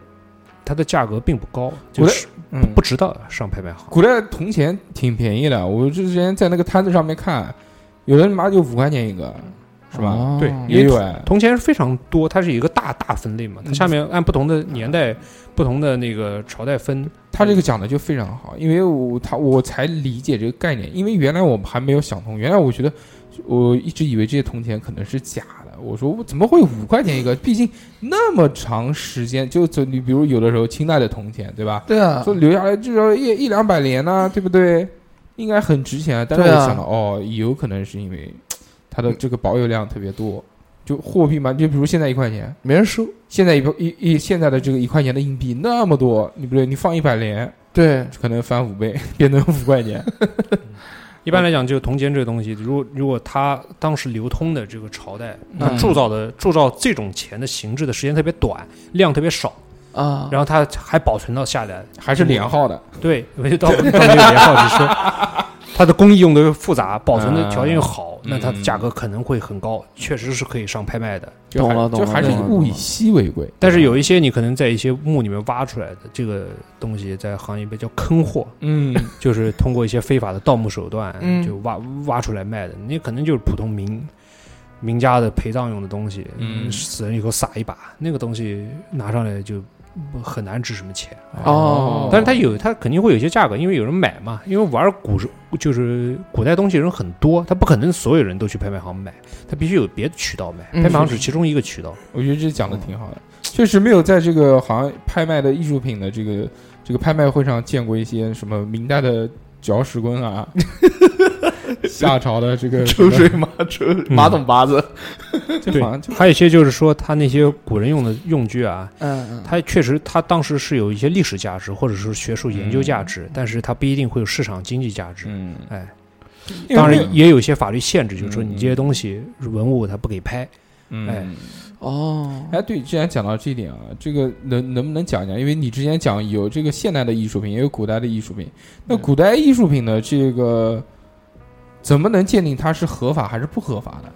[SPEAKER 3] 它的价格并不高，就
[SPEAKER 1] 我的
[SPEAKER 3] 是
[SPEAKER 1] 嗯
[SPEAKER 3] 不值得上拍卖行。
[SPEAKER 1] 古代铜钱挺便宜的，我之前在那个摊子上面看，有的妈就五块钱一个，是吧？
[SPEAKER 2] 哦
[SPEAKER 3] 对
[SPEAKER 1] 也有哎，
[SPEAKER 3] 铜钱是非常多，它是一个大大分类嘛，它下面按不同的年代、不同的那个朝代分。
[SPEAKER 1] 他这个讲的就非常好，因为我他我才理解这个概念，因为原来我们还没有想通，原来我觉得我一直以为这些铜钱可能是假的，我说我怎么会五块钱一个？毕竟那么长时间，就就你比如有的时候清代的铜钱，对吧？
[SPEAKER 2] 对啊
[SPEAKER 1] 说，留下来至少一一两百年呢、 对不对？应该很值钱啊。但是我
[SPEAKER 2] 对啊
[SPEAKER 1] 想到、哦，有可能是因为它的这个保有量特别多，就货币嘛，就比如现在一块钱，
[SPEAKER 2] 没人收，
[SPEAKER 1] 现在一一一现在的这个一块钱的硬币那么多，你不对，你放一百年。
[SPEAKER 2] 对，
[SPEAKER 1] 可能翻五倍， 变成五块钱。
[SPEAKER 3] 一般来讲，就铜钱这个东西，如果如果它当时流通的这个朝代，它
[SPEAKER 2] 嗯
[SPEAKER 3] 铸造的铸造这种钱的形制的时间特别短，量特别少，
[SPEAKER 2] 啊，
[SPEAKER 3] 然后它还保存到下来，
[SPEAKER 1] 还是连号的，
[SPEAKER 3] 对，我就到到没有连号之说，它的工艺用的又复杂，保存的条件又好，
[SPEAKER 1] 嗯
[SPEAKER 3] 那它的价格可能会很高，确实是可以上拍卖的。
[SPEAKER 1] 就还
[SPEAKER 2] 懂了懂
[SPEAKER 1] 就
[SPEAKER 2] 了
[SPEAKER 1] 还是
[SPEAKER 2] 懂了
[SPEAKER 1] 物以稀为贵。
[SPEAKER 3] 但是有一些你可能在一些墓里面挖出来的这个东西，在行业里面叫坑货，
[SPEAKER 1] 嗯，
[SPEAKER 3] 就是通过一些非法的盗墓手段
[SPEAKER 2] 嗯
[SPEAKER 3] 就挖挖出来卖的，你可能就是普通民民家的陪葬用的东西，
[SPEAKER 1] 嗯
[SPEAKER 3] 死人以后撒一把，那个东西拿上来就不很难值什么钱。
[SPEAKER 2] 哦
[SPEAKER 3] 但是它有，它肯定会有一些价格，因为有人买嘛。因为玩古是就是古代东西人很多，他不可能所有人都去拍卖行买，他必须有别的渠道买。
[SPEAKER 2] 嗯
[SPEAKER 3] 拍卖行只是其中一个渠道。
[SPEAKER 1] 我觉得这讲的挺
[SPEAKER 3] 嗯
[SPEAKER 1] 好的，确实没有在这个好像拍卖的艺术品的这个这个拍卖会上见过一些什么明代的搅屎棍 啊，夏朝的 这个
[SPEAKER 2] 抽水马抽马桶拔子，
[SPEAKER 1] 这好像就
[SPEAKER 3] 还有一些就是说，他那些古人用的用具啊，
[SPEAKER 2] 嗯
[SPEAKER 3] 它确实它当时是有一些历史价值，或者是学术研究价值，但是它不一定会有市场经济价值。
[SPEAKER 1] 嗯，
[SPEAKER 3] 哎，
[SPEAKER 1] 因为
[SPEAKER 3] 当
[SPEAKER 1] 没有
[SPEAKER 3] 然也有一些法律限制，就是说
[SPEAKER 1] 嗯
[SPEAKER 3] 你这些东西文物它不给拍。
[SPEAKER 1] 嗯
[SPEAKER 3] 哎。
[SPEAKER 2] 哦，
[SPEAKER 1] 哎，对，既然讲到这一点啊，这个能能不能讲一讲？因为你之前讲有这个现代的艺术品，也有古代的艺术品。那
[SPEAKER 3] 嗯
[SPEAKER 1] 古代艺术品的这个怎么能鉴定它是合法还是不合法的？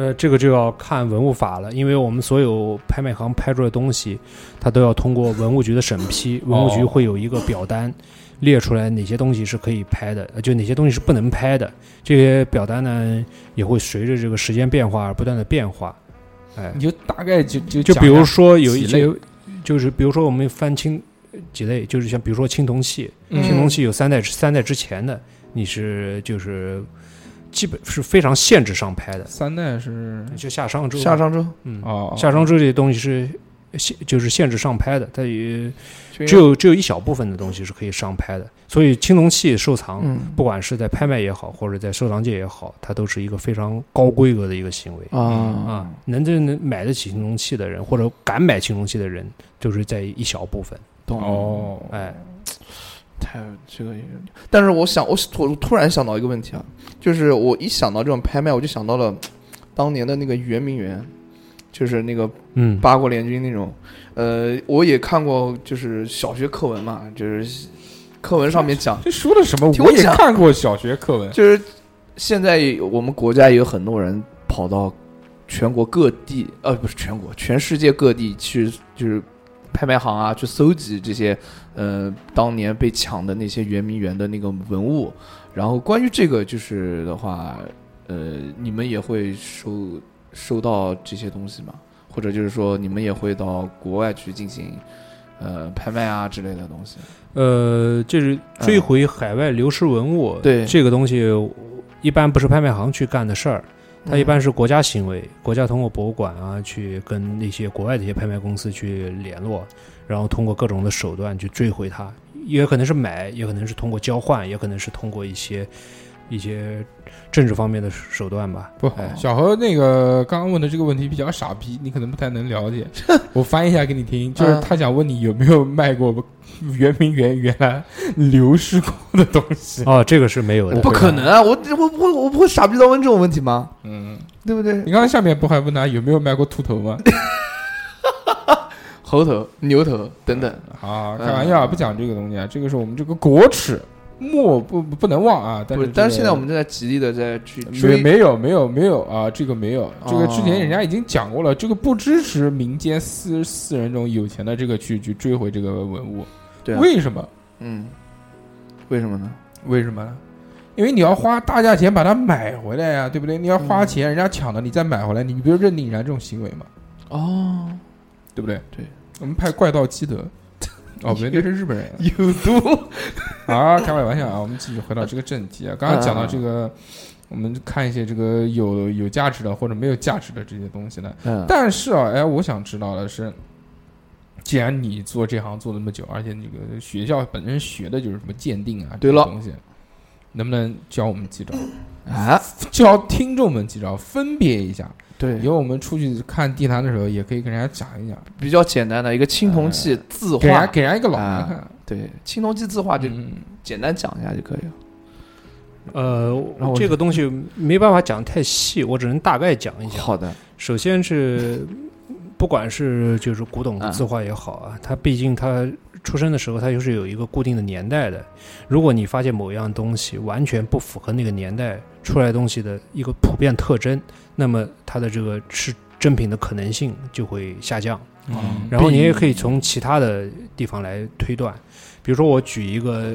[SPEAKER 3] 呃，这个就要看文物法了，因为我们所有拍卖行拍出的东西，它都要通过文物局的审批，文物局
[SPEAKER 1] 哦
[SPEAKER 3] 会有一个表单，列出来哪些东西是可以拍的，呃就哪些东西是不能拍的。这些表单呢，也会随着这个时间变化而不断的变化。哎，
[SPEAKER 1] 你就大概就就
[SPEAKER 3] 就
[SPEAKER 1] 讲
[SPEAKER 3] 比
[SPEAKER 1] 一
[SPEAKER 3] 如
[SPEAKER 1] 下
[SPEAKER 3] 说有一
[SPEAKER 1] 几类
[SPEAKER 3] 些，就是比如说我们翻清几类，就是像比如说青铜器，青铜器有三代三代之前的，你是就是基本是非常限制上拍的，
[SPEAKER 1] 三代是
[SPEAKER 3] 就下商之后，
[SPEAKER 2] 下商周
[SPEAKER 3] 嗯，
[SPEAKER 1] 哦，
[SPEAKER 3] 夏商周这些东西是限，就是限制上拍的，它也只有只有一小部分的东西是可以上拍的。所以青铜器收藏，
[SPEAKER 2] 嗯
[SPEAKER 3] 不管是在拍卖也好，或者在收藏界也好，它都是一个非常高规格的一个行为。
[SPEAKER 2] 啊
[SPEAKER 3] 啊，能真能买得起青铜器的人，或者敢买青铜器的人，就是在一小部分。
[SPEAKER 2] 懂了
[SPEAKER 1] 哦，
[SPEAKER 3] 哎，
[SPEAKER 2] 太这个也，但是我想，我突突然想到一个问题啊，就是我一想到这种拍卖，我就想到了当年的那个圆明园，就是那个
[SPEAKER 3] 嗯，
[SPEAKER 2] 八国联军那种。呃，我也看过，就是小学课文嘛，就是课文上面讲，
[SPEAKER 1] 这说的什么？
[SPEAKER 2] 听
[SPEAKER 1] 我
[SPEAKER 2] 我
[SPEAKER 1] 也
[SPEAKER 2] 讲
[SPEAKER 1] 看过小学课文，
[SPEAKER 2] 就是现在我们国家也有很多人跑到全国各地，呃，不是全国，全世界各地去，就是拍卖行啊，去搜集这些呃当年被抢的那些圆明园的那个文物。然后关于这个，就是的话，呃，你们也会收收到这些东西吗？或者就是说，你们也会到国外去进行呃拍卖啊之类的东西？
[SPEAKER 3] 呃，就是追回海外流失文物，
[SPEAKER 2] 嗯对
[SPEAKER 3] 呃这个东西，一般不是拍卖行去干的事儿，
[SPEAKER 2] 嗯
[SPEAKER 3] 它一般是国家行为，国家通过博物馆啊，去跟那些国外的一些拍卖公司去联络，然后通过各种的手段去追回它。也可能是买，也可能是通过交换，也可能是通过一些一些政治方面的手段吧。
[SPEAKER 1] 不
[SPEAKER 3] 哎，
[SPEAKER 1] 小何那个刚刚问的这个问题比较傻逼，你可能不太能了 解。我翻译一下给你听，
[SPEAKER 2] 嗯
[SPEAKER 1] 就是他想问你有没有卖过圆明园原来流失过的东西。
[SPEAKER 3] 哦，这个是没有的，
[SPEAKER 2] 不可能啊！我我不会我不会傻逼到问这种问题吗？
[SPEAKER 1] 嗯，
[SPEAKER 2] 对不对？
[SPEAKER 1] 你刚刚下面不还问他有没有卖过秃头 吗？
[SPEAKER 2] 猴头、牛头等等，嗯
[SPEAKER 1] 啊，开玩笑，不讲这个东西啊，这个是我们这个国耻，莫不不不能忘啊。但
[SPEAKER 2] 不
[SPEAKER 1] 是
[SPEAKER 2] 是
[SPEAKER 1] 这个、
[SPEAKER 2] 但是现在我们正在极力的在去
[SPEAKER 1] 没
[SPEAKER 2] 追，
[SPEAKER 1] 没有没有没有啊，这个没有，这个之前
[SPEAKER 2] 哦
[SPEAKER 1] 人家已经讲过了，这个不支持民间私私人这种有钱的这个去去追回这个文物，
[SPEAKER 2] 对啊，
[SPEAKER 1] 为什么？
[SPEAKER 2] 嗯，为什么呢？
[SPEAKER 1] 为什么呢？因为你要花大价钱把它买回来呀、对不对？你要花
[SPEAKER 2] 嗯
[SPEAKER 1] 钱，人家抢了，你再买回来，你不就认定人家这种行为嘛，
[SPEAKER 2] 哦，
[SPEAKER 1] 对不对？
[SPEAKER 2] 对，
[SPEAKER 1] 我们派怪盗基 德，哦，不对，那是日本人
[SPEAKER 2] 有毒，
[SPEAKER 1] 啊，开玩笑啊。我们继续回到这个正题啊，刚刚讲到这
[SPEAKER 2] 嗯
[SPEAKER 1] 个，我们看一些这个有有价值的或者没有价值的这些东西呢。
[SPEAKER 2] 嗯，
[SPEAKER 1] 但是啊，哎，我想知道的是，既然你做这行做那么久，而且你这个学校本身学的就是什么鉴定啊，
[SPEAKER 2] 对
[SPEAKER 1] 这
[SPEAKER 2] 了
[SPEAKER 1] 种东西，能不能教我们几招，
[SPEAKER 2] 啊，
[SPEAKER 1] 教听众们几招，分别一下？
[SPEAKER 2] 对
[SPEAKER 1] 以，后我们出去看地摊的时候，也可以跟人家讲一讲，
[SPEAKER 2] 比较简单的一个青铜器字
[SPEAKER 1] 给人家
[SPEAKER 2] 画，
[SPEAKER 1] 给人家一个老人看。
[SPEAKER 2] 对，青铜器字画就
[SPEAKER 1] 嗯，
[SPEAKER 2] 简单讲一下就可以了。
[SPEAKER 3] 呃
[SPEAKER 2] 让我，
[SPEAKER 3] 这个东西没办法讲太细，我只能大概讲一下。
[SPEAKER 2] 好的，
[SPEAKER 3] 首先是，不管是就是古董
[SPEAKER 2] 啊
[SPEAKER 3] 字画也好啊，它毕竟它出生的时候它就是有一个固定的年代的。如果你发现某样东西完全不符合那个年代出来的东西的一个普遍特征，那么它的这个是真品的可能性就会下降。
[SPEAKER 1] 嗯
[SPEAKER 3] 然后你也可以从其他的地方来推断，比如说我举一个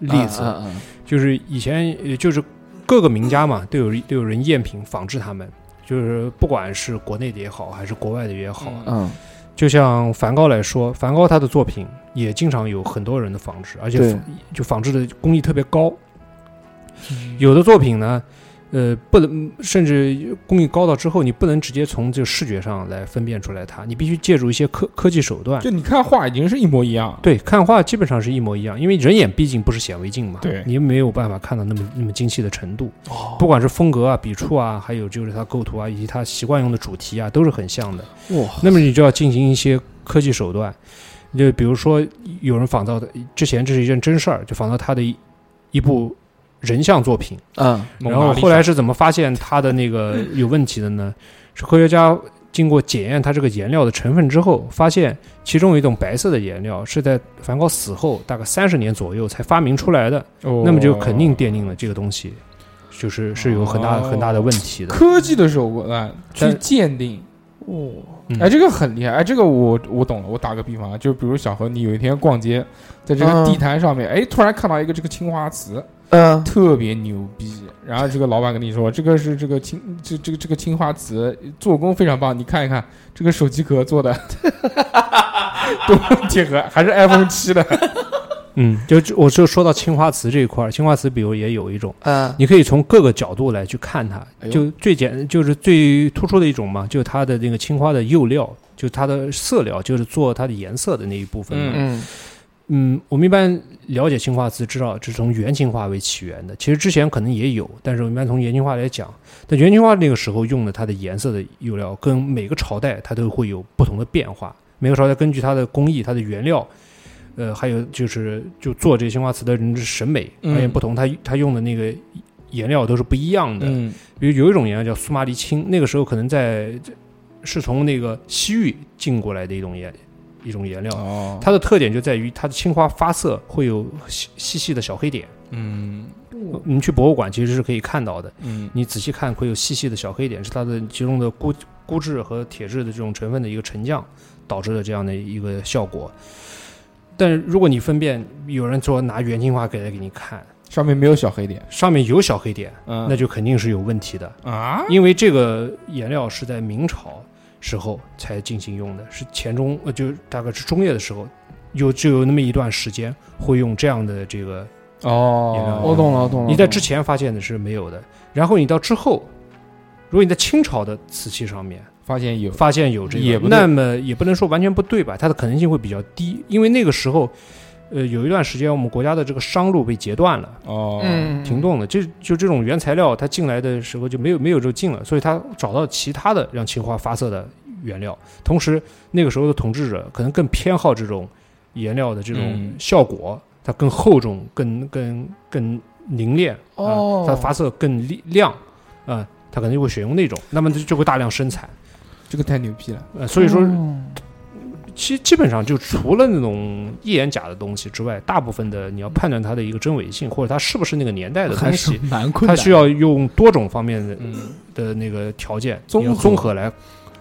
[SPEAKER 3] 例子，
[SPEAKER 2] 嗯嗯
[SPEAKER 3] 就是以前呃就是各个名家嘛，都有都有人赝品仿制他们，就是不管是国内的也好，还是国外的也好，
[SPEAKER 1] 嗯
[SPEAKER 2] 嗯，
[SPEAKER 3] 就像梵高来说，梵高他的作品也经常有很多人的仿制，而且
[SPEAKER 2] 对
[SPEAKER 3] 仿就仿制的工艺特别高。有的作品呢，呃，不能甚至工艺高到之后，你不能直接从这个视觉上来分辨出来它，你必须借助一些科科技手段
[SPEAKER 1] 就。你看画已经是一模一样，
[SPEAKER 3] 对，看画基本上是一模一样，因为人眼毕竟不是显微镜嘛，
[SPEAKER 1] 对
[SPEAKER 3] 你没有办法看到那么那么精细的程度。不管是风格啊、笔触啊，还有就是它构图啊，以及它习惯用的主题啊，都是很像的。
[SPEAKER 2] 哇，
[SPEAKER 3] 那么你就要进行一些科技手段，就比如说有人仿造的，之前这是一件真事儿，就仿造他的一一部人像作品，
[SPEAKER 2] 嗯
[SPEAKER 3] 然后后来是怎么发现它的那 个有问题的呢？是科学家经过检验它这个颜料的成分之后，发现其中有一种白色的颜料是在梵高死后大概三十年左右才发明出来的，
[SPEAKER 1] 哦
[SPEAKER 3] 那么就肯定奠定了这个东西就是是有很大
[SPEAKER 1] 哦
[SPEAKER 3] 很大的问题的。
[SPEAKER 1] 科技的手段去
[SPEAKER 3] 但
[SPEAKER 1] 鉴定。
[SPEAKER 2] 哦，
[SPEAKER 3] 嗯
[SPEAKER 1] 哎，这个很厉害！哎，这个我我懂了。我打个比方啊，就比如小何，你有一天逛街，在这个
[SPEAKER 2] 嗯
[SPEAKER 1] 地摊上面，哎，突然看到一个这个青花瓷，
[SPEAKER 2] 嗯
[SPEAKER 1] 特别牛逼。然后这个老板跟你说，这个是这个青这这个这个青花瓷做工非常棒，你看一看这个手机壳做 的，多么贴合，还是 iPhone 七的。
[SPEAKER 3] 嗯，就我就说到青花瓷这一块儿，青花瓷比如也有一种。
[SPEAKER 2] 嗯，
[SPEAKER 3] 你可以从各个角度来去看它
[SPEAKER 2] 哎，呦
[SPEAKER 3] 就最简就是最突出的一种嘛，就是它的那个青花的釉料，就是它的色料，就是做它的颜色的那一部分嘛。
[SPEAKER 2] 嗯
[SPEAKER 3] 嗯，我们一般了解青花瓷，知道是从元青花为起源的。其实之前可能也有，但是我们一般从元青花来讲。但元青花那个时候用的它的颜色的釉料，跟每个朝代它都会有不同的变化。每个朝代根据它的工艺、它的原料，呃，还有就是就做这个青花瓷的人的审美
[SPEAKER 1] 嗯
[SPEAKER 3] 而言不同，它它用的那个颜料都是不一样的。
[SPEAKER 1] 嗯，
[SPEAKER 3] 比如有一种颜料叫苏麻离青，那个时候可能在是从那个西域进过来的一种颜一种颜料。
[SPEAKER 1] 哦，
[SPEAKER 3] 它的特点就在于它的青花发色会有细细细的小黑点，
[SPEAKER 1] 嗯
[SPEAKER 3] 你去博物馆其实是可以看到的。
[SPEAKER 1] 嗯
[SPEAKER 3] 你仔细看会有细细的小黑点，是它的其中的钴钴质和铁质的这种成分的一个沉降导致的这样的一个效果。但如果你分辨有人说拿元青花给来给你看，
[SPEAKER 1] 上面没有小黑点。
[SPEAKER 3] 上面有小黑点，
[SPEAKER 1] 嗯，
[SPEAKER 3] 那就肯定是有问题的，
[SPEAKER 1] 啊，
[SPEAKER 3] 因为这个颜料是在明朝时候才进行用的，是前中呃就大概是中叶的时候，有就有那么一段时间会用这样的这个，颜
[SPEAKER 1] 哦
[SPEAKER 3] 料，
[SPEAKER 2] 我懂了，我懂了。
[SPEAKER 3] 你在之前发现的是没有的，然后你到之后，如果你在清朝的瓷器上面
[SPEAKER 1] 发现有，
[SPEAKER 3] 发现有这
[SPEAKER 1] 也
[SPEAKER 3] 个
[SPEAKER 1] 不，对
[SPEAKER 3] 那么也不能说完全不对吧，它的可能性会比较低，因为那个时候。呃，有一段时间我们国家的这个商路被截断了，
[SPEAKER 1] 哦，
[SPEAKER 2] 嗯，
[SPEAKER 3] 停顿了。就就这种原材料，它进来的时候就没有没有这个进了，所以他找到其他的让氰化发射的原料。同时，那个时候的统治者可能更偏好这种颜料的这种
[SPEAKER 1] 嗯
[SPEAKER 3] 效果，它更厚重、更更更凝练，啊
[SPEAKER 2] 哦
[SPEAKER 3] 它发射更力亮，啊，它可能就会选用那种，那么就就会大量生产。
[SPEAKER 1] 这个太牛逼了，
[SPEAKER 3] 呃，所以说，
[SPEAKER 2] 嗯
[SPEAKER 3] 其基本上就除了那种一眼假的东西之外，大部分的你要判断它的一个真伪性，或者它是不是那个年代的东
[SPEAKER 4] 还是
[SPEAKER 3] 西，
[SPEAKER 4] 蛮困
[SPEAKER 3] 它
[SPEAKER 4] 难。
[SPEAKER 3] 需要用多种方面的
[SPEAKER 1] 嗯，
[SPEAKER 3] 的那个条件
[SPEAKER 1] 综合
[SPEAKER 3] 你要综合来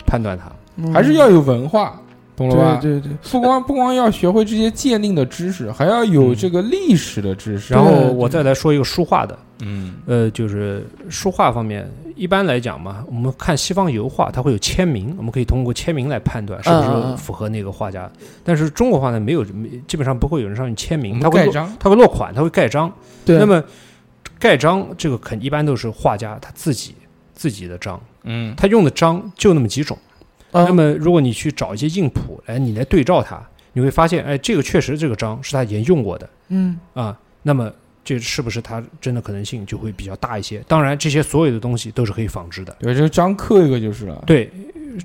[SPEAKER 3] 判断它。
[SPEAKER 2] 嗯
[SPEAKER 1] 还是要有文化，懂了吧？
[SPEAKER 2] 对对对，
[SPEAKER 1] 不光不光要学会这些鉴定的知识，还要有这个嗯历史的知识。
[SPEAKER 3] 然
[SPEAKER 1] 然后
[SPEAKER 3] 后我再来说一个书画的，
[SPEAKER 4] 嗯，
[SPEAKER 3] 呃，就是书画方面，一般来讲嘛，我们看西方油画，它会有签名，我们可以通过签名来判断是不
[SPEAKER 2] 嗯嗯
[SPEAKER 3] 是
[SPEAKER 2] 嗯
[SPEAKER 3] 符合那个画家。但是中国画呢，没有，没基本上不会有人上去签
[SPEAKER 1] 我
[SPEAKER 3] 名，
[SPEAKER 1] 们
[SPEAKER 3] 它会
[SPEAKER 1] 盖
[SPEAKER 3] 落
[SPEAKER 1] 章，
[SPEAKER 3] 它会落款，它会盖章。
[SPEAKER 2] 对
[SPEAKER 3] 那么盖章这个肯一般都是画家他自己自己的章，
[SPEAKER 1] 嗯，
[SPEAKER 3] 他用的章就那么几种。
[SPEAKER 2] 啊
[SPEAKER 3] 那么如果你去找一些硬谱来，你来对照它，你会发现，哎，这个确实这个章是他以前用过的
[SPEAKER 2] 嗯
[SPEAKER 3] 啊。那么这是不是它真的可能性就会比较大一些？当然，这些所有的东西都是可以仿制的。
[SPEAKER 1] 对，这个章刻一个就是了。
[SPEAKER 3] 对，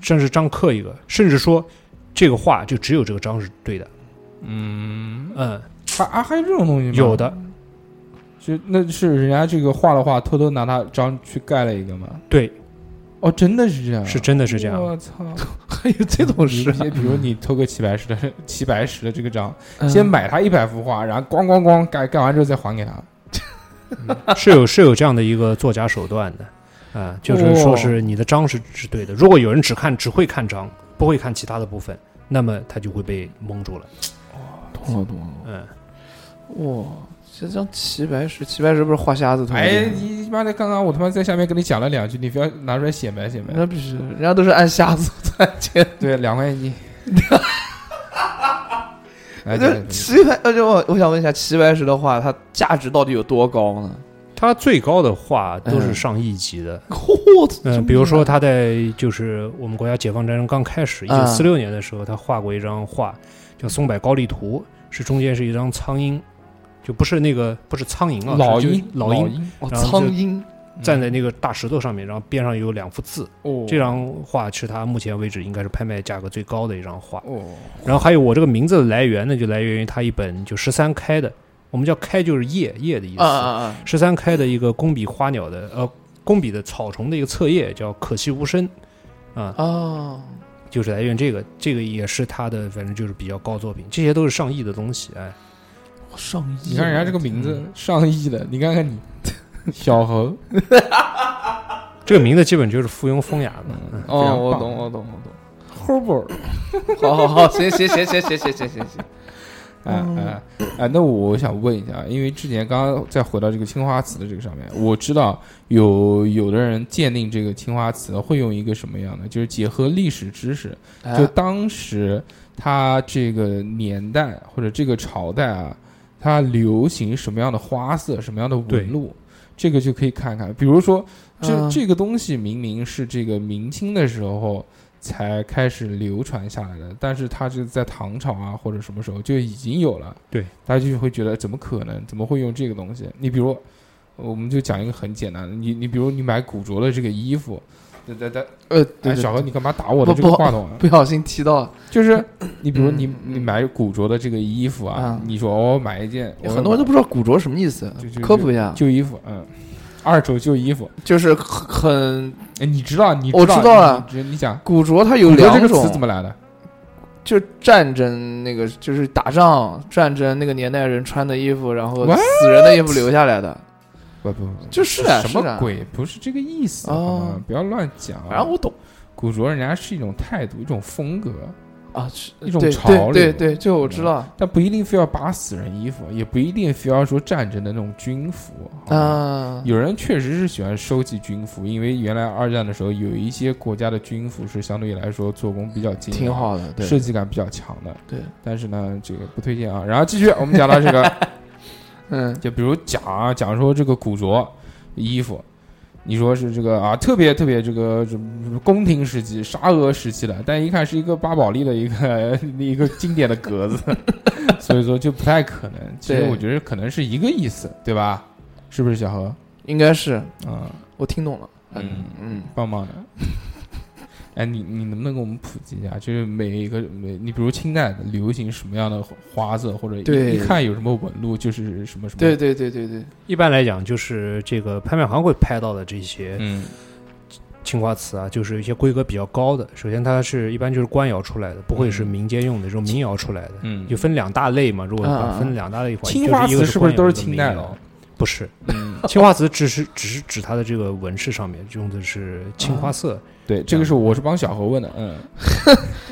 [SPEAKER 3] 甚至章刻一个，甚至说这个画就只有这个章是对的。
[SPEAKER 1] 嗯，
[SPEAKER 3] 嗯，
[SPEAKER 1] 还啊还有这种东西吗？
[SPEAKER 3] 有，的，
[SPEAKER 1] 就那是人家这个画的画，偷偷拿他章去盖了一个嘛。
[SPEAKER 3] 对，
[SPEAKER 1] 哦，真的是这样，
[SPEAKER 3] 是真的是这样。啊
[SPEAKER 1] 我操，
[SPEAKER 4] 还有这种
[SPEAKER 1] 你
[SPEAKER 4] 事啊？
[SPEAKER 1] 比如你偷个齐白石的 齐白石的这个章，
[SPEAKER 2] 嗯
[SPEAKER 1] 先买他一百幅画，然后咣咣咣盖盖完之后再还给他。
[SPEAKER 3] 是有是有这样的一个作假手段的，啊、就是说是你的章是是对的。如果有人只看只会看章，不会看其他的部分，那么他就会被蒙住了。
[SPEAKER 2] 懂了懂了，
[SPEAKER 3] 嗯，
[SPEAKER 2] 哇，这张齐白石，齐白石不是画瞎子团
[SPEAKER 1] 哎，
[SPEAKER 2] 队吗？
[SPEAKER 1] 你他妈的刚刚我他妈在下面跟你讲了两句，你非要拿出来显摆显摆。
[SPEAKER 2] 那必须的，人家都是按瞎子在签。
[SPEAKER 1] 对，两块 钱一斤。来，对
[SPEAKER 2] 那齐白，而且我我想问一下，齐白石的画，它价值到底有多高呢？
[SPEAKER 3] 他最高的话都是
[SPEAKER 2] 嗯
[SPEAKER 3] 上亿级的。
[SPEAKER 2] 我操
[SPEAKER 3] 嗯、比如说他在就是我们国家解放战争刚开始，一
[SPEAKER 2] 啊
[SPEAKER 3] 九四六年的时候，他画过一张画叫《松柏高丽图》，是中间是一张苍鹰，就不是那个不是苍蝇啊，
[SPEAKER 1] 老
[SPEAKER 3] 是就
[SPEAKER 1] 鹰，
[SPEAKER 3] 老鹰
[SPEAKER 1] 鹰，
[SPEAKER 2] 哇
[SPEAKER 3] 然后就
[SPEAKER 2] 苍蝇，
[SPEAKER 3] 站在那个大石头上面，然后边上有两幅字，
[SPEAKER 1] 哦，
[SPEAKER 3] 这张画是他目前为止应该是拍卖价格最高的一张画。
[SPEAKER 1] 哦，
[SPEAKER 3] 然后还有我这个名字的来源呢，就来源于他一本就十三开的，我们叫开就是叶叶的意
[SPEAKER 2] 啊啊
[SPEAKER 3] 思，
[SPEAKER 2] 啊！
[SPEAKER 3] 十三开的一个工笔花鸟的呃工笔的草虫的一个册页叫《可惜无声》啊，
[SPEAKER 2] 哦，
[SPEAKER 3] 就是来源这个，这个也是他的反正就是比较高作品，这些都是上亿的东西哎。
[SPEAKER 2] 上亿！啊
[SPEAKER 1] 你看人家这个名
[SPEAKER 3] 嗯
[SPEAKER 1] 字上亿的，你看看你，小 猴，
[SPEAKER 3] 这个名字基本就是附庸风雅的，嗯
[SPEAKER 2] 哦，我懂，我懂，我懂。
[SPEAKER 1] ，Herbert，
[SPEAKER 2] 好 好好，行行行行行行行行行，
[SPEAKER 1] 哎
[SPEAKER 3] 嗯
[SPEAKER 1] 哎哎，那我想问一下，因为之前刚刚再回到这个青花瓷的这个上面，我知道有有的人鉴定这个青花瓷会用一个什么样的，就是结合历史知识，就
[SPEAKER 2] 哎
[SPEAKER 1] 当时它这个年代或者这个朝代啊，它流行什么样的花色，什么样的
[SPEAKER 3] 对
[SPEAKER 1] 纹路，这个就可以看看。比如说，这、
[SPEAKER 2] 嗯
[SPEAKER 1] 这个东西明明是这个明清的时候才开始流传下来的，但是它是在唐朝啊或者什么时候就已经有了。
[SPEAKER 3] 对，
[SPEAKER 1] 大家就会觉得怎么可能？怎么会用这个东西？你比如，我们就讲一个很简单的，你你比如你买古着的这个衣服。对对对，
[SPEAKER 2] 呃，
[SPEAKER 1] 哎，
[SPEAKER 2] 对，
[SPEAKER 1] 小
[SPEAKER 2] 对
[SPEAKER 1] 何，你干嘛打我的
[SPEAKER 2] 不
[SPEAKER 1] 这个
[SPEAKER 2] 不
[SPEAKER 1] 话筒啊？
[SPEAKER 2] 不小心提到了，
[SPEAKER 1] 就是你，比如你
[SPEAKER 2] 嗯
[SPEAKER 1] 你买古着的这个衣服啊
[SPEAKER 2] 嗯，
[SPEAKER 1] 你说哦，买一件，我
[SPEAKER 2] 很多人都不知道古着什么意思
[SPEAKER 1] 就就，
[SPEAKER 2] 科普一下，
[SPEAKER 1] 旧衣服，嗯，二手旧衣服，
[SPEAKER 2] 就是很
[SPEAKER 1] 哎，你知道，你
[SPEAKER 2] 我
[SPEAKER 1] 知
[SPEAKER 2] 知道了
[SPEAKER 1] 你你你讲
[SPEAKER 2] 古着，它有
[SPEAKER 1] 古着
[SPEAKER 2] 两
[SPEAKER 1] 这个词
[SPEAKER 2] 种
[SPEAKER 1] 怎，么来的？
[SPEAKER 2] 就战争那个，就是打仗战争那个年代人穿的衣服，然后
[SPEAKER 1] What？
[SPEAKER 2] 死人的衣服留下来的，
[SPEAKER 1] 不不不，
[SPEAKER 2] 就是啊
[SPEAKER 1] 什
[SPEAKER 2] 是
[SPEAKER 1] 么
[SPEAKER 2] 啊
[SPEAKER 1] 鬼？不是这个意思，
[SPEAKER 2] 哦
[SPEAKER 1] 好吗不要乱讲。啊
[SPEAKER 2] 反正我懂
[SPEAKER 1] 古着人家是一种态度，一种风格，
[SPEAKER 2] 啊，是
[SPEAKER 1] 一种
[SPEAKER 2] 对
[SPEAKER 1] 潮流
[SPEAKER 2] 对对对，这我知道
[SPEAKER 1] 但不一定非要扒死人衣服，也不一定非要说战争的那种军服好吗
[SPEAKER 2] 啊，
[SPEAKER 1] 嗯有人确实是喜欢收集军服，因为原来二战的时候有一些国家的军服是相对来说做工比较精良
[SPEAKER 2] 挺，好的，对
[SPEAKER 1] 设计感比较强的。
[SPEAKER 2] 对，
[SPEAKER 1] 但是呢，这个不推荐啊。然后继续，我们讲到 这个，
[SPEAKER 2] 嗯
[SPEAKER 1] 就比如讲啊，讲说这个古着衣服，你说是这个啊，特别特别这个什么宫廷时期、沙俄时期的，但一看是一个巴宝莉的一个 一个经典的格子，所以说就不太可能。其实
[SPEAKER 2] 对
[SPEAKER 1] 我觉得可能是一个意思，对吧？是不是小何？
[SPEAKER 2] 应该是
[SPEAKER 1] 啊、
[SPEAKER 2] 我听懂了。
[SPEAKER 1] 嗯
[SPEAKER 2] 嗯，
[SPEAKER 1] 棒棒的。 哎，你你能不能给我们普及一下？就是每一个每你比如清代的流行什么样的花色，或者
[SPEAKER 2] 对
[SPEAKER 1] 一一看有什么纹路，就是什么什么。
[SPEAKER 2] 对，对对对对，
[SPEAKER 3] 一般来讲，就是这个拍卖行会拍到的这些
[SPEAKER 1] 嗯
[SPEAKER 3] 青花瓷啊，就是一些规格比较高的。首先，它是一般就是官窑出来的，不会
[SPEAKER 2] 嗯
[SPEAKER 3] 是民间用的这种民窑出来的。
[SPEAKER 1] 嗯
[SPEAKER 3] 就，分两大类嘛，如果
[SPEAKER 2] 啊啊
[SPEAKER 3] 分两大类的话，
[SPEAKER 1] 青花
[SPEAKER 3] 就
[SPEAKER 1] 瓷
[SPEAKER 3] 一个
[SPEAKER 1] 是不是都是
[SPEAKER 3] 官窑
[SPEAKER 1] 清代
[SPEAKER 3] 一个民
[SPEAKER 1] 的
[SPEAKER 3] 窑？不是，
[SPEAKER 1] 嗯，
[SPEAKER 3] 青花瓷只是只是指它的这个纹饰上面用的是青花色，
[SPEAKER 2] 嗯
[SPEAKER 1] 对，这个是我是帮小何问的。 嗯，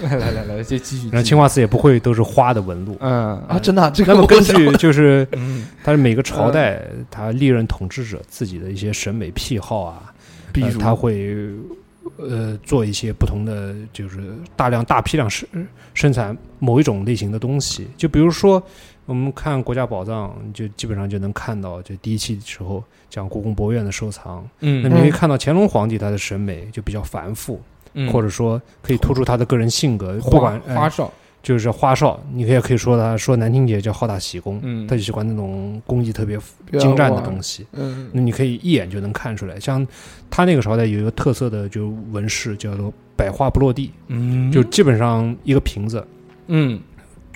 [SPEAKER 1] 来来来来，就继续。继
[SPEAKER 3] 然后
[SPEAKER 1] 续
[SPEAKER 3] 青，花瓷也不会都是花的纹路。
[SPEAKER 1] 嗯
[SPEAKER 2] 啊，真的啊、这个
[SPEAKER 3] 那么
[SPEAKER 2] 我
[SPEAKER 3] 根
[SPEAKER 2] 想
[SPEAKER 3] 据就是
[SPEAKER 1] 嗯
[SPEAKER 3] 它是每个朝代它历任统治者自己的一些审美癖好啊，
[SPEAKER 2] 比
[SPEAKER 3] 呃
[SPEAKER 2] 如
[SPEAKER 3] 他会呃做一些不同的，就是大量大批量生生产某一种类型的东西。就比如说，我们看国家宝藏，就基本上就能看到，就第一期的时候讲故宫博物院的收藏，那
[SPEAKER 1] 嗯
[SPEAKER 3] 你可以看到乾隆皇帝他的审美就比较繁复，
[SPEAKER 1] 嗯，
[SPEAKER 3] 或者说可以突出他的个人性格，不
[SPEAKER 1] 花
[SPEAKER 3] 管、呃
[SPEAKER 1] 花哨，
[SPEAKER 3] 就是花哨，你可以可以说他说难听点叫好大喜功，
[SPEAKER 1] 嗯
[SPEAKER 3] 他就喜欢那种工艺特别精湛的东西。
[SPEAKER 2] 嗯
[SPEAKER 3] 那你可以一眼就能看出来，像他那个朝代有一个特色的就纹饰叫做百花不落地，
[SPEAKER 1] 嗯
[SPEAKER 3] 就基本上一个瓶子
[SPEAKER 1] 嗯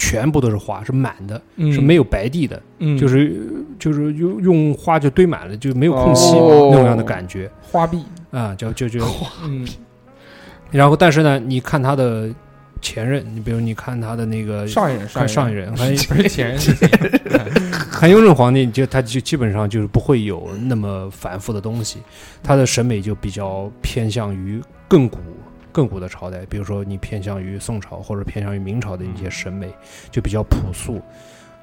[SPEAKER 3] 全部都是花，是满的，
[SPEAKER 1] 嗯
[SPEAKER 3] 是没有白地的，
[SPEAKER 1] 嗯
[SPEAKER 3] 就是就是用用花就堆满了，就没有空隙、
[SPEAKER 2] 哦
[SPEAKER 3] 那种样的感觉
[SPEAKER 1] 花臂，
[SPEAKER 3] 啊、就 就就，
[SPEAKER 1] 嗯
[SPEAKER 3] 然后但是呢，你看他的前任，你比如你看他的那个
[SPEAKER 1] 上一人
[SPEAKER 3] 哎看上
[SPEAKER 1] 上
[SPEAKER 3] 一
[SPEAKER 1] 一
[SPEAKER 3] 任，
[SPEAKER 1] 人，
[SPEAKER 3] 看
[SPEAKER 1] 不是前 人是前人，
[SPEAKER 3] 韩雍正皇帝就他就基本上就是不会有那么繁复的东
[SPEAKER 1] 嗯
[SPEAKER 3] 西，他的审美就比较偏向于亘古亘古的朝代，比如说你偏向于宋朝或者偏向于明朝的一些审美，
[SPEAKER 1] 嗯
[SPEAKER 3] 就比较朴素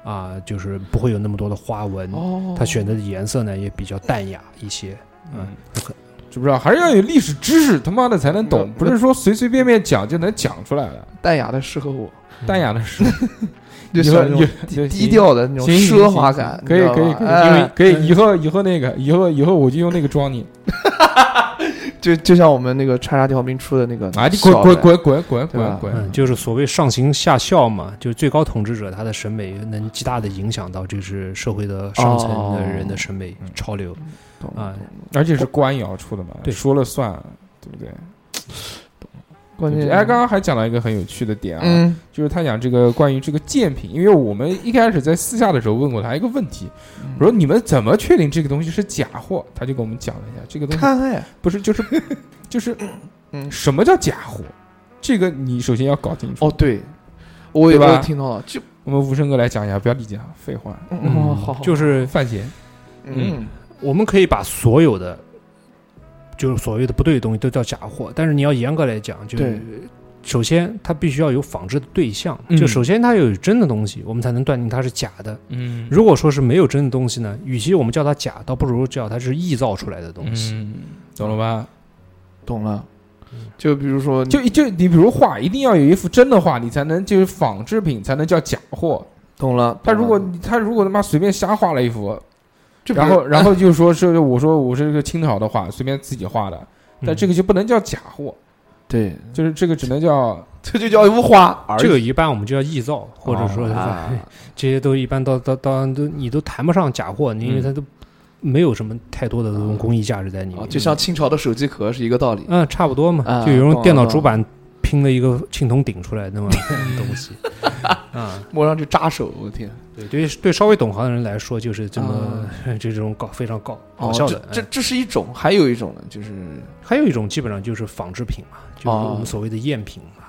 [SPEAKER 3] 啊，就是不会有那么多的花纹。啊
[SPEAKER 2] 哦，
[SPEAKER 3] 他选择的颜色呢也比较淡雅一些，
[SPEAKER 1] 嗯
[SPEAKER 3] 嗯，
[SPEAKER 1] 知不知道？还是要有历史知识，他妈的才能懂，
[SPEAKER 2] 嗯那
[SPEAKER 1] 不是说随随便便讲就能讲出来的。
[SPEAKER 2] 淡雅的适合我，
[SPEAKER 1] 淡雅的是
[SPEAKER 2] 就喜欢那种
[SPEAKER 1] 低
[SPEAKER 2] 低，调的那种
[SPEAKER 1] 行行
[SPEAKER 2] 奢华感，
[SPEAKER 1] 可以可以可以，因
[SPEAKER 2] 哎
[SPEAKER 1] 为可以以后以后那个以后以后我就用那个装你
[SPEAKER 2] 以，哎就就像我们那个叉叉调兵出的那个
[SPEAKER 1] 啊！你滚
[SPEAKER 2] 小
[SPEAKER 1] 滚
[SPEAKER 2] 的，
[SPEAKER 1] 滚滚滚
[SPEAKER 2] 嗯对吧
[SPEAKER 1] 滚滚
[SPEAKER 3] 嗯，，就是所谓上行下效嘛，就是最高统治者他的审美能极大的影响到就是社会的上层的人的审美
[SPEAKER 1] 哦
[SPEAKER 3] 潮流
[SPEAKER 2] 懂
[SPEAKER 3] 啊，
[SPEAKER 1] 而且是官窑出的嘛，
[SPEAKER 3] 对
[SPEAKER 1] 说了算，对不对？
[SPEAKER 2] 关键
[SPEAKER 1] 哎，刚刚还讲到一个很有趣的点啊，
[SPEAKER 2] 嗯
[SPEAKER 1] 就是他讲这个关于这个赝品，因为我们一开始在私下的时候问过他一个问题，我说你们怎么确定这个东西是假货？他就跟我们讲了一下，这个东西
[SPEAKER 2] 看哎，
[SPEAKER 1] 不是就是 就是
[SPEAKER 2] 嗯
[SPEAKER 1] 什么叫假货？这个你首先要搞清楚。
[SPEAKER 2] 哦，对，我也
[SPEAKER 1] 对
[SPEAKER 2] 我
[SPEAKER 1] 吧
[SPEAKER 2] 也听到了，就
[SPEAKER 1] 我们无声哥来讲一下，不要理解啊，废话，
[SPEAKER 2] 哦，好好，
[SPEAKER 3] 嗯就是
[SPEAKER 1] 范闲，
[SPEAKER 2] 嗯
[SPEAKER 3] 我们可以把所有的就是所谓的不对的东西都叫假货，但是你要严格来讲，就是
[SPEAKER 2] 对
[SPEAKER 3] 首先它必须要有仿制的对象，
[SPEAKER 1] 嗯
[SPEAKER 3] 就首先它要有真的东西，我们才能断定它是假的。
[SPEAKER 1] 嗯
[SPEAKER 3] 如果说是没有真的东西呢，与其我们叫它假，倒不如叫它是臆造出来的东西。
[SPEAKER 1] 嗯，懂了吧？
[SPEAKER 2] 懂了，就比如说
[SPEAKER 1] 就就你比如画，一定要有一幅真的画，你才能就是仿制品才能叫假货。
[SPEAKER 2] 懂了，
[SPEAKER 1] 他如果
[SPEAKER 2] 懂了
[SPEAKER 1] 他如果他妈随便瞎画了一幅，
[SPEAKER 2] 就比如
[SPEAKER 1] 然后 然后就啊说是我说我是个清朝的画，随便自己画的，嗯但这
[SPEAKER 3] 个
[SPEAKER 1] 个就不能叫假货，
[SPEAKER 2] 对，
[SPEAKER 1] 就是这个只能叫
[SPEAKER 2] 这就叫一幅画而已，
[SPEAKER 3] 这个一般我们就叫臆造，或者说是哎
[SPEAKER 2] 啊
[SPEAKER 3] 这些都一般到到到都你都谈不上假货，因为
[SPEAKER 1] 嗯
[SPEAKER 3] 它都没有什么太多的这种工艺价值在里
[SPEAKER 2] 啊
[SPEAKER 3] 面。
[SPEAKER 2] 就像清朝的手机壳是一个道 理，
[SPEAKER 3] 嗯，差不多嘛，
[SPEAKER 2] 啊
[SPEAKER 3] 就有用
[SPEAKER 2] 懂
[SPEAKER 3] 电脑
[SPEAKER 2] 了
[SPEAKER 3] 主板拼了一个青铜鼎出来那么东西。啊，
[SPEAKER 2] 摸上去扎手，我天，
[SPEAKER 3] 对对对，稍微懂行的人来说，就是这么
[SPEAKER 2] 啊
[SPEAKER 3] 就这种搞非常搞
[SPEAKER 2] 哦
[SPEAKER 3] 搞笑
[SPEAKER 2] 这
[SPEAKER 3] 的。
[SPEAKER 2] 这
[SPEAKER 3] 嗯
[SPEAKER 2] 这是一种，还有一种呢，就是
[SPEAKER 3] 还有一种基本上就是仿制品嘛，就是我
[SPEAKER 2] 哦
[SPEAKER 3] 们所谓的赝品嘛，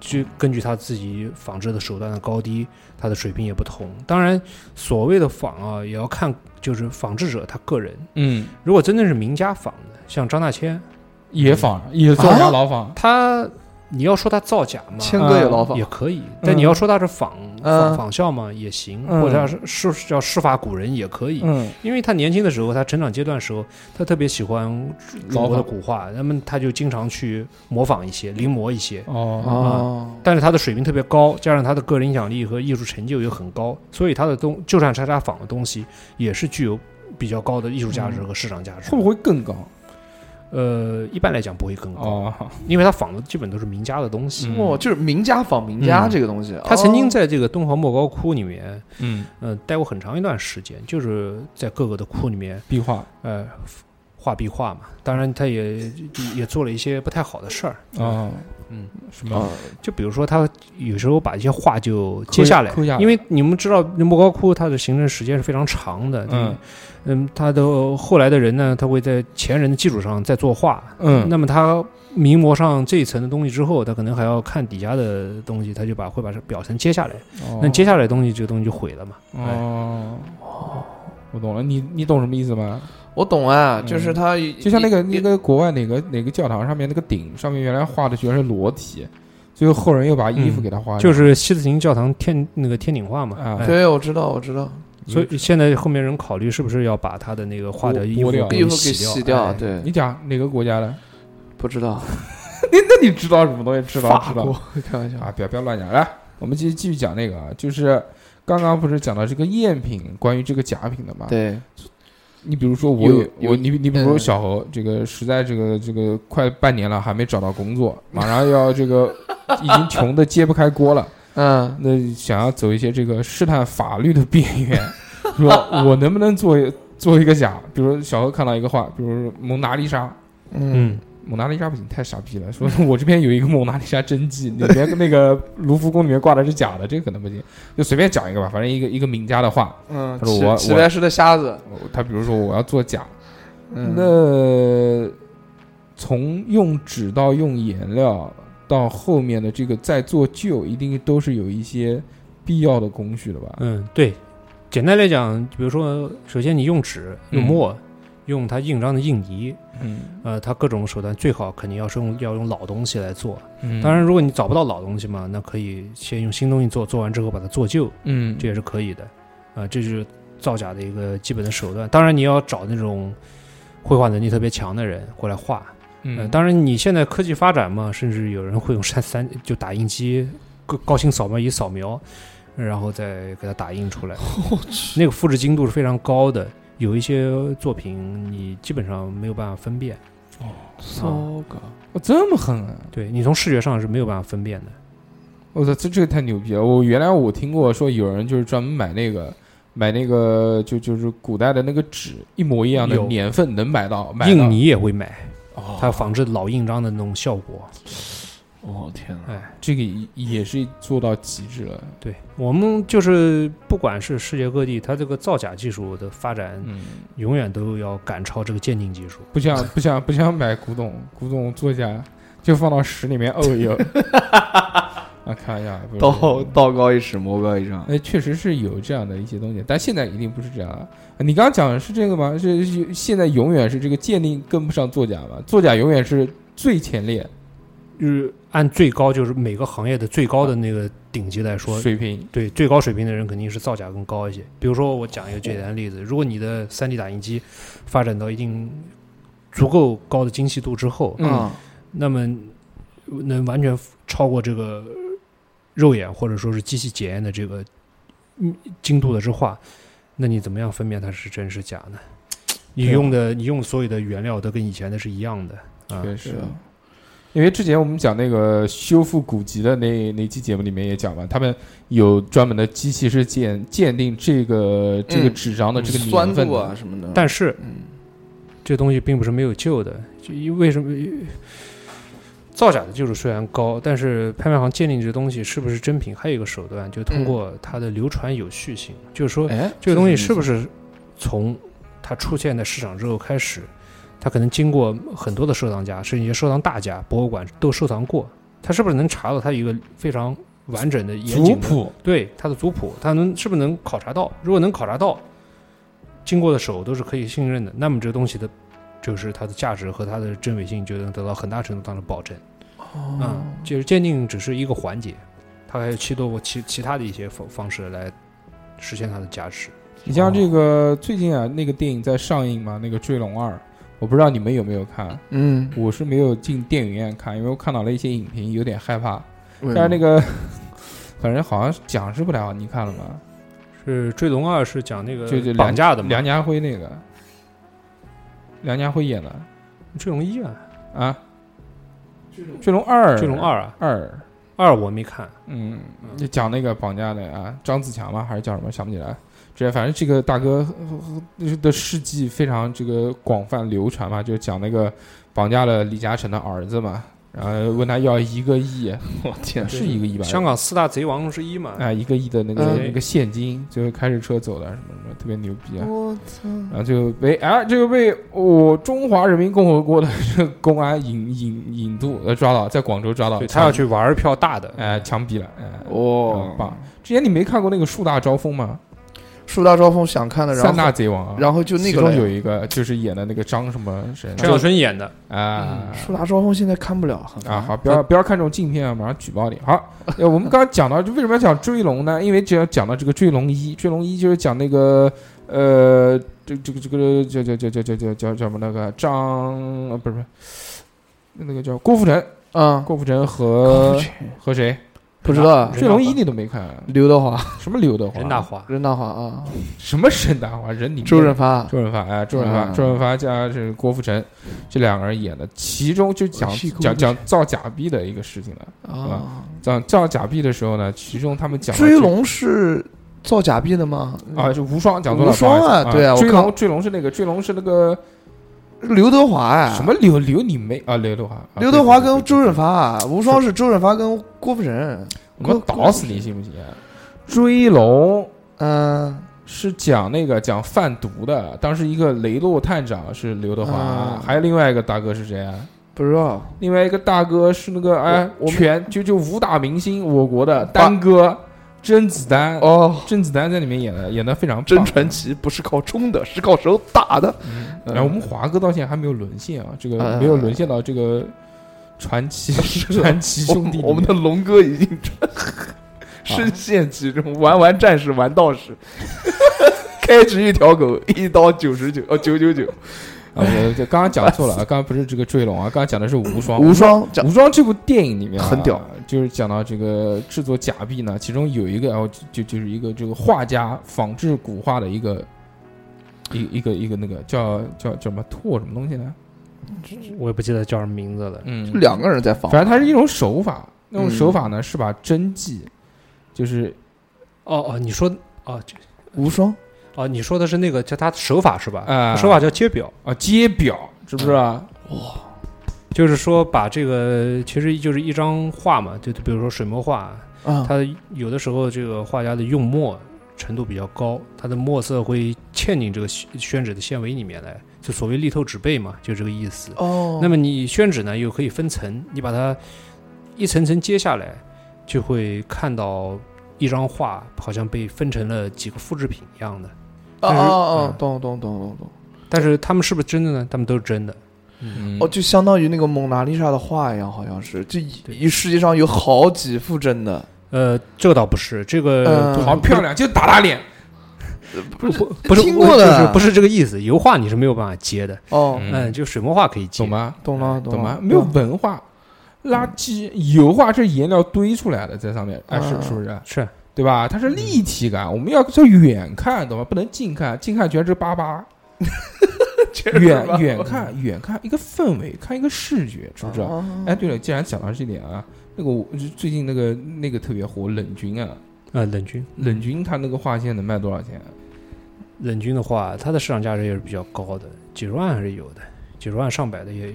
[SPEAKER 3] 就根据他自己仿制的手段的高低，他的水平也不同。当然，所谓的仿啊，也要看就是仿制者他个人。
[SPEAKER 1] 嗯
[SPEAKER 3] 如果真的是名家仿的，像张大千，
[SPEAKER 1] 也仿也造假老仿，
[SPEAKER 3] 他你要说他造假嘛，
[SPEAKER 2] 谦哥也牢
[SPEAKER 1] 哦
[SPEAKER 2] 房
[SPEAKER 3] 也，可以，但你要说它是仿、仿仿效嘛，也行，
[SPEAKER 1] 嗯
[SPEAKER 3] 或者是是叫师法古人也可以，
[SPEAKER 1] 嗯，
[SPEAKER 3] 因为他年轻的时候，他成长阶段的时候，他特别喜欢中
[SPEAKER 1] 老
[SPEAKER 3] 国的
[SPEAKER 1] 仿
[SPEAKER 3] 古画，那么他就经常去模仿一些，临摹一些。
[SPEAKER 1] 哦，
[SPEAKER 2] 哦，
[SPEAKER 3] 但是他的水平特别高，加上他的个人影响力和艺术成就又很高，所以他的东就算是他仿的东西，也是具有比较高的艺术价值和市场价值。
[SPEAKER 1] 嗯会不会更高？
[SPEAKER 3] 呃，一般来讲不会更高，
[SPEAKER 1] 哦，
[SPEAKER 3] 因为他仿的基本都是名家的东西。
[SPEAKER 1] 嗯
[SPEAKER 2] 哦，就是名家仿名家
[SPEAKER 3] 嗯
[SPEAKER 2] 这个东西，
[SPEAKER 3] 他曾经
[SPEAKER 2] 哦
[SPEAKER 3] 在这个敦煌莫高窟里面，
[SPEAKER 1] 嗯，
[SPEAKER 3] 呃，待过很长一段时间，就是在各个的窟里面，
[SPEAKER 1] 壁画
[SPEAKER 3] 呃，画壁画嘛。当然，他也也做了一些不太好的事儿，
[SPEAKER 1] 啊，
[SPEAKER 3] 嗯，
[SPEAKER 1] 什
[SPEAKER 2] 哦
[SPEAKER 1] 么
[SPEAKER 3] 就比如说他有时候把一些画就揭下来，
[SPEAKER 1] 抠下来
[SPEAKER 3] 因为你们知道莫高窟它的形成时间是非常长的，
[SPEAKER 1] 嗯
[SPEAKER 3] 嗯，他的后来的人呢，他会在前人的基础上再作画，
[SPEAKER 1] 嗯
[SPEAKER 3] 那么他临摹上这一层的东西之后，他可能还要看底下的东西，他就把会把这表层揭下来，
[SPEAKER 1] 哦
[SPEAKER 3] 那接下来的东西这个东西就毁了嘛，
[SPEAKER 1] 哦，我懂了，你你懂什么意思吗？
[SPEAKER 2] 我懂啊，就是
[SPEAKER 1] 嗯
[SPEAKER 2] 他
[SPEAKER 1] 就像那个
[SPEAKER 2] 一
[SPEAKER 1] 那个国外哪个哪个教堂上面那个顶上面原来画的全是裸体，最后后人又把衣服给他画上，
[SPEAKER 3] 就是西斯廷教堂天那个天顶画嘛，
[SPEAKER 1] 啊
[SPEAKER 3] 哎
[SPEAKER 2] 对，我知道，我知道，
[SPEAKER 3] 所以现在后面人考虑是不是要把他的那个画的
[SPEAKER 1] 剥
[SPEAKER 3] 衣服
[SPEAKER 1] 剥掉
[SPEAKER 2] 衣服给
[SPEAKER 3] 洗
[SPEAKER 2] 洗掉，
[SPEAKER 3] 哎
[SPEAKER 2] 对，
[SPEAKER 1] 你讲哪个国家的？
[SPEAKER 2] 不知道，
[SPEAKER 1] 你那你知道什么东西？知道
[SPEAKER 2] 法
[SPEAKER 1] 知道
[SPEAKER 2] 国，开玩笑，
[SPEAKER 1] 啊！不要不要乱讲，来，我们继续继续讲那个啊，就是刚刚不是讲到这个赝品，关于这个假品的嘛？
[SPEAKER 2] 对，
[SPEAKER 1] 你比如说我有
[SPEAKER 2] 有
[SPEAKER 1] 我你你比如说
[SPEAKER 2] 嗯
[SPEAKER 1] 小侯，这个实在这个这个快半年了还没找到工作，马上要这个已经穷的揭不开锅了，
[SPEAKER 2] 嗯，
[SPEAKER 1] 那想要走一些这个试探法律的边缘，说我能不能做一做一个假？比如小何看到一个画，比如说蒙娜丽莎，
[SPEAKER 2] 嗯
[SPEAKER 3] 嗯，
[SPEAKER 1] 蒙娜丽莎不行，太傻逼了。 说我这边有一个蒙娜丽莎真迹，里面那个卢浮宫里面挂的是假的，这个可能不行。就随便讲一个吧，反正一个一个名家的画，
[SPEAKER 2] 嗯，
[SPEAKER 1] 他说我
[SPEAKER 2] 齐齐
[SPEAKER 1] 我
[SPEAKER 2] 白石的瞎子，
[SPEAKER 1] 我他比如说我要做假，
[SPEAKER 2] 嗯
[SPEAKER 1] 那从用纸到用颜料到后面的这个再做旧，一定都是有一些必要的工序的吧？
[SPEAKER 3] 嗯，对，简单来讲，比如说，首先你用纸、用墨、用它印章的印泥，
[SPEAKER 1] 嗯
[SPEAKER 3] 呃，它各种手段最好肯定要是用要用老东西来做。
[SPEAKER 1] 嗯
[SPEAKER 3] 当然，如果你找不到老东西嘛，那可以先用新东西做，做完之后把它做旧，
[SPEAKER 1] 嗯
[SPEAKER 3] 这也是可以的。啊、这是造假的一个基本的手段。当然，你要找那种绘画能力特别强的人过来画。呃
[SPEAKER 1] 嗯，
[SPEAKER 3] 当然，你现在科技发展嘛，甚至有人会用三三就打印机高高清扫描仪扫描，然后再给它打印出来。那个复制精度是非常高的，有一些作品你基本上没有办法分辨。
[SPEAKER 2] 糟糕，
[SPEAKER 1] 我这么狠啊！
[SPEAKER 3] 对你从视觉上是没有办法分辨的。
[SPEAKER 1] 我操，这这个太牛逼了！我原来我听过说有人就是专门买那个。买那个就就是古代的那个纸，一模一样的
[SPEAKER 3] 有
[SPEAKER 1] 年份能买到，买到哦
[SPEAKER 3] 印泥也会买，它仿制老印章的那种效果。
[SPEAKER 2] 我天哪，
[SPEAKER 1] 这个也也是做到极致了。
[SPEAKER 3] 对我们就是不管是世界各地，它这个造假技术的发展，
[SPEAKER 1] 嗯，
[SPEAKER 3] 永远都要赶超这个鉴定技术。
[SPEAKER 1] 不想不想不想买古董，古董作家就放到屎里面沤 一沤。啊，开玩笑，不是
[SPEAKER 4] 道道高一尺，魔高一丈。
[SPEAKER 1] 哎，确实是有这样的一些东西，但现在一定不是这样了。啊你刚刚讲的是这个吗？是是现在永远是这个鉴定跟不上作假吧？作假永远是最前列
[SPEAKER 3] 就是按最高，就是每个行业的最高的那个顶级来说，
[SPEAKER 1] 水平。
[SPEAKER 3] 对最高水平的人肯定是造假更高一些。比如说，我讲一个简单的例
[SPEAKER 1] 嗯
[SPEAKER 3] 子，如果你的 3D 打印机发展到一定足够高的精细度之后，
[SPEAKER 2] 嗯，
[SPEAKER 3] 那么能完全超过这个肉眼或者说是机器检验的这个嗯精度的之画，那你怎么样分辨它是真是假呢？
[SPEAKER 1] 啊
[SPEAKER 3] 你用的你用所有的原料都跟以前的是一样的，啊
[SPEAKER 1] 确实
[SPEAKER 2] 是啊，
[SPEAKER 1] 因为之前我们讲那个修复古籍的那那期节目里面也讲嘛，他们有专门的机器是鉴鉴定这个这个
[SPEAKER 2] 嗯
[SPEAKER 1] 纸张的这个
[SPEAKER 2] 酸
[SPEAKER 1] 年份
[SPEAKER 2] 度
[SPEAKER 1] 的
[SPEAKER 2] 啊什么的，
[SPEAKER 3] 但是
[SPEAKER 2] 嗯
[SPEAKER 3] 这东西并不是没有救的，就因为什么？造假的技术虽然高，但是拍卖行鉴定这东西是不是真品，还有一个手段，就通过
[SPEAKER 1] 嗯
[SPEAKER 3] 它的流传有序性，就是说
[SPEAKER 2] 哎，
[SPEAKER 3] 这个东西
[SPEAKER 2] 什
[SPEAKER 3] 是
[SPEAKER 2] 么
[SPEAKER 3] 不
[SPEAKER 2] 意思
[SPEAKER 3] 是从它出现在市场之后开始，它可能经过很多的收藏家，甚至一些收藏大家、博物馆都收藏过，它是不是能查到它一个非常完整的、严
[SPEAKER 1] 族
[SPEAKER 3] 谨的
[SPEAKER 1] 谱，
[SPEAKER 3] 对它的族谱，它能是不是能考察到？如果能考察到，经过的手都是可以信任的，那么这个东西的，就是它的价值和它的真伪性就能得到很大程度上的保证。哦，嗯，就是鉴定只是一个环节，它还有其多其其他的一些方方式来实现它的价值。
[SPEAKER 1] 你像
[SPEAKER 3] 哦
[SPEAKER 1] 这个最近啊，那个电影在上映嘛，那个《追龙二》，我不知道你们有没有看，
[SPEAKER 2] 嗯，
[SPEAKER 1] 我是没有进电影院看，因为我看到了一些影评，有点害怕。
[SPEAKER 2] 但
[SPEAKER 1] 但是那个，反正好像讲是不太好，你看了吗？
[SPEAKER 3] 是《追龙二》是讲那个
[SPEAKER 1] 就就
[SPEAKER 3] 绑架的嘛？
[SPEAKER 1] 梁家辉那个，梁家辉演的，
[SPEAKER 3] 坠龙一啊，
[SPEAKER 1] 啊，坠龙二，
[SPEAKER 3] 坠龙二啊，
[SPEAKER 1] 二，
[SPEAKER 3] 二我没看，
[SPEAKER 1] 嗯，就讲那个绑架的啊，张子强吗？还是叫什么？想不起来。这反正这个大哥呃的事迹非常这个广泛流传嘛，就讲那个绑架了李嘉诚的儿子嘛，然后问他要一个亿，
[SPEAKER 2] 我天，
[SPEAKER 1] 是一个亿吧？
[SPEAKER 3] 香港四大贼王之一嘛，
[SPEAKER 1] 啊，一个亿的那个、
[SPEAKER 2] 嗯
[SPEAKER 1] 那个现金，最后开着车走了，什么什么特别牛逼啊！
[SPEAKER 2] 我操！
[SPEAKER 1] 然后就被啊，这个被我、中华人民共和国的这个公安引引引渡呃抓到，在广州抓到，
[SPEAKER 3] 对他要去玩票大的，
[SPEAKER 1] 哎、枪毙了，哎、
[SPEAKER 2] 哦
[SPEAKER 1] 很，棒！之前你没看过那个树大招风吗？
[SPEAKER 2] 树大招风想看的，然
[SPEAKER 1] 三
[SPEAKER 2] 后
[SPEAKER 1] 大贼王啊，
[SPEAKER 2] 然后就那
[SPEAKER 1] 其
[SPEAKER 2] 个
[SPEAKER 1] 中
[SPEAKER 2] 了
[SPEAKER 1] 有
[SPEAKER 2] 呀。
[SPEAKER 1] 一个就是演的那个张什么谁
[SPEAKER 3] 陈小春演的，
[SPEAKER 1] 啊
[SPEAKER 2] 嗯树大招风现在看不了，很
[SPEAKER 1] 啊，
[SPEAKER 2] 烦
[SPEAKER 1] 好，不要不要看这种镜片啊，马上举报你。好，呃我们刚刚讲到，就为什么要讲追龙呢？因为只要讲到这个追龙一，追龙一就是讲那个呃，这这个这个叫叫叫叫叫叫叫叫什么那个张呃不是不是，那个叫郭富城，
[SPEAKER 2] 嗯，呃
[SPEAKER 1] 郭富城和和谁？
[SPEAKER 2] 不知 道啊
[SPEAKER 3] 任
[SPEAKER 1] 追
[SPEAKER 3] 达
[SPEAKER 1] 龙一你都没看，啊
[SPEAKER 2] 刘德华、
[SPEAKER 1] 什么刘德华？
[SPEAKER 3] 任达华，
[SPEAKER 2] 任达华啊，
[SPEAKER 1] 什么沈大华？人你
[SPEAKER 2] 周润发，啊
[SPEAKER 1] 周润发，哎，周润发，
[SPEAKER 4] 嗯
[SPEAKER 1] 周润发加这个郭富城，这两个人演的，其中就讲
[SPEAKER 2] 我是一个
[SPEAKER 1] 讲讲造假币的一个事情了。
[SPEAKER 2] 啊，
[SPEAKER 1] 讲造假币的时候呢，其中他们讲了
[SPEAKER 2] 追龙是造假币的吗？
[SPEAKER 1] 这啊，就无双讲错了，
[SPEAKER 2] 无双啊
[SPEAKER 1] 不好意思
[SPEAKER 2] 对啊
[SPEAKER 1] 啊，
[SPEAKER 2] 我
[SPEAKER 1] 追
[SPEAKER 2] 看
[SPEAKER 1] 龙追龙是那个追龙是那个
[SPEAKER 2] 刘德华哎，
[SPEAKER 1] 什么刘刘你妹啊，刘德华，啊
[SPEAKER 2] 刘德华跟周润，
[SPEAKER 1] 对对对对
[SPEAKER 2] 发啊，无双是周润发跟郭富城。
[SPEAKER 1] 对我们
[SPEAKER 2] 郭
[SPEAKER 1] 搞死你信不啊信？追龙
[SPEAKER 2] 嗯，
[SPEAKER 1] 是讲那个讲贩毒的，当时一个雷洛探长是刘德华
[SPEAKER 2] 啊，
[SPEAKER 1] 还有另外一个大哥是谁啊？
[SPEAKER 2] 不知道。
[SPEAKER 1] 另外一个大哥是那个哎，
[SPEAKER 2] 我们
[SPEAKER 1] 全就就武打明星，我国的丹哥甄子丹。
[SPEAKER 2] 哦，
[SPEAKER 1] 甄子丹在里面演的演的非常棒
[SPEAKER 2] 真传奇不是靠冲的，是靠手打的。哎
[SPEAKER 1] 然后我们华哥到现在还没有沦陷啊，这个
[SPEAKER 2] 嗯
[SPEAKER 1] 没有沦陷到这个传 奇传奇兄弟里面
[SPEAKER 2] 我们的龙哥已经啊深陷其中，玩完战士玩道士， 开局一条狗，一刀九十九，哦九九 九，
[SPEAKER 1] 啊，我这刚刚讲错了，啊，刚刚不是这个追龙啊，刚刚讲的是无双。
[SPEAKER 2] 无双讲
[SPEAKER 1] 无双这部电影里面、啊、
[SPEAKER 2] 很屌，
[SPEAKER 1] 就是讲到这个制作假币呢，其中有一个啊，就就就是一个这个画家仿制古画的一个一一个一个那个叫叫叫什么拓什么东西呢？
[SPEAKER 3] 我也不记得叫什么名字了，
[SPEAKER 1] 嗯，
[SPEAKER 2] 两个人在防
[SPEAKER 1] 反，正它是一种手法，那种
[SPEAKER 2] 嗯
[SPEAKER 1] 手法呢、是把真迹，就是
[SPEAKER 3] 哦哦，你说哦这
[SPEAKER 2] 无双
[SPEAKER 3] 哦，你说的是那个叫他手法是吧？
[SPEAKER 1] 啊
[SPEAKER 3] 手法叫揭表，
[SPEAKER 1] 啊揭表，知不知道？
[SPEAKER 2] 啊
[SPEAKER 3] 就是说把这个其实就是一张画嘛，就比如说水墨画，
[SPEAKER 1] 嗯
[SPEAKER 2] 啊，
[SPEAKER 3] 它有的时候这个画家的用墨程度比较高，它的墨色会嵌进这个宣宣纸的纤维里面来，就所谓力透纸背嘛，就这个意思。
[SPEAKER 2] 哦
[SPEAKER 3] 那么你宣纸呢，又可以分层，你把它一层层揭下来，就会看到一张画好像被分成了几个复制品一样的。
[SPEAKER 2] 哦
[SPEAKER 3] 但是
[SPEAKER 2] 哦
[SPEAKER 3] 嗯，
[SPEAKER 2] 懂懂懂懂懂，
[SPEAKER 3] 但是他们是不是真的呢？他们都是真的。
[SPEAKER 1] 嗯
[SPEAKER 2] 哦，就相当于那个蒙娜丽莎的画一样，好像是，就一一世界上有好几幅真的，
[SPEAKER 3] 呃，这个倒不是，这个、
[SPEAKER 2] 嗯
[SPEAKER 1] 好漂亮，就打打脸。
[SPEAKER 3] 不是不是
[SPEAKER 2] 听
[SPEAKER 3] 我
[SPEAKER 2] 过的
[SPEAKER 3] 就是不是这个意思。油画你是没有办法接的，
[SPEAKER 2] 哦，
[SPEAKER 1] 嗯
[SPEAKER 3] 嗯，就水墨画可以接
[SPEAKER 1] 懂。吗？
[SPEAKER 2] 懂啊了嗯
[SPEAKER 1] 懂吗
[SPEAKER 2] 了，？
[SPEAKER 1] 没有文化，垃圾油画是颜料堆出来的，在上面，哎，是
[SPEAKER 2] 啊
[SPEAKER 1] 是不是？
[SPEAKER 3] 是，
[SPEAKER 1] 对吧？它是立体感，我们要从远看，懂吗？不能近看，近看全是巴巴。远远看，远看一个氛围，看一个视觉，知不知道？
[SPEAKER 2] 啊
[SPEAKER 1] 哎，对了，既然讲到这点啊，那个我最近那个那个特别火，冷军啊，
[SPEAKER 3] 呃，冷军，
[SPEAKER 1] 冷军他那个画现在能卖多少钱啊？
[SPEAKER 3] 冷军的话，它的市场价值也是比较高的，几十万还是有的，几十万上百的也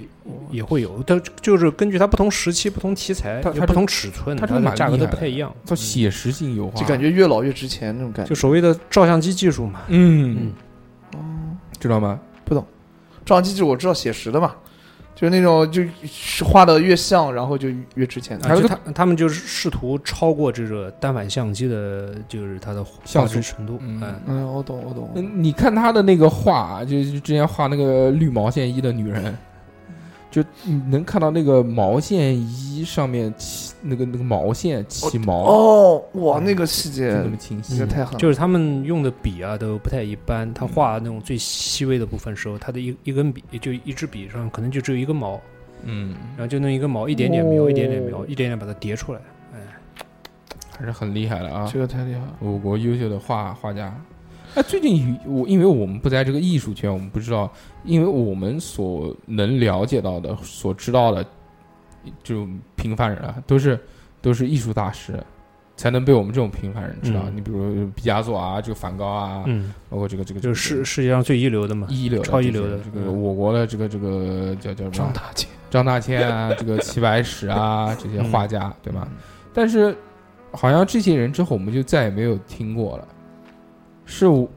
[SPEAKER 3] 也会有。它就是根据它不同时期、不同题材、
[SPEAKER 1] 它它
[SPEAKER 3] 有不同尺寸，
[SPEAKER 1] 它这
[SPEAKER 3] 它
[SPEAKER 1] 个蛮
[SPEAKER 3] 的价格
[SPEAKER 1] 厉
[SPEAKER 3] 都
[SPEAKER 1] 害
[SPEAKER 3] 不太
[SPEAKER 1] 的
[SPEAKER 3] 一样。嗯
[SPEAKER 1] 叫写实性油画，
[SPEAKER 2] 就感觉越老越值钱那种感觉
[SPEAKER 3] 就。所谓的照相机技术嘛，
[SPEAKER 1] 嗯
[SPEAKER 3] 嗯，
[SPEAKER 1] 知道吗？
[SPEAKER 2] 哦照相机就是我知道写实的嘛，就是那种就是画的越像，然后就越值钱。
[SPEAKER 1] 哎
[SPEAKER 3] 啊、就他他们就是试图超过这个单反相机的，就是它的
[SPEAKER 1] 像
[SPEAKER 3] 画
[SPEAKER 1] 素
[SPEAKER 3] 质程度。
[SPEAKER 1] 嗯
[SPEAKER 3] 嗯，
[SPEAKER 2] 嗯，我懂，我懂。
[SPEAKER 1] 嗯，你看他的那个画，就是之前画那个绿毛线衣的女人，就你能看到那个毛线衣上面起那个那个毛线起毛，
[SPEAKER 2] 哦，哇，那个细节
[SPEAKER 1] 就那么清
[SPEAKER 2] 细
[SPEAKER 1] 晰
[SPEAKER 2] 节。太狠了。
[SPEAKER 3] 就是他们用的笔啊都不太一般，他画那种最细微的部分时候，他的一一根笔就一支笔上可能就只有一根毛，
[SPEAKER 1] 嗯，
[SPEAKER 3] 然后就弄一根毛一点点描，
[SPEAKER 2] 哦
[SPEAKER 3] 一点点描，一点点把它叠出来。哎，
[SPEAKER 1] 还是很厉害的啊！
[SPEAKER 2] 这个太厉害了。
[SPEAKER 1] 我国优秀的画画家，哎，最近有我因为我们不在这个艺术圈，我们不知道，因为我们所能了解到的、所知道的，就平凡人啊，都是都是艺术大师，才能被我们这种平凡人知道。
[SPEAKER 3] 嗯
[SPEAKER 1] 你比如毕加索啊，这个梵高啊，
[SPEAKER 3] 嗯，
[SPEAKER 1] 包括这个这个
[SPEAKER 3] 就是世世界上最一流的嘛，
[SPEAKER 1] 一流的
[SPEAKER 3] 超一
[SPEAKER 1] 这
[SPEAKER 3] 流
[SPEAKER 1] 些
[SPEAKER 3] 的
[SPEAKER 1] 这个
[SPEAKER 3] 嗯
[SPEAKER 1] 我国的这个这个叫叫什么啊
[SPEAKER 2] 张大千，
[SPEAKER 1] 张大千啊，这个齐白石啊，这些画家，对吧？但是好像这些人之后，我们就再也没有听过了，是我，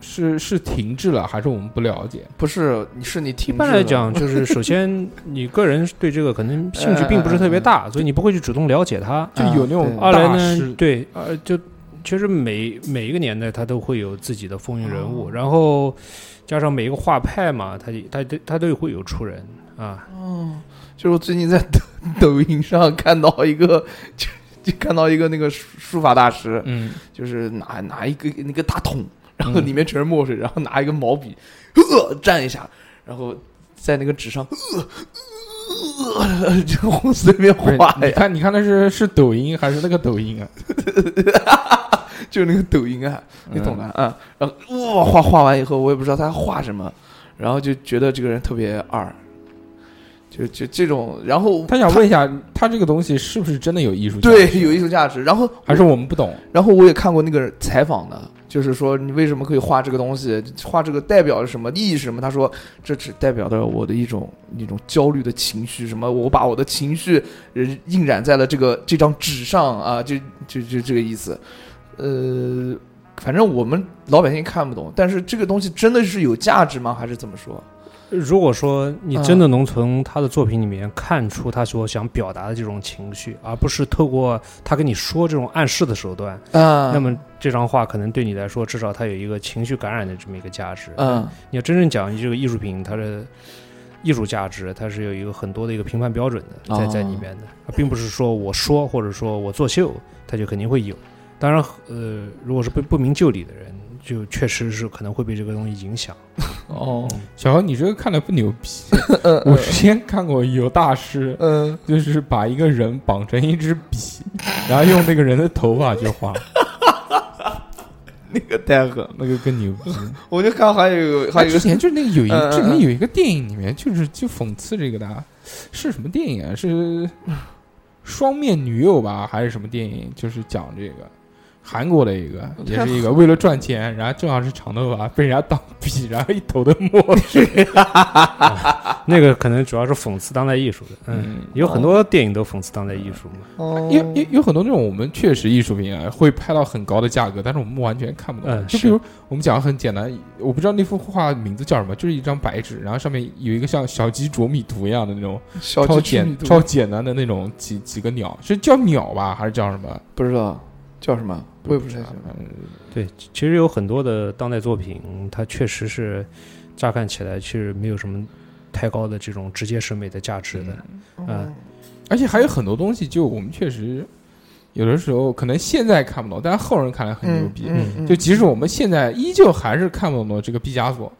[SPEAKER 1] 是是停滞了，还是我们不了解？
[SPEAKER 2] 不是，你是你
[SPEAKER 3] 一
[SPEAKER 2] 停滞
[SPEAKER 3] 般
[SPEAKER 2] 了
[SPEAKER 3] 来 讲， 就是首先你个人对这个可能兴趣并不是特别大，所以你不会去主动了解它。
[SPEAKER 1] 就有那种
[SPEAKER 2] 嗯
[SPEAKER 3] 二来
[SPEAKER 1] 大师
[SPEAKER 3] 呢，对，呃，就其实每每一个年代它都会有自己的风云人物，然后加上每一个画派嘛，它它都它都会有出人啊，
[SPEAKER 2] 哦，就是我最近在抖抖音上看到一个，就就看到一个那个书书法大师，
[SPEAKER 1] 嗯，
[SPEAKER 2] 就是拿拿一个那个大桶，然后
[SPEAKER 1] 嗯
[SPEAKER 2] 里面全是墨水，然后拿一个毛笔，呃，蘸一下，然后在那个纸上，呃， 呃就随便
[SPEAKER 1] 不是
[SPEAKER 2] 画
[SPEAKER 1] 你
[SPEAKER 2] 哎呀，
[SPEAKER 1] 看，你看那是是抖音还是那个抖音啊？
[SPEAKER 2] 就是那个抖音啊，你懂的
[SPEAKER 1] 嗯
[SPEAKER 2] 啊。然后哇，画画完以后，我也不知道他画什么，然后就觉得这个人特别二，就就这种，然后
[SPEAKER 1] 他想问一下，他这个东西是不是真的有艺术价值？
[SPEAKER 2] 对有艺术价值，然后
[SPEAKER 1] 还是我们不懂？
[SPEAKER 2] 然后我也看过那个采访的，就是说你为什么可以画这个东西，画这个代表是什么意义是什么？他说这只代表着我的一种一种焦虑的情绪，什么我把我的情绪呃印染在了这个这张纸上啊，就就就这个意思。呃，反正我们老百姓看不懂，但是这个东西真的是有价值吗？还是怎么说？
[SPEAKER 3] 如果说你真
[SPEAKER 2] 嗯
[SPEAKER 3] 的能从他的作品里面看出他所想表达的这种情绪，而不是透过他跟你说这种暗示的手段，
[SPEAKER 2] 啊
[SPEAKER 3] 那么这张画可能对你来说，至少它有一个情绪感染的这么一个价值。
[SPEAKER 2] 嗯
[SPEAKER 3] 你要真正讲这个艺术品，它的艺术价值，它是有一个很多的一个评判标准的在
[SPEAKER 2] 哦
[SPEAKER 3] 在里面的，而并不是说我说或者说我作秀，它就肯定会有。当然，呃，如果是不不明就里的人，就确实是可能会被这个东西影响。
[SPEAKER 2] 哦
[SPEAKER 1] 小何，你这个看的不牛逼。
[SPEAKER 2] 嗯
[SPEAKER 1] 我之前看过有大师，
[SPEAKER 2] 嗯
[SPEAKER 1] 就是把一个人绑成一支笔，然后用那个人的头发去画，
[SPEAKER 2] 那个太狠，
[SPEAKER 1] 那个更牛逼。
[SPEAKER 2] 我就看还有
[SPEAKER 1] 他
[SPEAKER 2] 还
[SPEAKER 1] 哎
[SPEAKER 2] 有一
[SPEAKER 1] 之
[SPEAKER 2] 个
[SPEAKER 1] 前就那个有一
[SPEAKER 2] 嗯嗯
[SPEAKER 1] 之前
[SPEAKER 2] 嗯
[SPEAKER 1] 有一个电影里面就是就讽刺这个的，啊是什么电影啊？是双面女友吧，还是什么电影？就是讲这个。韩国的一个
[SPEAKER 2] 哦
[SPEAKER 1] 也是一个，为了赚钱，然后正好是长头发，被人家当笔，然后一头的墨水。
[SPEAKER 3] 那个可能主要是讽刺当代艺术的，嗯，
[SPEAKER 1] 嗯，
[SPEAKER 3] 有很多电影都讽刺当代艺术嘛，
[SPEAKER 2] 哦
[SPEAKER 1] 有有有很多那种我们确实艺术品啊，会拍到很高的价格，但是我们完全看不懂。
[SPEAKER 3] 嗯
[SPEAKER 1] 就是比如我们讲的很简单，我不知道那幅画名字叫什么，就是一张白纸，然后上面有一个像小鸡啄米图一样的那种
[SPEAKER 2] 小
[SPEAKER 1] 超
[SPEAKER 2] 鸡吃米
[SPEAKER 1] 简
[SPEAKER 2] 多
[SPEAKER 1] 超简单的那种几几个鸟，是叫鸟吧，还是叫什么？
[SPEAKER 2] 不知道叫什么，我也不太清楚。
[SPEAKER 3] 对，其实有很多的当代作品，它确实是乍看起来是没有什么太高的这种直接审美的价值的，嗯
[SPEAKER 1] 而且还有很多东西，就我们确实有的时候可能现在看不懂，但是后人看来很牛逼。
[SPEAKER 2] 嗯嗯
[SPEAKER 1] 就即使我们现在依旧还是看不懂这个毕加索，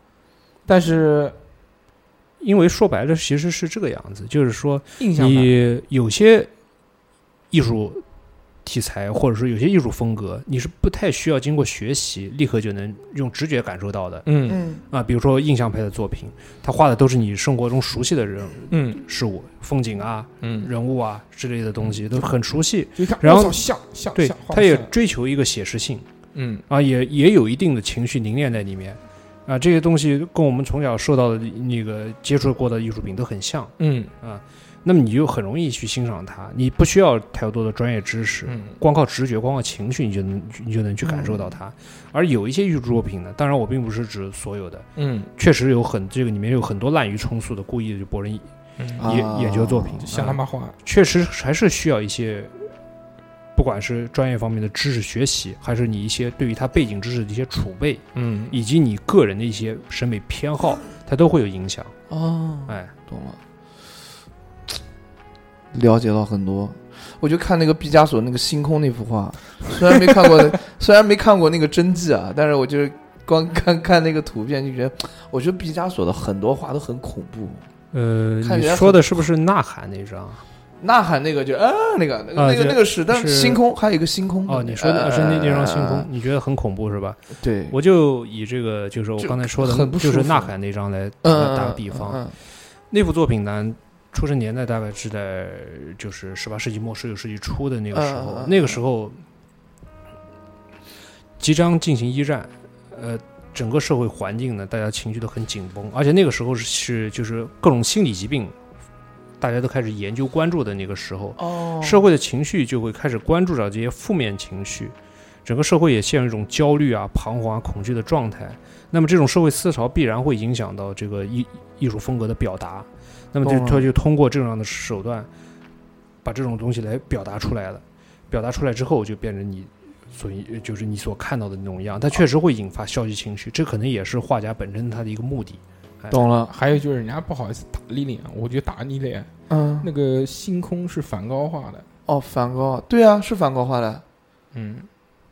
[SPEAKER 1] 但是
[SPEAKER 3] 因为说白了其实是这个样子，就是说
[SPEAKER 1] 印象呢
[SPEAKER 3] 你有些艺术题材或者说有些艺术风格，你是不太需要经过学习，立刻就能用直觉感受到的
[SPEAKER 1] 嗯
[SPEAKER 2] 嗯
[SPEAKER 3] 啊。比如说印象派的作品，他画的都是你生活中熟悉的人
[SPEAKER 1] 嗯
[SPEAKER 3] 事物、风景啊、
[SPEAKER 1] 嗯，
[SPEAKER 3] 人物啊之类的东西，都很熟悉。
[SPEAKER 1] 就一看，
[SPEAKER 3] 然后
[SPEAKER 1] 我操像像
[SPEAKER 3] 对
[SPEAKER 1] 像，画
[SPEAKER 3] 他也
[SPEAKER 1] 像
[SPEAKER 3] 追求一个写实性
[SPEAKER 1] 嗯
[SPEAKER 3] 啊，也也有一定的情绪凝练在里面啊。这些东西跟我们从小受到的那个接触过的艺术品都很像。
[SPEAKER 1] 嗯
[SPEAKER 3] 那么你就很容易去欣赏它，你不需要太多的专业知识，
[SPEAKER 1] 嗯
[SPEAKER 3] 光靠直觉，光靠情绪，你就能你就能去感受到它。而有一些艺术作品呢，当然我并不是指所有的，
[SPEAKER 1] 嗯
[SPEAKER 3] 确实有很这个里面有很多滥竽充数的、故意的就博人眼、
[SPEAKER 1] 嗯，
[SPEAKER 2] 啊
[SPEAKER 3] 眼球作品，
[SPEAKER 1] 像
[SPEAKER 3] 啊
[SPEAKER 1] 他妈画，
[SPEAKER 3] 确实还是需要一些，不管是专业方面的知识学习，还是你一些对于它背景知识的一些储备，
[SPEAKER 1] 嗯
[SPEAKER 3] 以及你个人的一些审美偏好，它都会有影响。
[SPEAKER 2] 哦，
[SPEAKER 3] 哎，
[SPEAKER 2] 懂了，了解到很多。我就看那个毕加索那个星空那幅画，虽然没看 过，虽然没看过那个真迹啊，但是我就是光 看看那个图片就觉得，我觉得毕加索的很多画都很恐怖。
[SPEAKER 3] 呃，
[SPEAKER 2] 看
[SPEAKER 3] 你
[SPEAKER 2] 起来很
[SPEAKER 3] 说的是不是《呐喊》那张？
[SPEAKER 2] 呐喊那个就啊那个那个
[SPEAKER 3] 啊
[SPEAKER 2] 那个
[SPEAKER 3] 就
[SPEAKER 2] 那个是，但
[SPEAKER 3] 是
[SPEAKER 2] 星空还有一个星空
[SPEAKER 3] 哦，你说的是那地方星
[SPEAKER 2] 呃
[SPEAKER 3] 空，你觉得很恐怖是吧？
[SPEAKER 2] 对，
[SPEAKER 3] 我就以这个就是我
[SPEAKER 2] 就
[SPEAKER 3] 刚才说的
[SPEAKER 2] 很，不舒
[SPEAKER 3] 就
[SPEAKER 2] 服
[SPEAKER 3] 是《呐喊》那张来
[SPEAKER 2] 嗯
[SPEAKER 3] 打个比方，啊
[SPEAKER 2] 嗯嗯
[SPEAKER 3] 那部作品呢，出生年代大概是在就是十八世纪末十九世纪初的那个时候，
[SPEAKER 2] 嗯嗯嗯
[SPEAKER 3] 那个时候即将进行一战，呃，整个社会环境呢，大家情绪都很紧绷，而且那个时候是是就是各种心理疾病，大家都开始研究关注的那个时候，
[SPEAKER 2] 哦，
[SPEAKER 3] 社会的情绪就会开始关注到这些负面情绪，整个社会也陷入一种焦虑啊、彷徨啊、恐惧的状态。那么这种社会思潮必然会影响到这个艺艺术风格的表达，那么就
[SPEAKER 2] 懂了
[SPEAKER 3] 他就通过这样的手段，把这种东西来表达出来了。表达出来之后，就变成你所以就是你所看到的那种样，它确实会引发消极情绪，这可能也是画家本身他的一个目的。
[SPEAKER 2] 懂了，
[SPEAKER 1] 啊还有就是人家不好意思打你脸，我就打你脸。
[SPEAKER 2] 嗯，
[SPEAKER 1] 那个星空是梵高画的，
[SPEAKER 2] 哦，梵高，对啊，是梵高画的，
[SPEAKER 1] 嗯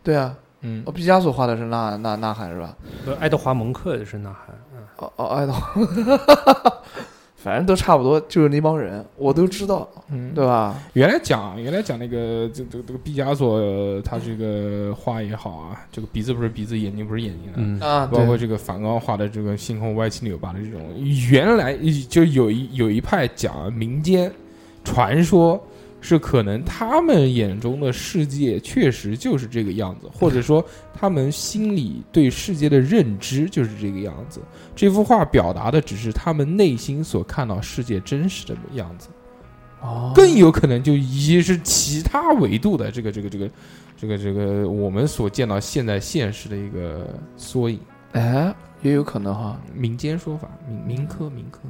[SPEAKER 2] 对啊，
[SPEAKER 1] 嗯
[SPEAKER 2] 哦，，毕加索画的是呐呐呐喊是吧？
[SPEAKER 3] 不是爱德华·蒙克就是呐喊，嗯
[SPEAKER 2] 哦哦，爱豆， 反正都差不多，就是那帮人，我都知道，
[SPEAKER 1] 嗯，
[SPEAKER 2] 对吧？
[SPEAKER 1] 原来讲原来讲那个这这这个毕加索，呃他这个画也好啊，这个鼻子不是鼻子，眼睛不是眼睛的。
[SPEAKER 3] 嗯
[SPEAKER 2] 啊，
[SPEAKER 1] 包括
[SPEAKER 2] 对，
[SPEAKER 1] 这个梵高画的这个星空歪七扭八的这种，原来就有一有一派讲民间传说是可能他们眼中的世界确实就是这个样子，或者说他们心里对世界的认知就是这个样子。这幅画表达的只是他们内心所看到世界真实的样子，
[SPEAKER 2] 哦
[SPEAKER 1] 更有可能就一是其他维度的这个这个这个这个这个我们所见到现在现实的一个缩影。
[SPEAKER 2] 哎，也有可能哈，
[SPEAKER 1] 民间说法，民民科民科，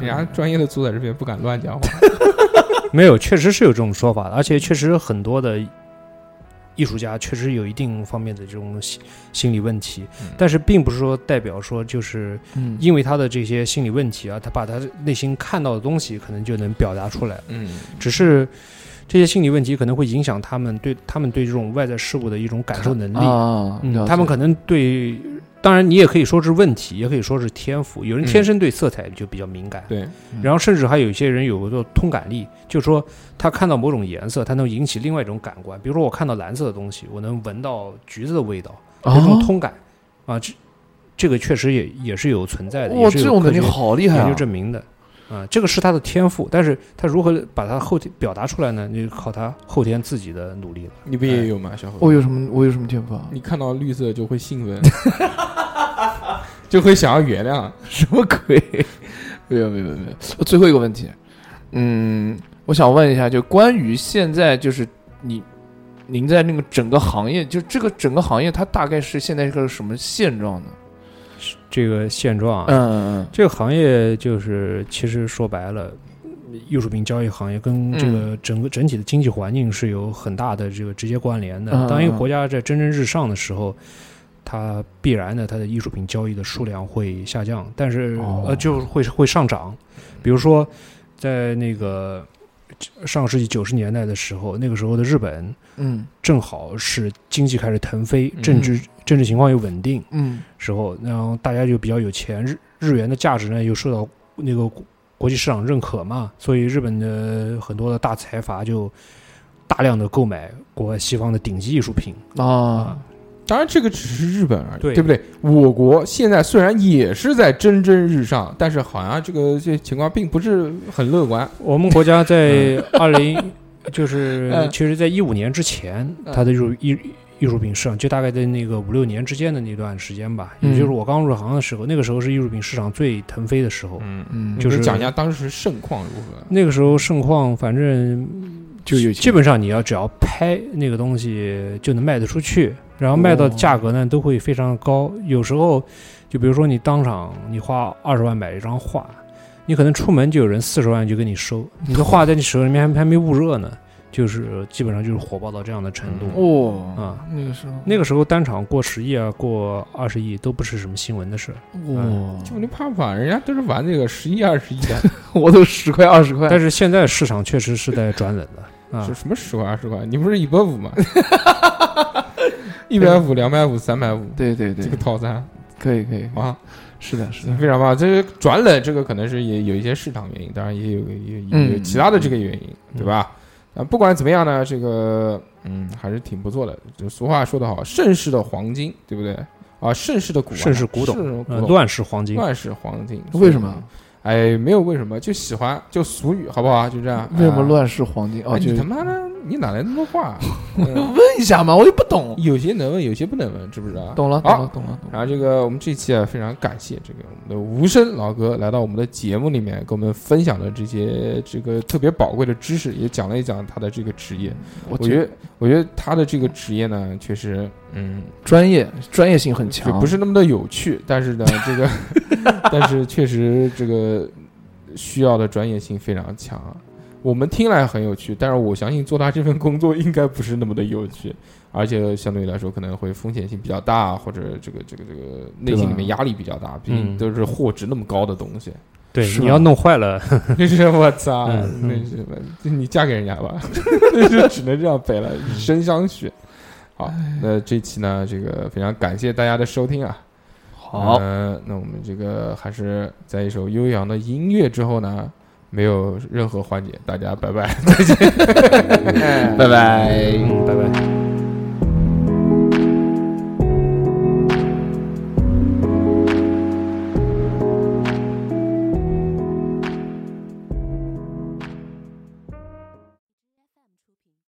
[SPEAKER 1] 人家专业的坐在这边不敢乱讲话。
[SPEAKER 3] 没有，确实是有这种说法的，而且确实很多的艺术家确实有一定方面的这种心心理问题，但是并不是说代表说就是
[SPEAKER 2] 嗯
[SPEAKER 3] 因为他的这些心理问题啊，他把他内心看到的东西可能就能表达出来，
[SPEAKER 1] 嗯，
[SPEAKER 3] 只是这些心理问题可能会影响他们对他们对这种外在事物的一种感受能力，
[SPEAKER 2] 啊，了
[SPEAKER 3] 嗯，
[SPEAKER 2] 解
[SPEAKER 3] 他们可能对。当然，你也可以说是问题，也可以说是天赋。有人
[SPEAKER 2] 嗯
[SPEAKER 3] 天生对色彩就比较敏感，
[SPEAKER 1] 对，
[SPEAKER 3] 然后甚至还有一些人有个叫通感力，就是说他看到某种颜色，他能引起另外一种感官。比如说我看到蓝色的东西，我能闻到橘子的味道，有这种
[SPEAKER 2] 哦，
[SPEAKER 3] 通感啊，这这个确实也也是有存在的，
[SPEAKER 2] 哇，
[SPEAKER 3] 也是
[SPEAKER 2] 这
[SPEAKER 3] 有
[SPEAKER 2] 种
[SPEAKER 3] 科
[SPEAKER 2] 能力
[SPEAKER 3] 学
[SPEAKER 2] 好厉害
[SPEAKER 3] 研究
[SPEAKER 2] 啊！
[SPEAKER 3] 证明的啊，这个是他的天赋，但是他如何把他后天表达出来呢？就靠他后天自己的努力了。
[SPEAKER 1] 你不也有吗，小
[SPEAKER 2] 我
[SPEAKER 1] 伙？
[SPEAKER 2] 有什么我有什么天赋啊？
[SPEAKER 1] 哎哦你看到绿色就会兴 奋，就会想要原谅。
[SPEAKER 2] 什么鬼？没有没有没有没有。最后一个问题，嗯，我想问一下，就关于现在就是你您在那个整个行业，就这个整个行业，它大概是现在是个什么现状呢？
[SPEAKER 3] 这个现状啊，
[SPEAKER 2] 嗯嗯
[SPEAKER 3] 这个行业就是其实说白了。艺术品交易行业跟这个
[SPEAKER 2] 嗯
[SPEAKER 3] 整个整体的经济环境是有很大的这个直接关联的
[SPEAKER 2] 嗯。
[SPEAKER 3] 当一个国家在蒸蒸日上的时候，它必然的它的艺术品交易的数量会下降，但是
[SPEAKER 2] 哦
[SPEAKER 3] 呃就会会上涨。比如说，在那个上世纪九十年代的时候，那个时候的日本
[SPEAKER 2] 嗯
[SPEAKER 3] 正好是经济开始腾飞，
[SPEAKER 1] 嗯
[SPEAKER 3] 政治政治情况又稳定，
[SPEAKER 2] 嗯
[SPEAKER 3] 时候，然后大家就比较有钱，日日元的价值呢又受到那个国国际市场认可嘛，所以日本的很多的大财阀就大量的购买国外西方的顶级艺术品
[SPEAKER 2] 嗯啊，
[SPEAKER 1] 当然，这个只是日本而已，
[SPEAKER 3] 对
[SPEAKER 1] 对不对？我国现在虽然也是在蒸蒸日上，但是好像这个这情况并不是很乐观。
[SPEAKER 3] 我们国家在二零，就是
[SPEAKER 2] 嗯
[SPEAKER 3] 其实，在一五年之前，
[SPEAKER 2] 嗯
[SPEAKER 3] 它的艺术艺艺术品市场就大概在那个五六年之间的那段时间吧，
[SPEAKER 2] 嗯
[SPEAKER 3] 也就是我刚入行的时候，那个时候是艺术品市场最腾飞的时候。
[SPEAKER 1] 嗯，
[SPEAKER 2] 嗯
[SPEAKER 3] 就是
[SPEAKER 1] 讲一下当时盛况如何。
[SPEAKER 3] 那个时候盛况，反正
[SPEAKER 2] 就有
[SPEAKER 3] 基本上你要只要拍那个东西就能卖得出去，然后卖到价格呢都会非常高。有时候，就比如说你当场你花二十万买一张画，你可能出门就有人四十万就跟你收，你的画在你手里面还还没捂热呢，就是基本上就是火爆到这样的程度
[SPEAKER 2] 哦
[SPEAKER 1] 嗯
[SPEAKER 3] 啊。
[SPEAKER 2] 那个时候
[SPEAKER 3] 那个时候单场过十亿啊，过二十亿都不是什么新闻的事儿，
[SPEAKER 2] 哇，
[SPEAKER 1] 就你怕不怕？人家都是玩这个十一二十一的，
[SPEAKER 2] 我都十块二十块，
[SPEAKER 3] 但是现在市场确实是在转冷的啊
[SPEAKER 1] 是。什么十块二十块？你不是一百五 吗？一百五、两百五、三百五，
[SPEAKER 2] 对对
[SPEAKER 1] 这
[SPEAKER 2] 对
[SPEAKER 1] 个，套餐
[SPEAKER 2] 可以可以，
[SPEAKER 1] 啊，
[SPEAKER 2] 是的，是的，
[SPEAKER 1] 非常棒。这个转冷这个可能是也有一些市场原因，当然也有也也有
[SPEAKER 2] 嗯
[SPEAKER 1] 其他的这个原因，对吧？啊，不管怎么样呢，这个嗯还是挺不错的。就俗话说得好，盛世的黄金，对不对？啊，盛世的古玩，
[SPEAKER 3] 盛世古董
[SPEAKER 1] 世古
[SPEAKER 3] 呃，
[SPEAKER 1] 董，
[SPEAKER 3] 乱世黄金，
[SPEAKER 1] 乱世黄金，
[SPEAKER 2] 为什么？
[SPEAKER 1] 哎，没有为什么，就喜欢，就俗语，好不好？就这样。
[SPEAKER 2] 为什么
[SPEAKER 1] 啊？
[SPEAKER 2] 乱世黄金？哦，
[SPEAKER 1] 哎
[SPEAKER 2] 就
[SPEAKER 1] 你他
[SPEAKER 2] 问
[SPEAKER 1] 妈的，你哪来那么多话 啊？嗯
[SPEAKER 2] 一下嘛，我又不懂。
[SPEAKER 1] 有些能问，有些不能问，知不知道？
[SPEAKER 2] 懂了，
[SPEAKER 1] 好
[SPEAKER 2] 懂了，懂了，懂了。
[SPEAKER 1] 然后这个我们这期啊，非常感谢这个我们的无声老哥来到我们的节目里面，跟我们分享了这些这个特别宝贵的知识，也讲了一讲他的这个职业。
[SPEAKER 2] 我
[SPEAKER 1] 我觉得，我觉得他的这个职业呢，确实，嗯，
[SPEAKER 2] 专业专业性很
[SPEAKER 1] 就
[SPEAKER 2] 强，
[SPEAKER 1] 不是那么的有趣，但是呢，这个， 但是确实这个需要的专业性非常强。我们听来很有趣，但是我相信做他这份工作应该不是那么的有趣，而且相对来说可能会风险性比较大，或者这个这个这个内心里面压力比较大，毕竟
[SPEAKER 3] 嗯
[SPEAKER 1] 都是货值那么高的东西。
[SPEAKER 3] 对，
[SPEAKER 2] 是
[SPEAKER 3] 你
[SPEAKER 2] 吧
[SPEAKER 3] 要弄坏了，
[SPEAKER 1] 那是我操，
[SPEAKER 3] 嗯
[SPEAKER 1] 那是 就你嫁给人家吧，那就只能这样背了，以身相许。好，那这期呢，这个非常感谢大家的收听啊，
[SPEAKER 2] 好，
[SPEAKER 1] 呃，那我们这个还是在一首悠扬的音乐之后呢，没有任何环节，大家拜拜。
[SPEAKER 4] 拜拜。
[SPEAKER 3] 嗯